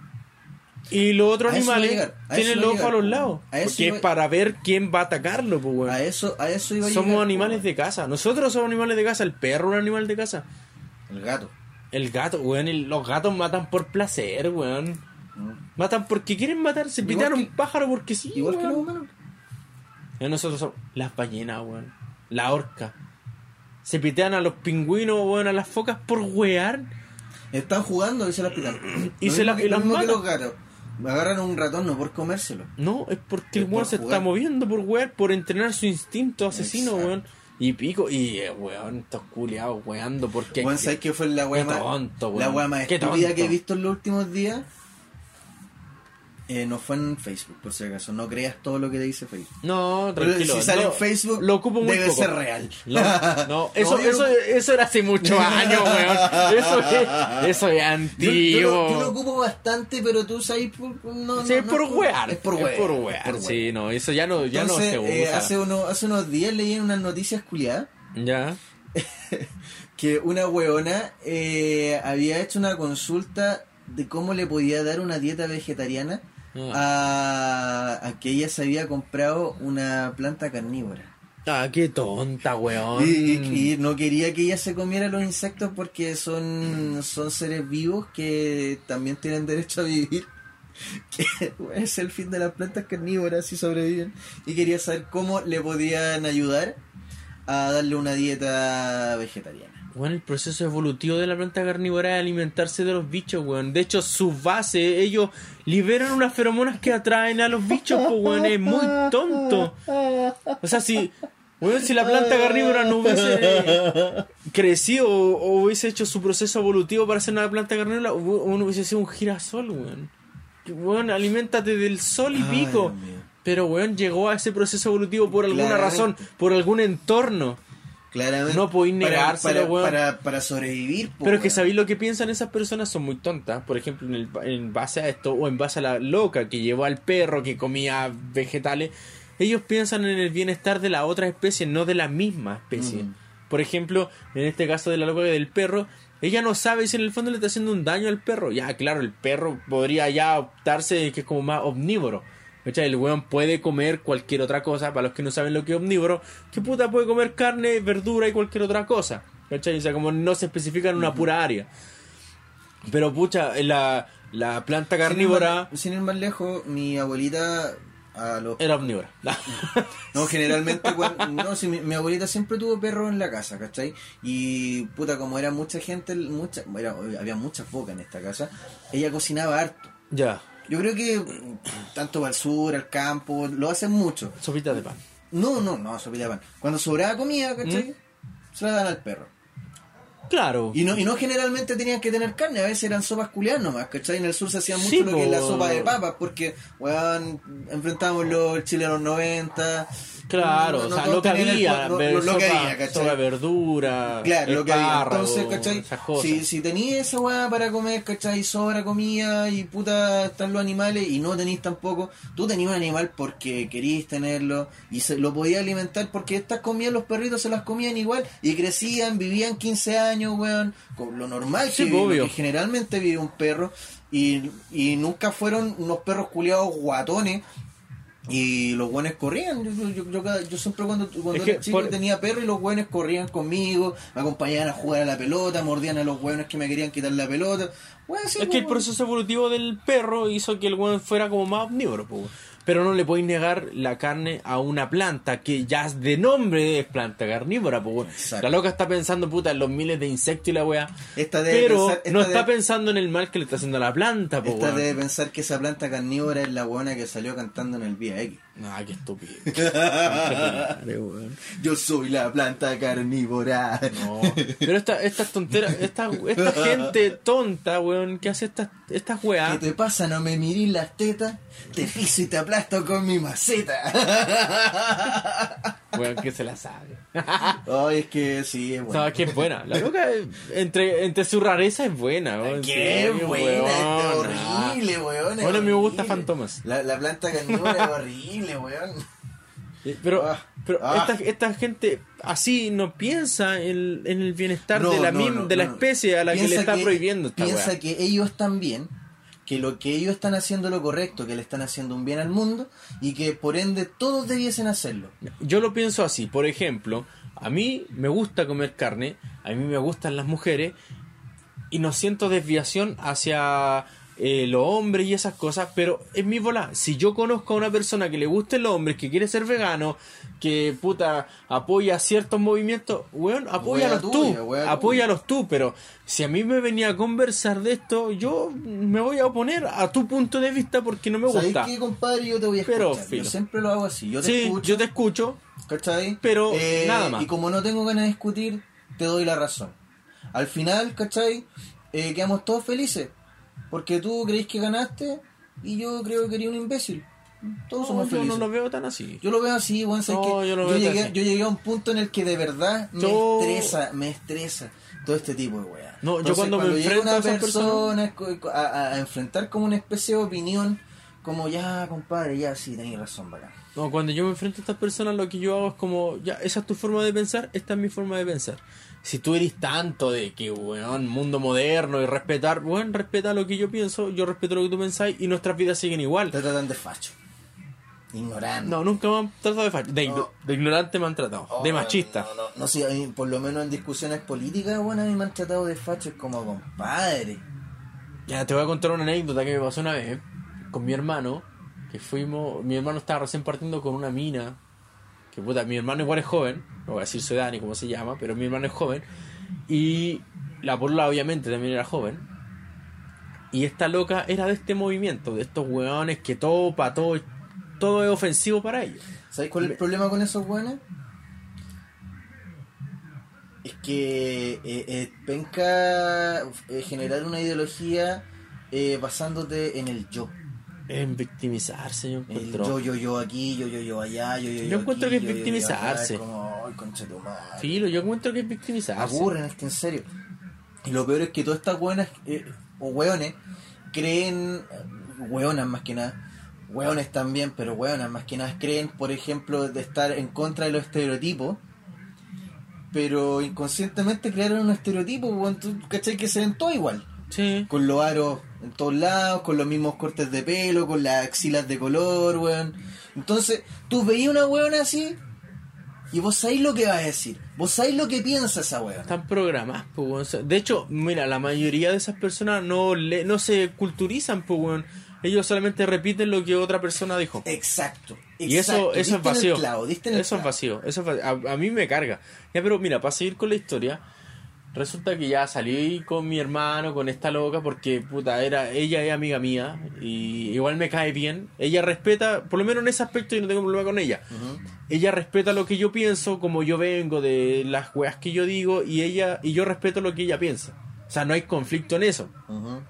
[SPEAKER 8] Y los otros
[SPEAKER 6] A eso iba a
[SPEAKER 8] animales
[SPEAKER 6] llegar, a eso
[SPEAKER 8] tienen
[SPEAKER 6] iba a
[SPEAKER 8] los ojos a
[SPEAKER 6] llegar.
[SPEAKER 8] los lados.
[SPEAKER 6] A eso
[SPEAKER 8] Porque
[SPEAKER 6] iba-
[SPEAKER 8] es para ver quién va a atacarlo, pues, weón.
[SPEAKER 6] A eso, a eso iba a
[SPEAKER 8] Somos
[SPEAKER 6] llegar,
[SPEAKER 8] animales
[SPEAKER 6] weón.
[SPEAKER 8] de casa. Nosotros somos animales de casa. El perro es un animal de casa.
[SPEAKER 6] El gato.
[SPEAKER 8] El gato, weón. el- los gatos matan por placer, weón. Matan porque quieren matarse.
[SPEAKER 6] Igual
[SPEAKER 8] Pitear
[SPEAKER 6] que-
[SPEAKER 8] un pájaro porque sí.
[SPEAKER 6] Igual que
[SPEAKER 8] weón.
[SPEAKER 6] los humanos.
[SPEAKER 8] Eh, Nosotros somos las ballenas, weón. La orca. Se pitean a los pingüinos, weón, a las focas por wear.
[SPEAKER 6] Están jugando y se las pitan.
[SPEAKER 8] Y
[SPEAKER 6] Lo
[SPEAKER 8] se
[SPEAKER 6] mismo
[SPEAKER 8] las-
[SPEAKER 6] que-
[SPEAKER 8] y
[SPEAKER 6] lo
[SPEAKER 8] las
[SPEAKER 6] mismo que
[SPEAKER 8] matan.
[SPEAKER 6] los gatos. Agarran un ratón no por comérselo.
[SPEAKER 8] No, es porque el
[SPEAKER 6] Es
[SPEAKER 8] weón
[SPEAKER 6] por
[SPEAKER 8] se
[SPEAKER 6] jugar.
[SPEAKER 8] está moviendo por wear, por entrenar su instinto asesino,
[SPEAKER 6] Exacto.
[SPEAKER 8] weón. Y pico, y eh, weón, estos culiados weando porque.
[SPEAKER 6] Weón, ¿sabes qué fue la weá
[SPEAKER 8] Qué
[SPEAKER 6] más,
[SPEAKER 8] tonto, weón.
[SPEAKER 6] la weá más
[SPEAKER 8] Qué
[SPEAKER 6] estúpida
[SPEAKER 8] tonto.
[SPEAKER 6] que he visto en los últimos días? Eh, no fue en Facebook, por si acaso. No creas todo lo que te dice Facebook.
[SPEAKER 8] No,
[SPEAKER 6] Pero
[SPEAKER 8] tranquilo.
[SPEAKER 6] si sale
[SPEAKER 8] no,
[SPEAKER 6] en Facebook,
[SPEAKER 8] lo ocupo muy
[SPEAKER 6] debe
[SPEAKER 8] poco.
[SPEAKER 6] ser real.
[SPEAKER 8] Lo- no, eso,
[SPEAKER 6] No, yo
[SPEAKER 8] eso,
[SPEAKER 6] lo-
[SPEAKER 8] eso era hace muchos años, weón. Eso es, eso
[SPEAKER 6] Yo,
[SPEAKER 8] es
[SPEAKER 6] yo
[SPEAKER 8] antiguo.
[SPEAKER 6] lo, yo lo ocupo bastante, pero tú sabes por, no,
[SPEAKER 8] Sí,
[SPEAKER 6] no,
[SPEAKER 8] es
[SPEAKER 6] no
[SPEAKER 8] por wear.
[SPEAKER 6] Es por wear.
[SPEAKER 8] Es por wear.
[SPEAKER 6] es por wear.
[SPEAKER 8] Sí, no, eso ya no, ya
[SPEAKER 6] Entonces,
[SPEAKER 8] no se
[SPEAKER 6] eh,
[SPEAKER 8] usa.
[SPEAKER 6] hace, uno- hace unos días leí en unas noticias culiadas
[SPEAKER 8] Ya.
[SPEAKER 6] que una weona eh, había hecho una
[SPEAKER 8] Ah.
[SPEAKER 6] consulta de cómo le podía dar una dieta vegetariana a, a que ella se había comprado una planta carnívora.
[SPEAKER 8] Ah, qué tonta, weón.
[SPEAKER 6] Y, y no quería que ella se comiera los insectos porque son, son seres vivos que también tienen derecho a vivir. Que es el fin de las plantas carnívoras si sobreviven. Y quería saber cómo le podían ayudar a darle una dieta vegetariana.
[SPEAKER 8] Weón, el proceso evolutivo de la planta carnívora es alimentarse de los bichos, weón. De hecho, su base, ellos liberan unas feromonas que atraen a los bichos, pues, weón. Es muy tonto. O sea, si, weón, si la planta carnívora no hubiese eh, crecido o, o hubiese hecho su proceso evolutivo para ser una planta carnívora, hu- uno hubiese sido un girasol, weón. Que, Weón, alimentate del sol y
[SPEAKER 6] Ay,
[SPEAKER 8] pico.
[SPEAKER 6] Dios mío.
[SPEAKER 8] Pero, weón, llegó a ese proceso evolutivo por alguna
[SPEAKER 6] Claramente.
[SPEAKER 8] razón, por algún entorno.
[SPEAKER 6] Claramente.
[SPEAKER 8] No podéis
[SPEAKER 6] Para-
[SPEAKER 8] negárselo,
[SPEAKER 6] para,
[SPEAKER 8] weón.
[SPEAKER 6] para, para sobrevivir. po,
[SPEAKER 8] Pero es que
[SPEAKER 6] weón.
[SPEAKER 8] sabéis lo que piensan esas personas son muy tontas. Por ejemplo, en, el, en base a esto, o en base a la loca que llevó al perro que comía vegetales, ellos piensan en el bienestar de la otra especie, no de la misma especie. Por ejemplo, en este caso de la loca del perro, ella no sabe si en el fondo le está haciendo un daño al perro. Ya, claro, el perro podría ya optarse que es como más omnívoro. ¿Cachai? El weón puede comer cualquier otra cosa. Para los que no saben lo que es omnívoro, que puta puede comer carne, verdura y cualquier otra cosa. ¿Cachai? O sea, como no se especifica en una pura área. Pero pucha, eh, la, la planta carnívora
[SPEAKER 6] Sin ir más, sin ir más lejos, mi abuelita a los
[SPEAKER 8] era omnívora.
[SPEAKER 6] No, generalmente, cuan- no, si mi, mi abuelita siempre tuvo perros en la casa, ¿cachai? Y puta, como era mucha gente, mucha, era- había mucha foca en esta casa, ella cocinaba harto.
[SPEAKER 8] ya,
[SPEAKER 6] Yo creo que mm, tanto para el sur, al campo, lo hacen mucho.
[SPEAKER 8] sopita de pan.
[SPEAKER 6] No, no, no, sopita de pan. Cuando sobraba comida, ¿cachai? Se la dan al perro.
[SPEAKER 8] Claro.
[SPEAKER 6] Y no, y no generalmente tenían que tener carne, a veces eran sopas culiadas nomás, ¿cachai? En el sur se hacía mucho
[SPEAKER 8] Sí,
[SPEAKER 6] lo que es la
[SPEAKER 8] po.
[SPEAKER 6] sopa de papas, porque, weón, enfrentamos los chilenos 90.
[SPEAKER 8] Claro,
[SPEAKER 6] no- no
[SPEAKER 8] o sea,
[SPEAKER 6] todos
[SPEAKER 8] lo que
[SPEAKER 6] tenían el-
[SPEAKER 8] había,
[SPEAKER 6] no-
[SPEAKER 8] ver-
[SPEAKER 6] lo- lo que
[SPEAKER 8] sopa-
[SPEAKER 6] había, ¿cachai?
[SPEAKER 8] sopa de verdura,
[SPEAKER 6] Claro, lo que había.
[SPEAKER 8] espárragos,
[SPEAKER 6] Entonces, ¿cachai?
[SPEAKER 8] esas cosas.
[SPEAKER 6] Si, si tenía esa weá para comer, ¿cachai? Sobra comida y puta están los animales y no tenéis tampoco. Tú tenías un animal porque querías tenerlo y se lo podías alimentar porque estas comidas los perritos se las comían igual y crecían, vivían 15 años, weón. Con lo normal que,
[SPEAKER 8] Sí, pues,
[SPEAKER 6] vive,
[SPEAKER 8] obvio.
[SPEAKER 6] lo que generalmente vive un perro. Y, y nunca fueron unos perros culiados guatones. Y los buenos corrían. Yo, yo, yo, cada- yo siempre cuando, cuando
[SPEAKER 8] Es
[SPEAKER 6] era
[SPEAKER 8] que
[SPEAKER 6] chico
[SPEAKER 8] por-
[SPEAKER 6] tenía perro y los buenos corrían conmigo, me acompañaban a jugar a la pelota, mordían a los buenos que me querían quitar la pelota. Bueno, sí, pues,
[SPEAKER 8] Es que el
[SPEAKER 6] bueno.
[SPEAKER 8] proceso evolutivo del perro hizo que el weón fuera como más omnívoro, po, weón. pero no le podéis negar la carne a una planta que ya de nombre es planta carnívora. po, weón.
[SPEAKER 6] Exacto.
[SPEAKER 8] La loca está pensando puta, en los miles de insectos y la weá,
[SPEAKER 6] Esta debe
[SPEAKER 8] pero
[SPEAKER 6] pensar- esta
[SPEAKER 8] no está
[SPEAKER 6] debe-
[SPEAKER 8] pensando en el mal que le está haciendo a la planta. Po,
[SPEAKER 6] Esta
[SPEAKER 8] pues, weón.
[SPEAKER 6] debe pensar que esa planta carnívora es la buena que salió cantando en el Vía X.
[SPEAKER 8] Ah, qué estúpido.
[SPEAKER 6] Yo soy la planta carnívora.
[SPEAKER 8] No. Pero esta- estas tonteras, esta, esta gente tonta, weón, que hace estas, estas
[SPEAKER 6] ¿Qué
[SPEAKER 8] weas.
[SPEAKER 6] te pasa? ¿No me mirís las tetas? Te piso y te aplasto con mi maceta.
[SPEAKER 8] Weón, que se la sabe.
[SPEAKER 6] Ay, es que sí, es bueno.
[SPEAKER 8] Sabes que es buena. La loca, eh, entre, entre su rareza, es buena. weón.
[SPEAKER 6] Qué
[SPEAKER 8] Sí,
[SPEAKER 6] buena,
[SPEAKER 8] weón. ah.
[SPEAKER 6] está horrible, weón. es
[SPEAKER 8] Bueno, a mí me gusta
[SPEAKER 6] horrible.
[SPEAKER 8] Fantomas.
[SPEAKER 6] La, la planta carnívora es horrible, weón.
[SPEAKER 8] Eh, Pero,
[SPEAKER 6] Ah,
[SPEAKER 8] pero
[SPEAKER 6] ah.
[SPEAKER 8] Esta, esta gente así no piensa en, en el bienestar de
[SPEAKER 6] No,
[SPEAKER 8] la,
[SPEAKER 6] no,
[SPEAKER 8] mim-
[SPEAKER 6] no,
[SPEAKER 8] de la
[SPEAKER 6] no.
[SPEAKER 8] especie a la que le
[SPEAKER 6] Piensa
[SPEAKER 8] está prohibiendo esta
[SPEAKER 6] Piensa
[SPEAKER 8] weá.
[SPEAKER 6] que ellos también, que lo que ellos están haciendo es lo correcto, que le están haciendo un bien al mundo y que por ende todos debiesen hacerlo.
[SPEAKER 8] Yo lo pienso así, por ejemplo, a mí me gusta comer carne, a mí me gustan las mujeres y no siento desviación hacia eh, los hombres y esas cosas, pero es mi bola. Si yo conozco a una persona que le gusta el hombre, que quiere ser vegano, que puta apoya ciertos movimientos, weón, apóyalos
[SPEAKER 6] Wea
[SPEAKER 8] tú,
[SPEAKER 6] tuya, wea
[SPEAKER 8] apóyalos tú, pero si a mí me venía a conversar de esto, yo me voy a oponer a tu punto de vista porque no me
[SPEAKER 6] ¿Sabéis
[SPEAKER 8] gusta.
[SPEAKER 6] qué, compadre? Yo te voy a escuchar.
[SPEAKER 8] Pero,
[SPEAKER 6] yo
[SPEAKER 8] filo.
[SPEAKER 6] siempre lo hago así. Yo te
[SPEAKER 8] Sí,
[SPEAKER 6] escucho.
[SPEAKER 8] yo te escucho,
[SPEAKER 6] ¿cachai? Eh,
[SPEAKER 8] Pero nada más.
[SPEAKER 6] Y como no tengo ganas de discutir, te doy la razón. Al final, ¿cachai? Eh, quedamos todos felices. Porque tú creís que ganaste y yo creo que eres un imbécil. Todos
[SPEAKER 8] No,
[SPEAKER 6] somos
[SPEAKER 8] yo
[SPEAKER 6] felices.
[SPEAKER 8] no lo veo tan así.
[SPEAKER 6] Yo lo veo así, weón. ¿sabes
[SPEAKER 8] No,
[SPEAKER 6] qué?
[SPEAKER 8] yo lo
[SPEAKER 6] yo,
[SPEAKER 8] veo
[SPEAKER 6] llegué,
[SPEAKER 8] así.
[SPEAKER 6] yo llegué a un punto en el que de verdad me
[SPEAKER 8] Yo-
[SPEAKER 6] estresa, me estresa todo este tipo de weá.
[SPEAKER 8] No, yo cuando me
[SPEAKER 6] llega
[SPEAKER 8] enfrento
[SPEAKER 6] una
[SPEAKER 8] a esas
[SPEAKER 6] persona co- co- a, a- a enfrentar como una especie de opinión, como ya, compadre, ya sí, tenéis razón, bacán.
[SPEAKER 8] No, cuando yo me enfrento a estas personas, lo que yo hago es como, ya, esa es tu forma de pensar, esta es mi forma de pensar. Si tú eres tanto de que, weón, mundo moderno y respetar, weón, respeta lo que yo pienso, yo respeto lo que tú pensás y nuestras vidas siguen igual.
[SPEAKER 6] Te tratan de facho. Ignorante.
[SPEAKER 8] No, nunca me han tratado de facho. De, igno- de ignorante me han tratado.
[SPEAKER 6] Oh,
[SPEAKER 8] de machista.
[SPEAKER 6] No, no, no, no, sí, a mí, por lo menos en discusiones políticas, bueno, a mí me han tratado de facho, es como compadre.
[SPEAKER 8] Ya, te voy a contar una anécdota que me pasó una vez eh, con mi hermano. Que fuimos. Mi hermano estaba recién partiendo con una mina. Que puta, mi hermano igual es joven. No voy a decir su edad ni cómo se llama, pero mi hermano es joven. Y la porla, obviamente, también era joven. Y esta loca era de este movimiento, de estos hueones que todo para todo, todo es ofensivo para ellos.
[SPEAKER 6] ¿Sabes cuál es el problema con esos buenos? Es que eh, eh, penca eh, generar una ideología eh, basándote en el yo.
[SPEAKER 8] En victimizarse, yo
[SPEAKER 6] El
[SPEAKER 8] encuentro.
[SPEAKER 6] yo, yo, yo aquí, yo, yo, yo allá, yo, yo, yo.
[SPEAKER 8] Yo encuentro
[SPEAKER 6] aquí,
[SPEAKER 8] que es
[SPEAKER 6] yo, yo, yo acá,
[SPEAKER 8] victimizarse.
[SPEAKER 6] es como, "Ay, concha tu madre".
[SPEAKER 8] Filo, yo encuentro que es victimizarse.
[SPEAKER 6] aburren, es que en serio. Y lo peor es que todas estas buenas o hueones creen, hueonas más que nada, hueones también, pero hueonas más que nada, creen, por ejemplo, de estar en contra de los estereotipos, pero inconscientemente crearon un estereotipo, weón, tú, ¿cachai? Que se ven todo igual.
[SPEAKER 8] Sí.
[SPEAKER 6] Con los aros en todos lados, con los mismos cortes de pelo, con las axilas de color, weón. Entonces, tú veías una hueona así y vos sabés lo que vas a decir. Vos sabés lo que piensa esa hueona.
[SPEAKER 8] Están programadas, pues, weón. O sea, De hecho, mira, la mayoría de esas personas no, le, no se culturizan, pues, weón. Ellos solamente repiten lo que otra persona dijo.
[SPEAKER 6] Exacto.
[SPEAKER 8] Y
[SPEAKER 6] exacto.
[SPEAKER 8] eso, eso
[SPEAKER 6] Diste
[SPEAKER 8] es
[SPEAKER 6] en el
[SPEAKER 8] vacío.
[SPEAKER 6] clavo, diste en el
[SPEAKER 8] eso es
[SPEAKER 6] clavo.
[SPEAKER 8] vacío. Eso es va- a, a mí me carga. Ya, pero mira, para seguir con la historia, resulta que ya salí con mi hermano, con esta loca, porque puta, era, ella es amiga mía y igual me cae bien. Ella respeta, por lo menos en ese aspecto yo no tengo problema con ella. Ella respeta lo que yo pienso, como yo vengo, de las weas que yo digo, y ella, y yo respeto lo que ella piensa. O sea, no hay conflicto en eso.
[SPEAKER 6] Ujú.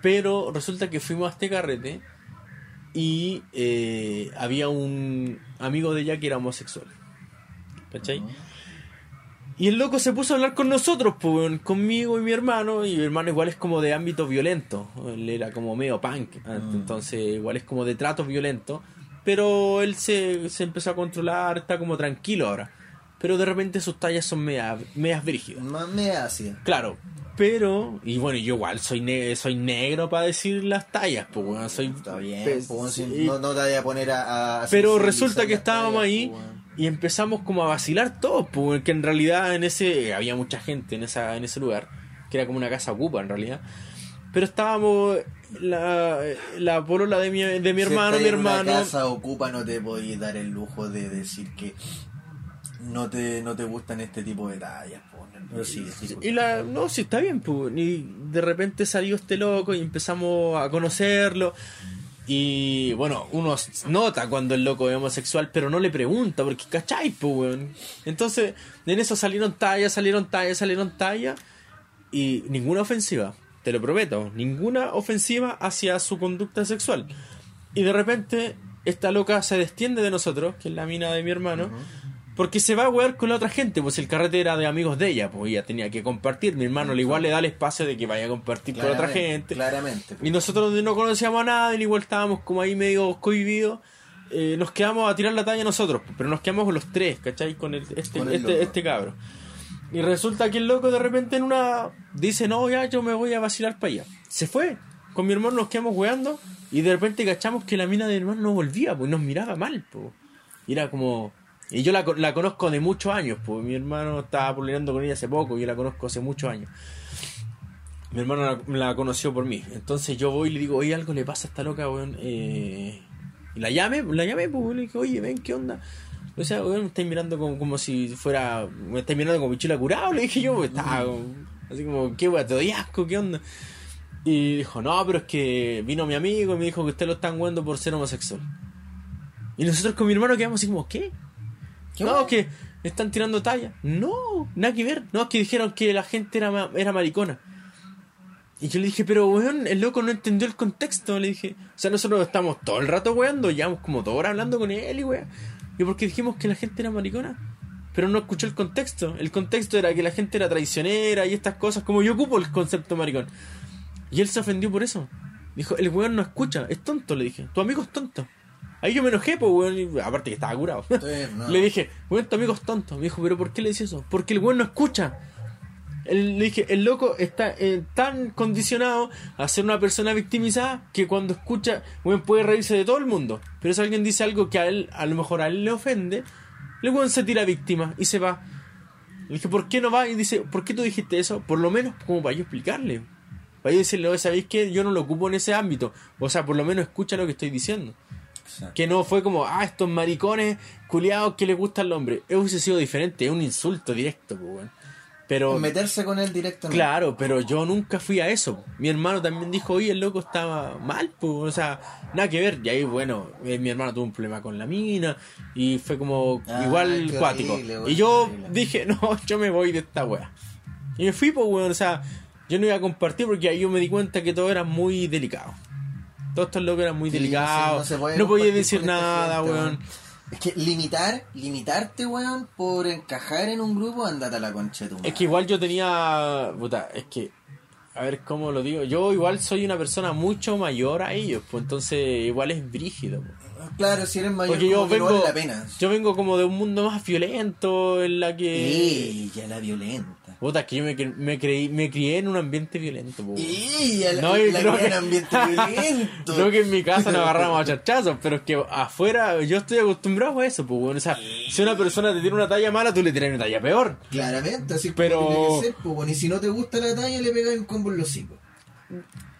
[SPEAKER 8] Pero resulta que fuimos a este carrete y eh, había un amigo de ella que era homosexual. ¿Cachai? Y el loco se puso a hablar con nosotros, pues, weón, conmigo y mi hermano. Y mi hermano igual es como de ámbito violento. Él era como medio punk. ah, Entonces igual es como de tratos violentos. Pero él se, se empezó a controlar, está como tranquilo ahora. Pero de repente sus tallas son medias, medias brígidas.
[SPEAKER 6] Más me hace.
[SPEAKER 8] Claro, pero, y bueno, yo igual soy, ne- soy negro para decir las tallas, pues, weón, soy...
[SPEAKER 6] Está bien,
[SPEAKER 8] pues,
[SPEAKER 6] po, si
[SPEAKER 8] sí.
[SPEAKER 6] no, no te voy a poner a. a
[SPEAKER 8] pero
[SPEAKER 6] sensibilizar
[SPEAKER 8] resulta que
[SPEAKER 6] las
[SPEAKER 8] estábamos
[SPEAKER 6] tallas,
[SPEAKER 8] ahí
[SPEAKER 6] po, pues, weón.
[SPEAKER 8] y empezamos como a vacilar todos, pues, weón, que en realidad en ese, había mucha gente en, esa, en ese lugar, que era como una casa ocupa en realidad, pero estábamos, la, la polola de mi, de mi
[SPEAKER 6] Si
[SPEAKER 8] hermano,
[SPEAKER 6] estáis
[SPEAKER 8] mi
[SPEAKER 6] en una
[SPEAKER 8] hermano...
[SPEAKER 6] casa ocupa, no te podéis dar el lujo de decir que no te, no te gustan este tipo de tallas. pues, po. Pero sí, sí,
[SPEAKER 8] Y la, no, sí, está bien, pues. Y de repente salió este loco y empezamos a conocerlo. Y bueno, uno s- nota cuando el loco es homosexual, pero no le pregunta, porque cachai, pues, weón. Entonces, en eso salieron tallas, salieron tallas, salieron tallas. Y ninguna ofensiva, te lo prometo, ninguna ofensiva hacia su conducta sexual. Y de repente, esta loca se destiende de nosotros, que es la mina de mi hermano, porque se va a huear con la otra gente, pues el carrete era de amigos de ella, pues ella tenía que compartir. Mi hermano le igual le da el espacio de que vaya a compartir con otra
[SPEAKER 6] Claramente,
[SPEAKER 8] gente.
[SPEAKER 6] Claramente. pues. po.
[SPEAKER 8] Y nosotros no conocíamos a nadie, igual estábamos como ahí medio cohibidos. Eh, nos quedamos a tirar la talla nosotros, pero nos quedamos los tres, ¿cachai? Con el, este,
[SPEAKER 6] Con el
[SPEAKER 8] este,
[SPEAKER 6] loco.
[SPEAKER 8] este cabro. Y resulta que el loco de repente en una dice, no, ya yo me voy a vacilar para allá. Se fue. Con mi hermano nos quedamos weando y de repente cachamos que la mina de mi hermano no volvía, pues nos miraba mal, pues. Y era como... Y yo la, co- la conozco de muchos años, pues mi hermano estaba puliendo con ella hace poco, yo la conozco hace muchos años. Mi hermano la, la conoció por mí. Entonces yo voy y le digo, oye, algo le pasa a esta loca, weón. eh, y la llamé, la llamé, pues, weón, le dije, oye, ven, ¿qué onda? O sea, weón, me estáis mirando como, como si fuera. Me estáis mirando como pichula curado, le dije yo, pues, estaba como- así como, qué weón, te doy asco, qué onda. Y dijo, no, pero es que vino mi amigo y me dijo que usted lo están hueando por ser homosexual. Y nosotros con mi hermano quedamos así como, ¿qué?
[SPEAKER 6] ¿Qué
[SPEAKER 8] no,
[SPEAKER 6] weón?
[SPEAKER 8] que están tirando talla. No, nada que ver. No, es que dijeron que la gente era, ma- era maricona. Y yo le dije, pero weón, el loco no entendió el contexto. Le dije, o sea, nosotros estamos todo el rato weando, llevamos como dos horas hablando con él y weón. ¿Y porque dijimos que la gente era maricona? Pero no escuchó el contexto. El contexto era que la gente era traicionera y estas cosas, como yo ocupo el concepto maricón. Y él se ofendió por eso. Dijo, el weón no escucha, es tonto, le dije. Tu amigo es tonto. Ahí yo me enojé, pues, weón. y- aparte que estaba curado.
[SPEAKER 6] no.
[SPEAKER 8] Le dije, weón, tu amigo es tonto. Me dijo, pero ¿por qué le dices eso? Porque el weón no escucha. el- le dije, el loco está eh, tan condicionado a ser una persona victimizada que cuando escucha, weón, puede reírse de todo el mundo. Pero si alguien dice algo que a él, a lo mejor a él le ofende, el weón se tira víctima y se va. Le dije, ¿por qué no va? Y dice, ¿por qué tú dijiste eso? Por lo menos como para yo explicarle. Para yo decirle, "Oye, ¿sabéis qué? Yo no lo ocupo en ese ámbito. O sea, por lo menos escucha lo que estoy diciendo. Que no fue como, ah, estos maricones culiados que les gusta al hombre. Eso hubiese sido diferente, es un insulto directo, pues, weón. Pero,
[SPEAKER 6] Meterse con él directamente.
[SPEAKER 8] claro, pero yo nunca fui a eso. Mi hermano también dijo, oye, el loco estaba mal, pues, o sea, nada que ver. Y ahí, bueno, eh, mi hermano tuvo un problema con la mina y fue como
[SPEAKER 6] Ah,
[SPEAKER 8] igual
[SPEAKER 6] qué
[SPEAKER 8] cuático.
[SPEAKER 6] horrible, weón,
[SPEAKER 8] y yo
[SPEAKER 6] horrible.
[SPEAKER 8] dije, no, yo me voy de esta wea. Y me fui, pues, weón, o sea, yo no iba a compartir porque ahí yo me di cuenta que todo era muy delicado. Todos estos locos eran muy
[SPEAKER 6] Sí, sí,
[SPEAKER 8] delicados.
[SPEAKER 6] se puede
[SPEAKER 8] no podía
[SPEAKER 6] compartir
[SPEAKER 8] decir
[SPEAKER 6] con esta
[SPEAKER 8] nada,
[SPEAKER 6] gente,
[SPEAKER 8] weón.
[SPEAKER 6] Es que limitar, limitarte, weón, por encajar en un grupo, andate a la concha de tu madre.
[SPEAKER 8] Es que igual yo tenía. Puta, es que. A ver cómo lo digo. Yo igual soy una persona mucho mayor a ellos, pues entonces igual es brígido. pues.
[SPEAKER 6] Claro, si eres mayor,
[SPEAKER 8] Porque yo
[SPEAKER 6] como que no
[SPEAKER 8] vengo.
[SPEAKER 6] vale la pena.
[SPEAKER 8] Yo eh, vengo como de un mundo más violento en la que.
[SPEAKER 6] Ella, la violenta.
[SPEAKER 8] Puta, es que yo me, cre- me creí, me crié en un ambiente violento, pues.
[SPEAKER 6] Ella, la,
[SPEAKER 8] No, yo
[SPEAKER 6] la
[SPEAKER 8] creo
[SPEAKER 6] que
[SPEAKER 8] que-
[SPEAKER 6] era ambiente violento.
[SPEAKER 8] Creo que en mi casa nos agarramos a chachazos, pero es que afuera yo estoy acostumbrado a eso, pues, bueno, o sea, si una persona te tiene una talla mala, tú le tiras una talla peor.
[SPEAKER 6] Claramente, así es
[SPEAKER 8] Pero-
[SPEAKER 6] como tiene que ser, pues, bueno, y si no te gusta la talla, le pegas un combo en los hocicos.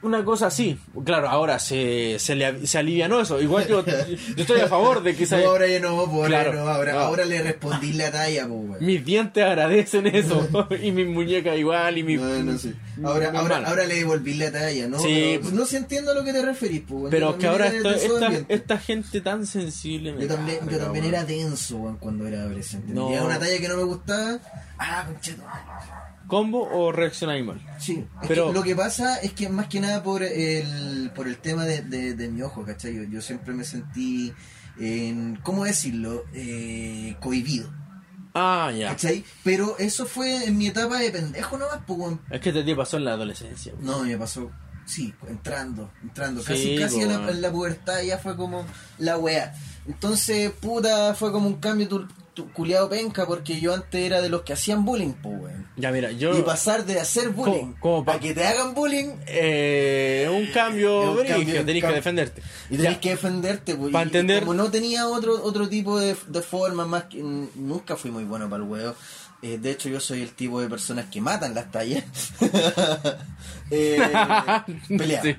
[SPEAKER 8] Una cosa así, claro, ahora se, se, le, av- se alivianó eso. Igual yo, yo estoy a favor de que
[SPEAKER 6] No,
[SPEAKER 8] esa-
[SPEAKER 6] ahora ya no, pues, ahora,
[SPEAKER 8] Claro,
[SPEAKER 6] ya no, ahora,
[SPEAKER 8] no.
[SPEAKER 6] ahora le respondí la talla, pues, weón.
[SPEAKER 8] mis dientes agradecen eso. y mis muñecas igual, y mi...
[SPEAKER 6] Bueno, sí. Ahora,
[SPEAKER 8] mi
[SPEAKER 6] ahora,
[SPEAKER 8] mano.
[SPEAKER 6] ahora le devolví la talla, ¿no?
[SPEAKER 8] Sí. pues.
[SPEAKER 6] Pero no se entiende a lo que te referís, pues, weón. Yo
[SPEAKER 8] Pero que
[SPEAKER 6] también
[SPEAKER 8] ahora
[SPEAKER 6] era
[SPEAKER 8] esto-
[SPEAKER 6] de esos
[SPEAKER 8] esta,
[SPEAKER 6] ambientes.
[SPEAKER 8] esta gente tan sensible... me
[SPEAKER 6] Yo también, yo
[SPEAKER 8] carga,
[SPEAKER 6] también
[SPEAKER 8] weón.
[SPEAKER 6] era denso, weón, cuando era adolescente.
[SPEAKER 8] No.
[SPEAKER 6] Era una talla que no me gustaba. Ah, concheto.
[SPEAKER 8] ¿Combo o reacción animal?
[SPEAKER 6] Sí, es
[SPEAKER 8] Pero-
[SPEAKER 6] que lo que pasa es que más que nada por el, por el tema de, de- de mi ojo, ¿cachai? Yo, yo siempre me sentí, en, ¿cómo decirlo? Eh, cohibido,
[SPEAKER 8] Ah, ya.
[SPEAKER 6] ¿cachai? Pero eso fue en mi etapa de pendejo nomás, pues, weón.
[SPEAKER 8] Es que te, te pasó en la adolescencia. weón.
[SPEAKER 6] No, me pasó, sí, entrando, entrando.
[SPEAKER 8] Sí,
[SPEAKER 6] Casi, casi
[SPEAKER 8] po,
[SPEAKER 6] en la,
[SPEAKER 8] weón.
[SPEAKER 6] en la pubertad ya fue como la weá. Entonces, puta, fue como un cambio tu, tu- culiado penca porque yo antes era de los que hacían bullying, pues, weón.
[SPEAKER 8] Ya, mira, yo...
[SPEAKER 6] Y pasar de hacer bullying
[SPEAKER 8] como pa-
[SPEAKER 6] a que te hagan bullying
[SPEAKER 8] Eh, un
[SPEAKER 6] Es
[SPEAKER 8] cambio,
[SPEAKER 6] un
[SPEAKER 8] brígido,
[SPEAKER 6] cambio, un
[SPEAKER 8] tenés que
[SPEAKER 6] cambio.
[SPEAKER 8] defenderte.
[SPEAKER 6] Y tenés
[SPEAKER 8] Ya.
[SPEAKER 6] que defenderte, pues.
[SPEAKER 8] Pa'
[SPEAKER 6] Y
[SPEAKER 8] entender-
[SPEAKER 6] Como no tenía otro otro tipo de, de forma, más que. n- Nunca fui muy bueno para el huevo. Eh, de hecho, yo soy el tipo de personas que matan las tallas. Eh, peleaba.
[SPEAKER 8] Sí.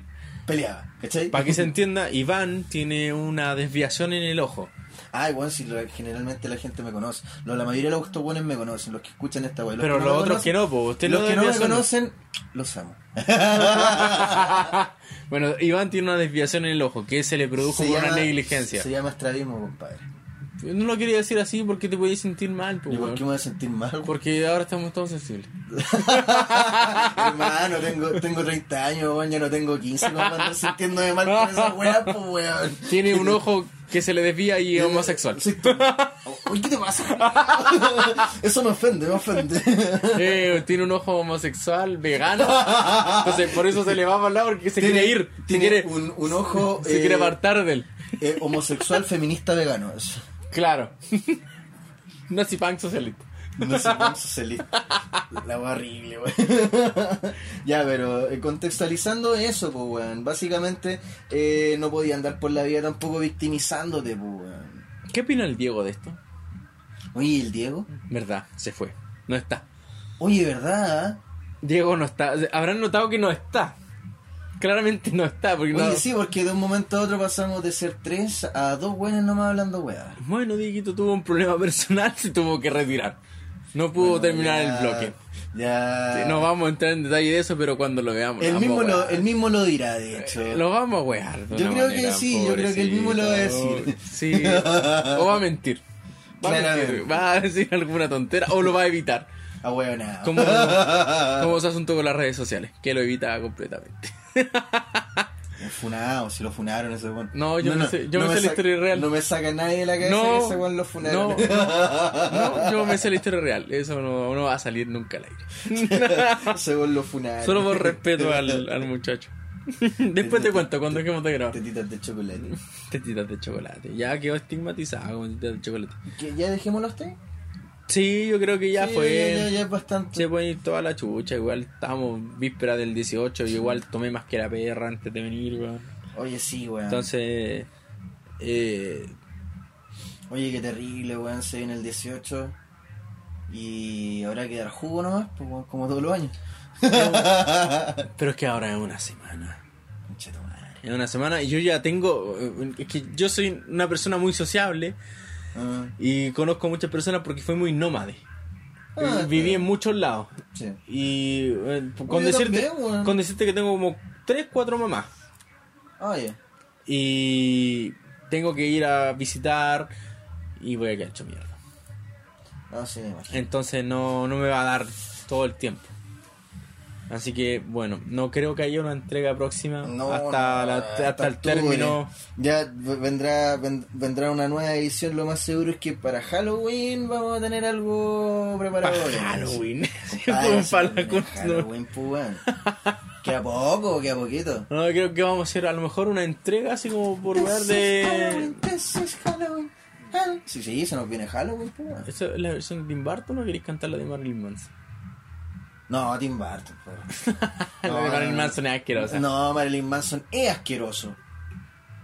[SPEAKER 6] Peleaba, ¿cachai?
[SPEAKER 8] Para que se entienda, Iván tiene una desviación en el ojo.
[SPEAKER 6] Ay, bueno, Ah, si lo- generalmente la gente me conoce. Lo- la mayoría de los buenos me conocen, los que escuchan esta weá.
[SPEAKER 8] Pero
[SPEAKER 6] que
[SPEAKER 8] los
[SPEAKER 6] me
[SPEAKER 8] otros que no, po, usted
[SPEAKER 6] Los
[SPEAKER 8] no
[SPEAKER 6] que no me
[SPEAKER 8] desvía solo.
[SPEAKER 6] conocen, los amo.
[SPEAKER 8] bueno, Iván tiene una desviación en el ojo que se le produjo
[SPEAKER 6] Se
[SPEAKER 8] por
[SPEAKER 6] llama-
[SPEAKER 8] una negligencia.
[SPEAKER 6] Se llama estrabismo, compadre.
[SPEAKER 8] No lo quería decir así porque te podías sentir mal, po,
[SPEAKER 6] ¿Y por
[SPEAKER 8] weón.
[SPEAKER 6] qué me voy a sentir mal, weón?
[SPEAKER 8] porque ahora estamos todos sensibles.
[SPEAKER 6] Hermano, tengo, tengo 30 años, weón, ya no tengo 15, ¿cómo ando sintiéndome mal con esa weá, pues, weón?
[SPEAKER 8] Tiene un ojo que se le desvía y es homosexual.
[SPEAKER 6] Sí, tú. Uy, ¿qué te pasa? Eso me ofende, me ofende.
[SPEAKER 8] Eh, tiene un ojo homosexual, vegano. Entonces, por eso se le va a hablar porque se quiere ir. Se
[SPEAKER 6] Tiene
[SPEAKER 8] quiere,
[SPEAKER 6] un, un ojo
[SPEAKER 8] se
[SPEAKER 6] eh,
[SPEAKER 8] quiere apartar de él.
[SPEAKER 6] eh, homosexual, feminista, vegano. Eso.
[SPEAKER 8] Claro. Nazi punk socialista.
[SPEAKER 6] No sé cómo se le- La wea horrible, weón. ya, pero eh, contextualizando eso, pues, weón. Básicamente, eh, no podía andar por la vida tampoco victimizándote, pues, weón.
[SPEAKER 8] ¿Qué opina el Diego de esto?
[SPEAKER 6] Oye, ¿y el Diego?
[SPEAKER 8] Verdad, se fue. No está.
[SPEAKER 6] Oye, ¿verdad?
[SPEAKER 8] Diego no está. Habrán notado que no está. Claramente no está, porque no.
[SPEAKER 6] Oye, sí, porque de un momento a otro pasamos de ser tres a dos buenas nomás hablando weas.
[SPEAKER 8] Bueno, Dieguito tuvo un problema personal, se tuvo que retirar. No pudo terminar
[SPEAKER 6] Ya,
[SPEAKER 8] el bloque.
[SPEAKER 6] Ya.
[SPEAKER 8] Sí, No vamos a entrar en detalle de eso, pero cuando lo veamos.
[SPEAKER 6] el,
[SPEAKER 8] vamos
[SPEAKER 6] mismo
[SPEAKER 8] a
[SPEAKER 6] lo,
[SPEAKER 8] wear.
[SPEAKER 6] el mismo lo dirá, de hecho.
[SPEAKER 8] Lo vamos a wear. de
[SPEAKER 6] Yo
[SPEAKER 8] una
[SPEAKER 6] creo
[SPEAKER 8] manera,
[SPEAKER 6] que sí, yo creo que el mismo lo va a
[SPEAKER 8] pobrecito.
[SPEAKER 6] decir.
[SPEAKER 8] Sí. O va a mentir. Va a, mentir.
[SPEAKER 6] Claramente.
[SPEAKER 8] va a decir alguna tontera o lo va a evitar.
[SPEAKER 6] A huevonao.
[SPEAKER 8] Como,
[SPEAKER 6] Ah.
[SPEAKER 8] como su asunto con las redes sociales, que lo evita completamente.
[SPEAKER 6] Funado, si lo funaron ese weón.
[SPEAKER 8] No, yo me sé- yo me sé la
[SPEAKER 6] saca-
[SPEAKER 8] historia real.
[SPEAKER 6] No me saca nadie de la cabeza
[SPEAKER 8] No,
[SPEAKER 6] que ese weón lo funaron.
[SPEAKER 8] no, No, yo me sé la historia real, eso no, no va a salir nunca al aire.
[SPEAKER 6] ese weón lo funaron.
[SPEAKER 8] Solo por respeto al, al muchacho. Después te cuento cuando dejemos de grabar.
[SPEAKER 6] Tetitas de chocolate.
[SPEAKER 8] Tetitas de chocolate. Ya quedó estigmatizado con tetitas de chocolate.
[SPEAKER 6] ¿Que ¿Ya dejémoslo a usted?
[SPEAKER 8] Sí, yo creo que ya
[SPEAKER 6] Sí,
[SPEAKER 8] fue.
[SPEAKER 6] Ya, ya es bastante.
[SPEAKER 8] Se puede ir toda la chucha, igual estamos víspera del 18, yo igual tomé más que la perra antes de venir, weón.
[SPEAKER 6] Oye, sí, weón.
[SPEAKER 8] Entonces, eh,
[SPEAKER 6] Oye, qué terrible, weón. Se viene el 18. Y habrá que dar jugo nomás, pues, weón, como todos los años.
[SPEAKER 8] pero es que ahora es una semana.
[SPEAKER 6] Concha tu madre.
[SPEAKER 8] Es una semana y yo ya tengo, eh, es que yo soy una persona muy sociable
[SPEAKER 6] Ah,
[SPEAKER 8] y conozco muchas personas porque fui muy nómade.
[SPEAKER 6] Ah,
[SPEAKER 8] Eh, Viví en muchos lados.
[SPEAKER 6] sí.
[SPEAKER 8] Y eh, con,
[SPEAKER 6] yo
[SPEAKER 8] decirte,
[SPEAKER 6] también, weón.
[SPEAKER 8] con decirte que tengo como 3, 4 mamás.
[SPEAKER 6] Oye.
[SPEAKER 8] Y tengo que ir a visitar y voy a quedar hecho mierda.
[SPEAKER 6] No, sí, me imagino.
[SPEAKER 8] Entonces no, no me va a dar todo el tiempo. Así que bueno, no creo que haya una entrega próxima
[SPEAKER 6] No,
[SPEAKER 8] hasta,
[SPEAKER 6] no,
[SPEAKER 8] la- hasta el
[SPEAKER 6] octubre.
[SPEAKER 8] término.
[SPEAKER 6] Ya v- vendrá, ven- vendrá una nueva edición. Lo más seguro es que para Halloween vamos a tener algo preparado.
[SPEAKER 8] Para
[SPEAKER 6] weón.
[SPEAKER 8] Halloween.
[SPEAKER 6] Ah,
[SPEAKER 8] Como
[SPEAKER 6] sí,
[SPEAKER 8] para la
[SPEAKER 6] weón,
[SPEAKER 8] cons- no.
[SPEAKER 6] Halloween, pues, weón. Queda poco, queda poquito.
[SPEAKER 8] No, creo que vamos a hacer a lo mejor una entrega así como por lugar de.
[SPEAKER 6] This is Halloween. Hall- Sí, sí, se nos viene Halloween, pues, weón.
[SPEAKER 8] ¿Esa es la versión de Tim Burton o queréis cantar la de Marilyn Manson?
[SPEAKER 6] No, Tim Burton, pues.
[SPEAKER 8] la de Marilyn Manson es asquerosa.
[SPEAKER 6] No, Marilyn Manson es asqueroso.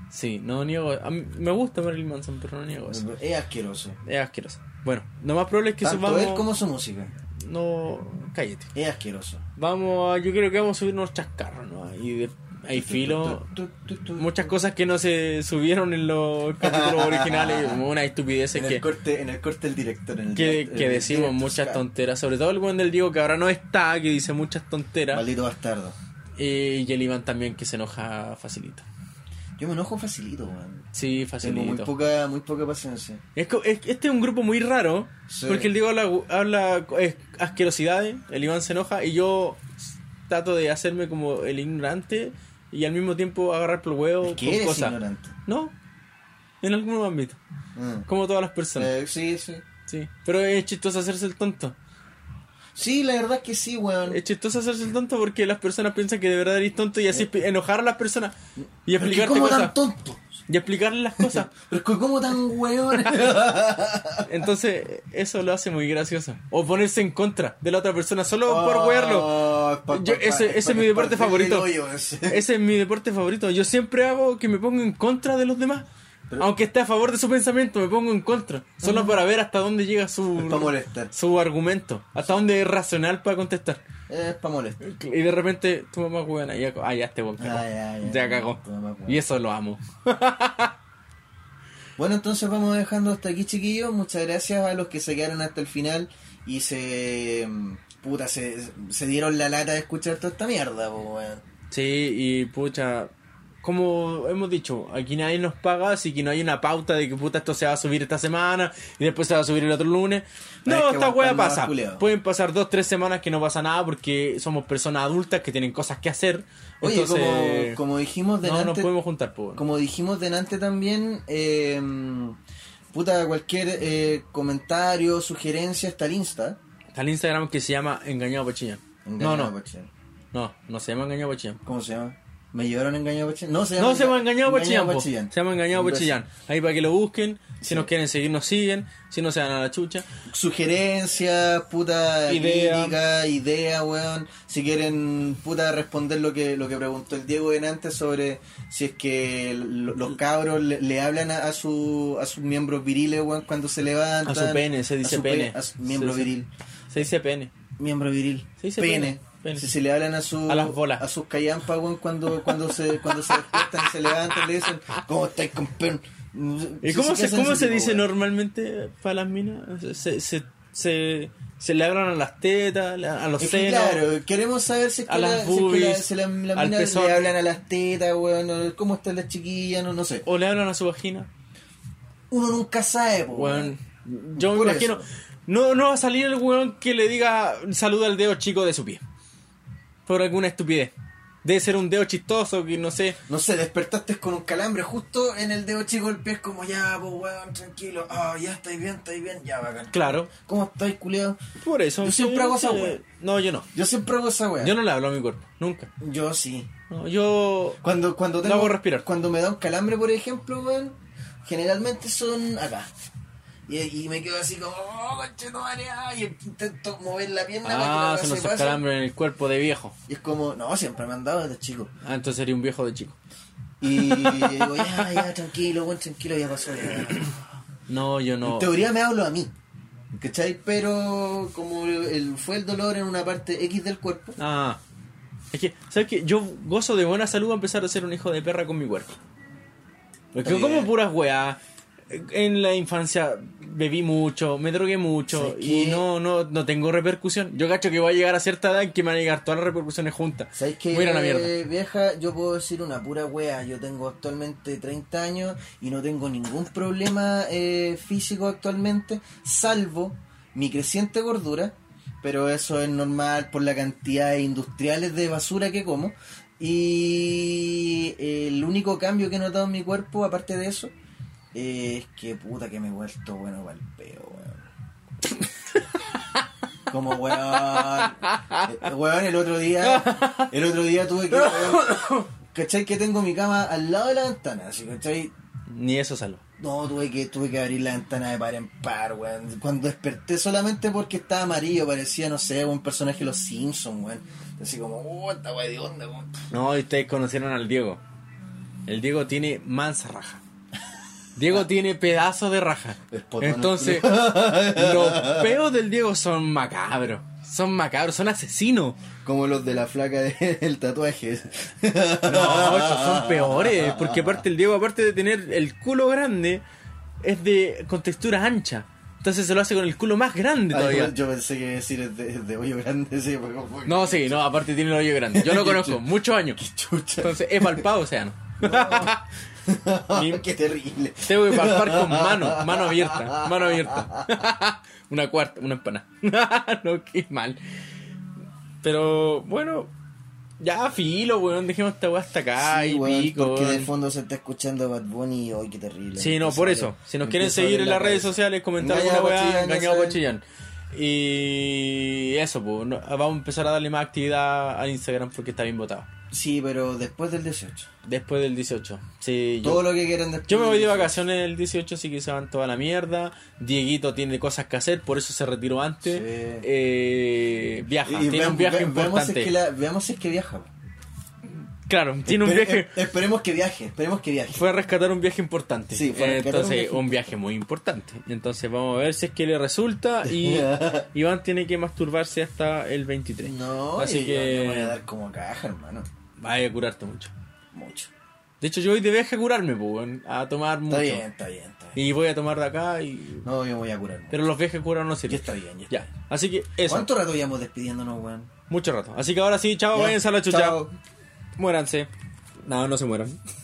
[SPEAKER 8] Sí, no niego. a mí- me gusta Marilyn Manson, pero no niego eso.
[SPEAKER 6] Es asqueroso.
[SPEAKER 8] Es asquerosa. Bueno, lo más probable es que
[SPEAKER 6] Tanto
[SPEAKER 8] subamos.
[SPEAKER 6] él como su música.
[SPEAKER 8] No, cállate.
[SPEAKER 6] Es asqueroso.
[SPEAKER 8] Vamos a, yo creo que vamos a subir unos chascarros, ¿no? Y de, ahí filo.
[SPEAKER 6] Tu, tu, tu, tu.
[SPEAKER 8] Muchas cosas que no se subieron en los capítulos originales, una estupidez
[SPEAKER 6] En
[SPEAKER 8] que,
[SPEAKER 6] el, corte, en el corte el director. En el
[SPEAKER 8] que,
[SPEAKER 6] direct-
[SPEAKER 8] que
[SPEAKER 6] el director
[SPEAKER 8] decimos muchas
[SPEAKER 6] Scott.
[SPEAKER 8] tonteras, sobre todo el buen del Diego que ahora no está, que dice muchas tonteras,
[SPEAKER 6] Maldito bastardo.
[SPEAKER 8] Eh, y el Iván también que se enoja facilito.
[SPEAKER 6] Yo me enojo facilito, weón.
[SPEAKER 8] Sí,
[SPEAKER 6] Tengo muy
[SPEAKER 8] facilito.
[SPEAKER 6] poca, muy poca paciencia.
[SPEAKER 8] Es co- es- este es un grupo muy raro,
[SPEAKER 6] Sí.
[SPEAKER 8] porque el Diego habla, habla, eh, asquerosidades, el Iván se enoja y yo trato de hacerme como el ignorante y al mismo tiempo agarrar por el huevo
[SPEAKER 6] Es que
[SPEAKER 8] por
[SPEAKER 6] eres
[SPEAKER 8] cosas.
[SPEAKER 6] ignorante.
[SPEAKER 8] No, en algunos ámbitos,
[SPEAKER 6] Mm.
[SPEAKER 8] como todas las personas.
[SPEAKER 6] Eh, sí, sí.
[SPEAKER 8] Sí, pero es chistoso hacerse el tonto.
[SPEAKER 6] Sí, la verdad es que sí, weón.
[SPEAKER 8] Es chistoso hacerse el tonto porque las personas piensan que de verdad eres tonto y así pi- enojar a las personas y
[SPEAKER 6] Pero es
[SPEAKER 8] explicarte
[SPEAKER 6] que como
[SPEAKER 8] cosas.
[SPEAKER 6] Eh. tan tonto.
[SPEAKER 8] Y explicarles las cosas.
[SPEAKER 6] Pero es que como tan weón.
[SPEAKER 8] Entonces, eso lo hace muy gracioso. O ponerse en contra de la otra persona solo por
[SPEAKER 6] Oh,
[SPEAKER 8] wearlo.
[SPEAKER 6] es pa-
[SPEAKER 8] Yo-
[SPEAKER 6] pa-
[SPEAKER 8] ese-
[SPEAKER 6] pa-
[SPEAKER 8] ese es
[SPEAKER 6] pa-
[SPEAKER 8] mi deporte
[SPEAKER 6] pa-
[SPEAKER 8] favorito.
[SPEAKER 6] el hoyo ese.
[SPEAKER 8] Ese es mi deporte favorito. Yo siempre hago que me pongo en contra de los demás. Aunque esté a favor de su pensamiento, me pongo en contra. Solo para ver hasta dónde llega su,
[SPEAKER 6] Mm. Es pa' molestar.
[SPEAKER 8] su argumento. Hasta dónde es racional para contestar.
[SPEAKER 6] Es para molestar.
[SPEAKER 8] Y de repente tu mamá buena ya, ah, ya este weón cagó.
[SPEAKER 6] Ah, ya, ya.
[SPEAKER 8] Ya cagó.
[SPEAKER 6] Tu mamá hueona.
[SPEAKER 8] Y eso lo amo.
[SPEAKER 6] Bueno, entonces vamos dejando hasta aquí, chiquillos. Muchas gracias a los que se quedaron hasta el final y se. mm, Puta, se, se dieron la lata de escuchar toda esta mierda, po, weón.
[SPEAKER 8] Sí, y pucha, como hemos dicho, aquí nadie nos paga, así que no hay una pauta de que puta esto se va a subir esta semana y después se va a subir el otro lunes.
[SPEAKER 6] Ah, es
[SPEAKER 8] No,
[SPEAKER 6] que
[SPEAKER 8] esta
[SPEAKER 6] aguantar
[SPEAKER 8] wea
[SPEAKER 6] más,
[SPEAKER 8] pasa.
[SPEAKER 6] culiao.
[SPEAKER 8] Pueden pasar dos, tres semanas que no pasa nada porque somos personas adultas que tienen cosas que hacer.
[SPEAKER 6] Oye, como,
[SPEAKER 8] entonces,
[SPEAKER 6] como dijimos
[SPEAKER 8] no
[SPEAKER 6] delante.
[SPEAKER 8] nos podemos juntar, po.
[SPEAKER 6] Como dijimos delante también, eh, puta, cualquier eh, comentario, sugerencia está al Insta.
[SPEAKER 8] Está el Instagram que se llama Engañado Pachillán. No,
[SPEAKER 6] Engañado
[SPEAKER 8] no,
[SPEAKER 6] Pachillán.
[SPEAKER 8] no, no se llama Engañado Pachillán.
[SPEAKER 6] ¿Cómo se llama? ¿Me llevaron engañado Pachillán? No, se
[SPEAKER 8] No, se hemos
[SPEAKER 6] llama
[SPEAKER 8] engañado por Chillán. po.
[SPEAKER 6] Pachillán.
[SPEAKER 8] Se hemos engañado
[SPEAKER 6] Un
[SPEAKER 8] por
[SPEAKER 6] beso.
[SPEAKER 8] Chillán. Ahí para que lo busquen. Si nos quieren seguir, nos siguen. Si no, se dan a la chucha.
[SPEAKER 6] Sugerencias, puta
[SPEAKER 8] Idea.
[SPEAKER 6] crítica, idea, weón. Si quieren, puta, responder lo que lo que preguntó el Diego delante sobre si es que lo- los cabros le, le hablan a, a su, a sus miembros viriles, weón, cuando se levantan.
[SPEAKER 8] A su pene, se dice
[SPEAKER 6] su
[SPEAKER 8] pene.
[SPEAKER 6] A su miembro
[SPEAKER 8] Se dice-
[SPEAKER 6] viril.
[SPEAKER 8] Se dice pene.
[SPEAKER 6] Miembro viril.
[SPEAKER 8] Se dice pene,
[SPEAKER 6] pene.
[SPEAKER 8] pene.
[SPEAKER 6] Si se le hablan a, su,
[SPEAKER 8] A las bolas.
[SPEAKER 6] a sus callampas, weón, cuando, cuando, se, cuando se despiertan y se levantan, le dicen, ¿cómo estáis, campeón?
[SPEAKER 8] ¿Y
[SPEAKER 6] Sí,
[SPEAKER 8] cómo
[SPEAKER 6] sí que
[SPEAKER 8] se,
[SPEAKER 6] hacen
[SPEAKER 8] cómo
[SPEAKER 6] ese
[SPEAKER 8] se
[SPEAKER 6] tipo,
[SPEAKER 8] dice
[SPEAKER 6] weón.
[SPEAKER 8] normalmente para las minas? Se, se, se, se le abran a las tetas, le- a los
[SPEAKER 6] Es que,
[SPEAKER 8] senos.
[SPEAKER 6] claro, queremos saber si es que
[SPEAKER 8] a
[SPEAKER 6] la-
[SPEAKER 8] las
[SPEAKER 6] si es que la-
[SPEAKER 8] boobies,
[SPEAKER 6] si la- las
[SPEAKER 8] al
[SPEAKER 6] minas
[SPEAKER 8] pezón.
[SPEAKER 6] le hablan a las tetas, weón, o cómo están las chiquillas, no, no sé.
[SPEAKER 8] O le hablan a su vagina.
[SPEAKER 6] Uno nunca sabe, po,
[SPEAKER 8] Weón.
[SPEAKER 6] weón.
[SPEAKER 8] Yo me
[SPEAKER 6] Mm, Por
[SPEAKER 8] imagino.
[SPEAKER 6] eso.
[SPEAKER 8] No, no va a salir el weón que le diga saluda al dedo chico de su pie. Por alguna estupidez. Debe ser un dedo chistoso que no sé.
[SPEAKER 6] No sé, despertaste con un calambre justo en el dedo chico del pie, es como ya, po, weón, tranquilo, ah, ya estáis bien, estáis bien, ya, bacán.
[SPEAKER 8] Claro.
[SPEAKER 6] ¿Cómo estáis, culiado?
[SPEAKER 8] Por eso.
[SPEAKER 6] Yo siempre hago esa
[SPEAKER 8] eh,
[SPEAKER 6] weá.
[SPEAKER 8] No, yo no.
[SPEAKER 6] Yo siempre hago esa weá.
[SPEAKER 8] Yo no le hablo a mi cuerpo. Nunca.
[SPEAKER 6] Yo sí.
[SPEAKER 8] No, yo.
[SPEAKER 6] Cuando, cuando
[SPEAKER 8] Lo
[SPEAKER 6] tengo,
[SPEAKER 8] hago respirar.
[SPEAKER 6] Cuando me da un calambre, por ejemplo, weón, generalmente son acá. Y, y me quedo así como, oh, conchetumare, ah", y intento mover la pierna para que la
[SPEAKER 8] Ah,
[SPEAKER 6] weá
[SPEAKER 8] son
[SPEAKER 6] se
[SPEAKER 8] los
[SPEAKER 6] pase.
[SPEAKER 8] calambres en el cuerpo de viejo.
[SPEAKER 6] Y es como, no, siempre me han dado desde chico.
[SPEAKER 8] Ah, entonces sería un viejo de chico.
[SPEAKER 6] Y digo, ya, ya, tranquilo, buen tranquilo, ya pasó. ya".
[SPEAKER 8] No, yo no.
[SPEAKER 6] En teoría me hablo a mí, ¿cachai? Pero como el- fue el dolor en una parte X del cuerpo,
[SPEAKER 8] Ah. Es que, ¿sabes qué? Yo gozo de buena salud a pesar de ser un hijo de perra con mi cuerpo. Porque
[SPEAKER 6] Está
[SPEAKER 8] como
[SPEAKER 6] bien.
[SPEAKER 8] puras weas. En la infancia bebí mucho, me drogué mucho
[SPEAKER 6] ¿Sabes
[SPEAKER 8] y
[SPEAKER 6] qué?
[SPEAKER 8] no, no, no tengo repercusión. Yo cacho que voy a llegar a cierta edad en que me van a llegar todas las repercusiones juntas.
[SPEAKER 6] ¿Sabes qué? Eh,
[SPEAKER 8] Voy a ir a la mierda.
[SPEAKER 6] Vieja, yo puedo decir una pura wea. Yo tengo actualmente 30 años y no tengo ningún problema eh, físico actualmente, salvo mi creciente gordura. Pero eso es normal por la cantidad de industriales de basura que como. Y el único cambio que he notado en mi cuerpo, aparte de eso, es que puta que me he vuelto bueno para el peo, weón. Como weón. Eh, Weón, el otro día. El otro día tuve que. weón, ¿Cachai? Que tengo mi cama al lado de la ventana. Así, ¿cachai?
[SPEAKER 8] Ni eso salvo.
[SPEAKER 6] No, tuve que, tuve que abrir la ventana de par en par, weón. Cuando desperté solamente porque estaba amarillo, parecía, no sé, un personaje de los Simpsons, weón. Así como, oh, esta weón de onda, weón.
[SPEAKER 8] No, y ustedes conocieron al Diego. El Diego tiene mansa raja. Diego tiene pedazos de raja.
[SPEAKER 6] Es potón,
[SPEAKER 8] Entonces,
[SPEAKER 6] el
[SPEAKER 8] los peos del Diego son macabros. Son macabros, son asesinos.
[SPEAKER 2] Como los de la flaca de- del tatuaje.
[SPEAKER 8] No, esos son peores. Porque aparte el Diego, aparte de tener el culo grande, es de con textura ancha. Entonces se lo hace con el culo más grande
[SPEAKER 2] Ay,
[SPEAKER 8] todavía.
[SPEAKER 2] igual yo pensé que iba a decir es de, es de hoyo grande, sí, porque fue-
[SPEAKER 8] No, sí, no, aparte tiene el hoyo grande. Yo lo conozco, muchos años.
[SPEAKER 2] Chucha,
[SPEAKER 8] Entonces es palpado, o sea, no. Mi-
[SPEAKER 2] qué terrible.
[SPEAKER 8] Tengo que palpar con mano, mano abierta, mano abierta. una cuarta, una empanada. no, qué mal. Pero bueno, ya filo, weón, dejemos esta weá hasta acá
[SPEAKER 6] Sí,
[SPEAKER 8] y
[SPEAKER 6] weón,
[SPEAKER 8] pico.
[SPEAKER 6] porque de
[SPEAKER 8] weón.
[SPEAKER 6] fondo se está escuchando Bad Bunny y hoy qué terrible.
[SPEAKER 8] Sí, no,
[SPEAKER 6] Empiezo
[SPEAKER 8] por
[SPEAKER 6] a-
[SPEAKER 8] eso. Si nos quieren
[SPEAKER 6] empiezo a
[SPEAKER 8] seguir
[SPEAKER 6] abrir
[SPEAKER 8] en
[SPEAKER 6] la
[SPEAKER 8] las redes
[SPEAKER 6] cabeza.
[SPEAKER 8] sociales, comentar
[SPEAKER 6] Engañado
[SPEAKER 8] alguna weá,
[SPEAKER 6] Cochillán, ya
[SPEAKER 8] engañado
[SPEAKER 6] saben.
[SPEAKER 8] Cochillán. Y eso, pues, no- vamos a empezar a darle más actividad al Instagram porque está bien votado.
[SPEAKER 6] Sí, pero después del 18.
[SPEAKER 8] Después del 18. Sí, yo-
[SPEAKER 6] Todo lo que quieran después.
[SPEAKER 8] Yo me voy de
[SPEAKER 6] del 18.
[SPEAKER 8] vacaciones el 18, así que se van toda la mierda. Dieguito tiene cosas que hacer, por eso se retiró antes.
[SPEAKER 6] Sí.
[SPEAKER 8] Eh, viaja,
[SPEAKER 6] Y
[SPEAKER 8] tiene
[SPEAKER 6] ve-
[SPEAKER 8] un viaje
[SPEAKER 6] ve- Veamos si
[SPEAKER 8] importante.
[SPEAKER 6] es que, la- veamos si es que viaja.
[SPEAKER 8] Claro, tiene un
[SPEAKER 6] Espere-
[SPEAKER 8] viaje.
[SPEAKER 6] e- esperemos que viaje, esperemos que viaje.
[SPEAKER 8] Fue a rescatar un viaje importante.
[SPEAKER 6] Sí, fue a rescatar
[SPEAKER 8] Entonces, un
[SPEAKER 6] un
[SPEAKER 8] viaje,
[SPEAKER 6] viaje
[SPEAKER 8] muy importante. Entonces, vamos a ver si es que le resulta. Y Iván tiene que masturbarse hasta el 23.
[SPEAKER 6] No,
[SPEAKER 8] así
[SPEAKER 6] yo- yo me voy a
[SPEAKER 8] que
[SPEAKER 6] dar como caja, hermano.
[SPEAKER 8] vaya a curarte mucho.
[SPEAKER 6] Mucho.
[SPEAKER 8] De hecho, yo voy de viaje a curarme, pues, weón, a tomar mucho.
[SPEAKER 6] Está bien, está bien, está bien.
[SPEAKER 8] Y voy a tomar de acá. y
[SPEAKER 6] No, yo voy a curar. mucho.
[SPEAKER 8] Pero los viajes curados no
[SPEAKER 6] Ya
[SPEAKER 8] sirven.
[SPEAKER 6] está bien, ya está
[SPEAKER 8] Ya. Así que eso.
[SPEAKER 6] ¿Cuánto rato llevamos despidiéndonos, weón?
[SPEAKER 8] Mucho rato. Así que ahora sí, chao,
[SPEAKER 6] Ya,
[SPEAKER 8] váyanse a la chucha.
[SPEAKER 6] chao.
[SPEAKER 8] Muéranse. No, no se mueran.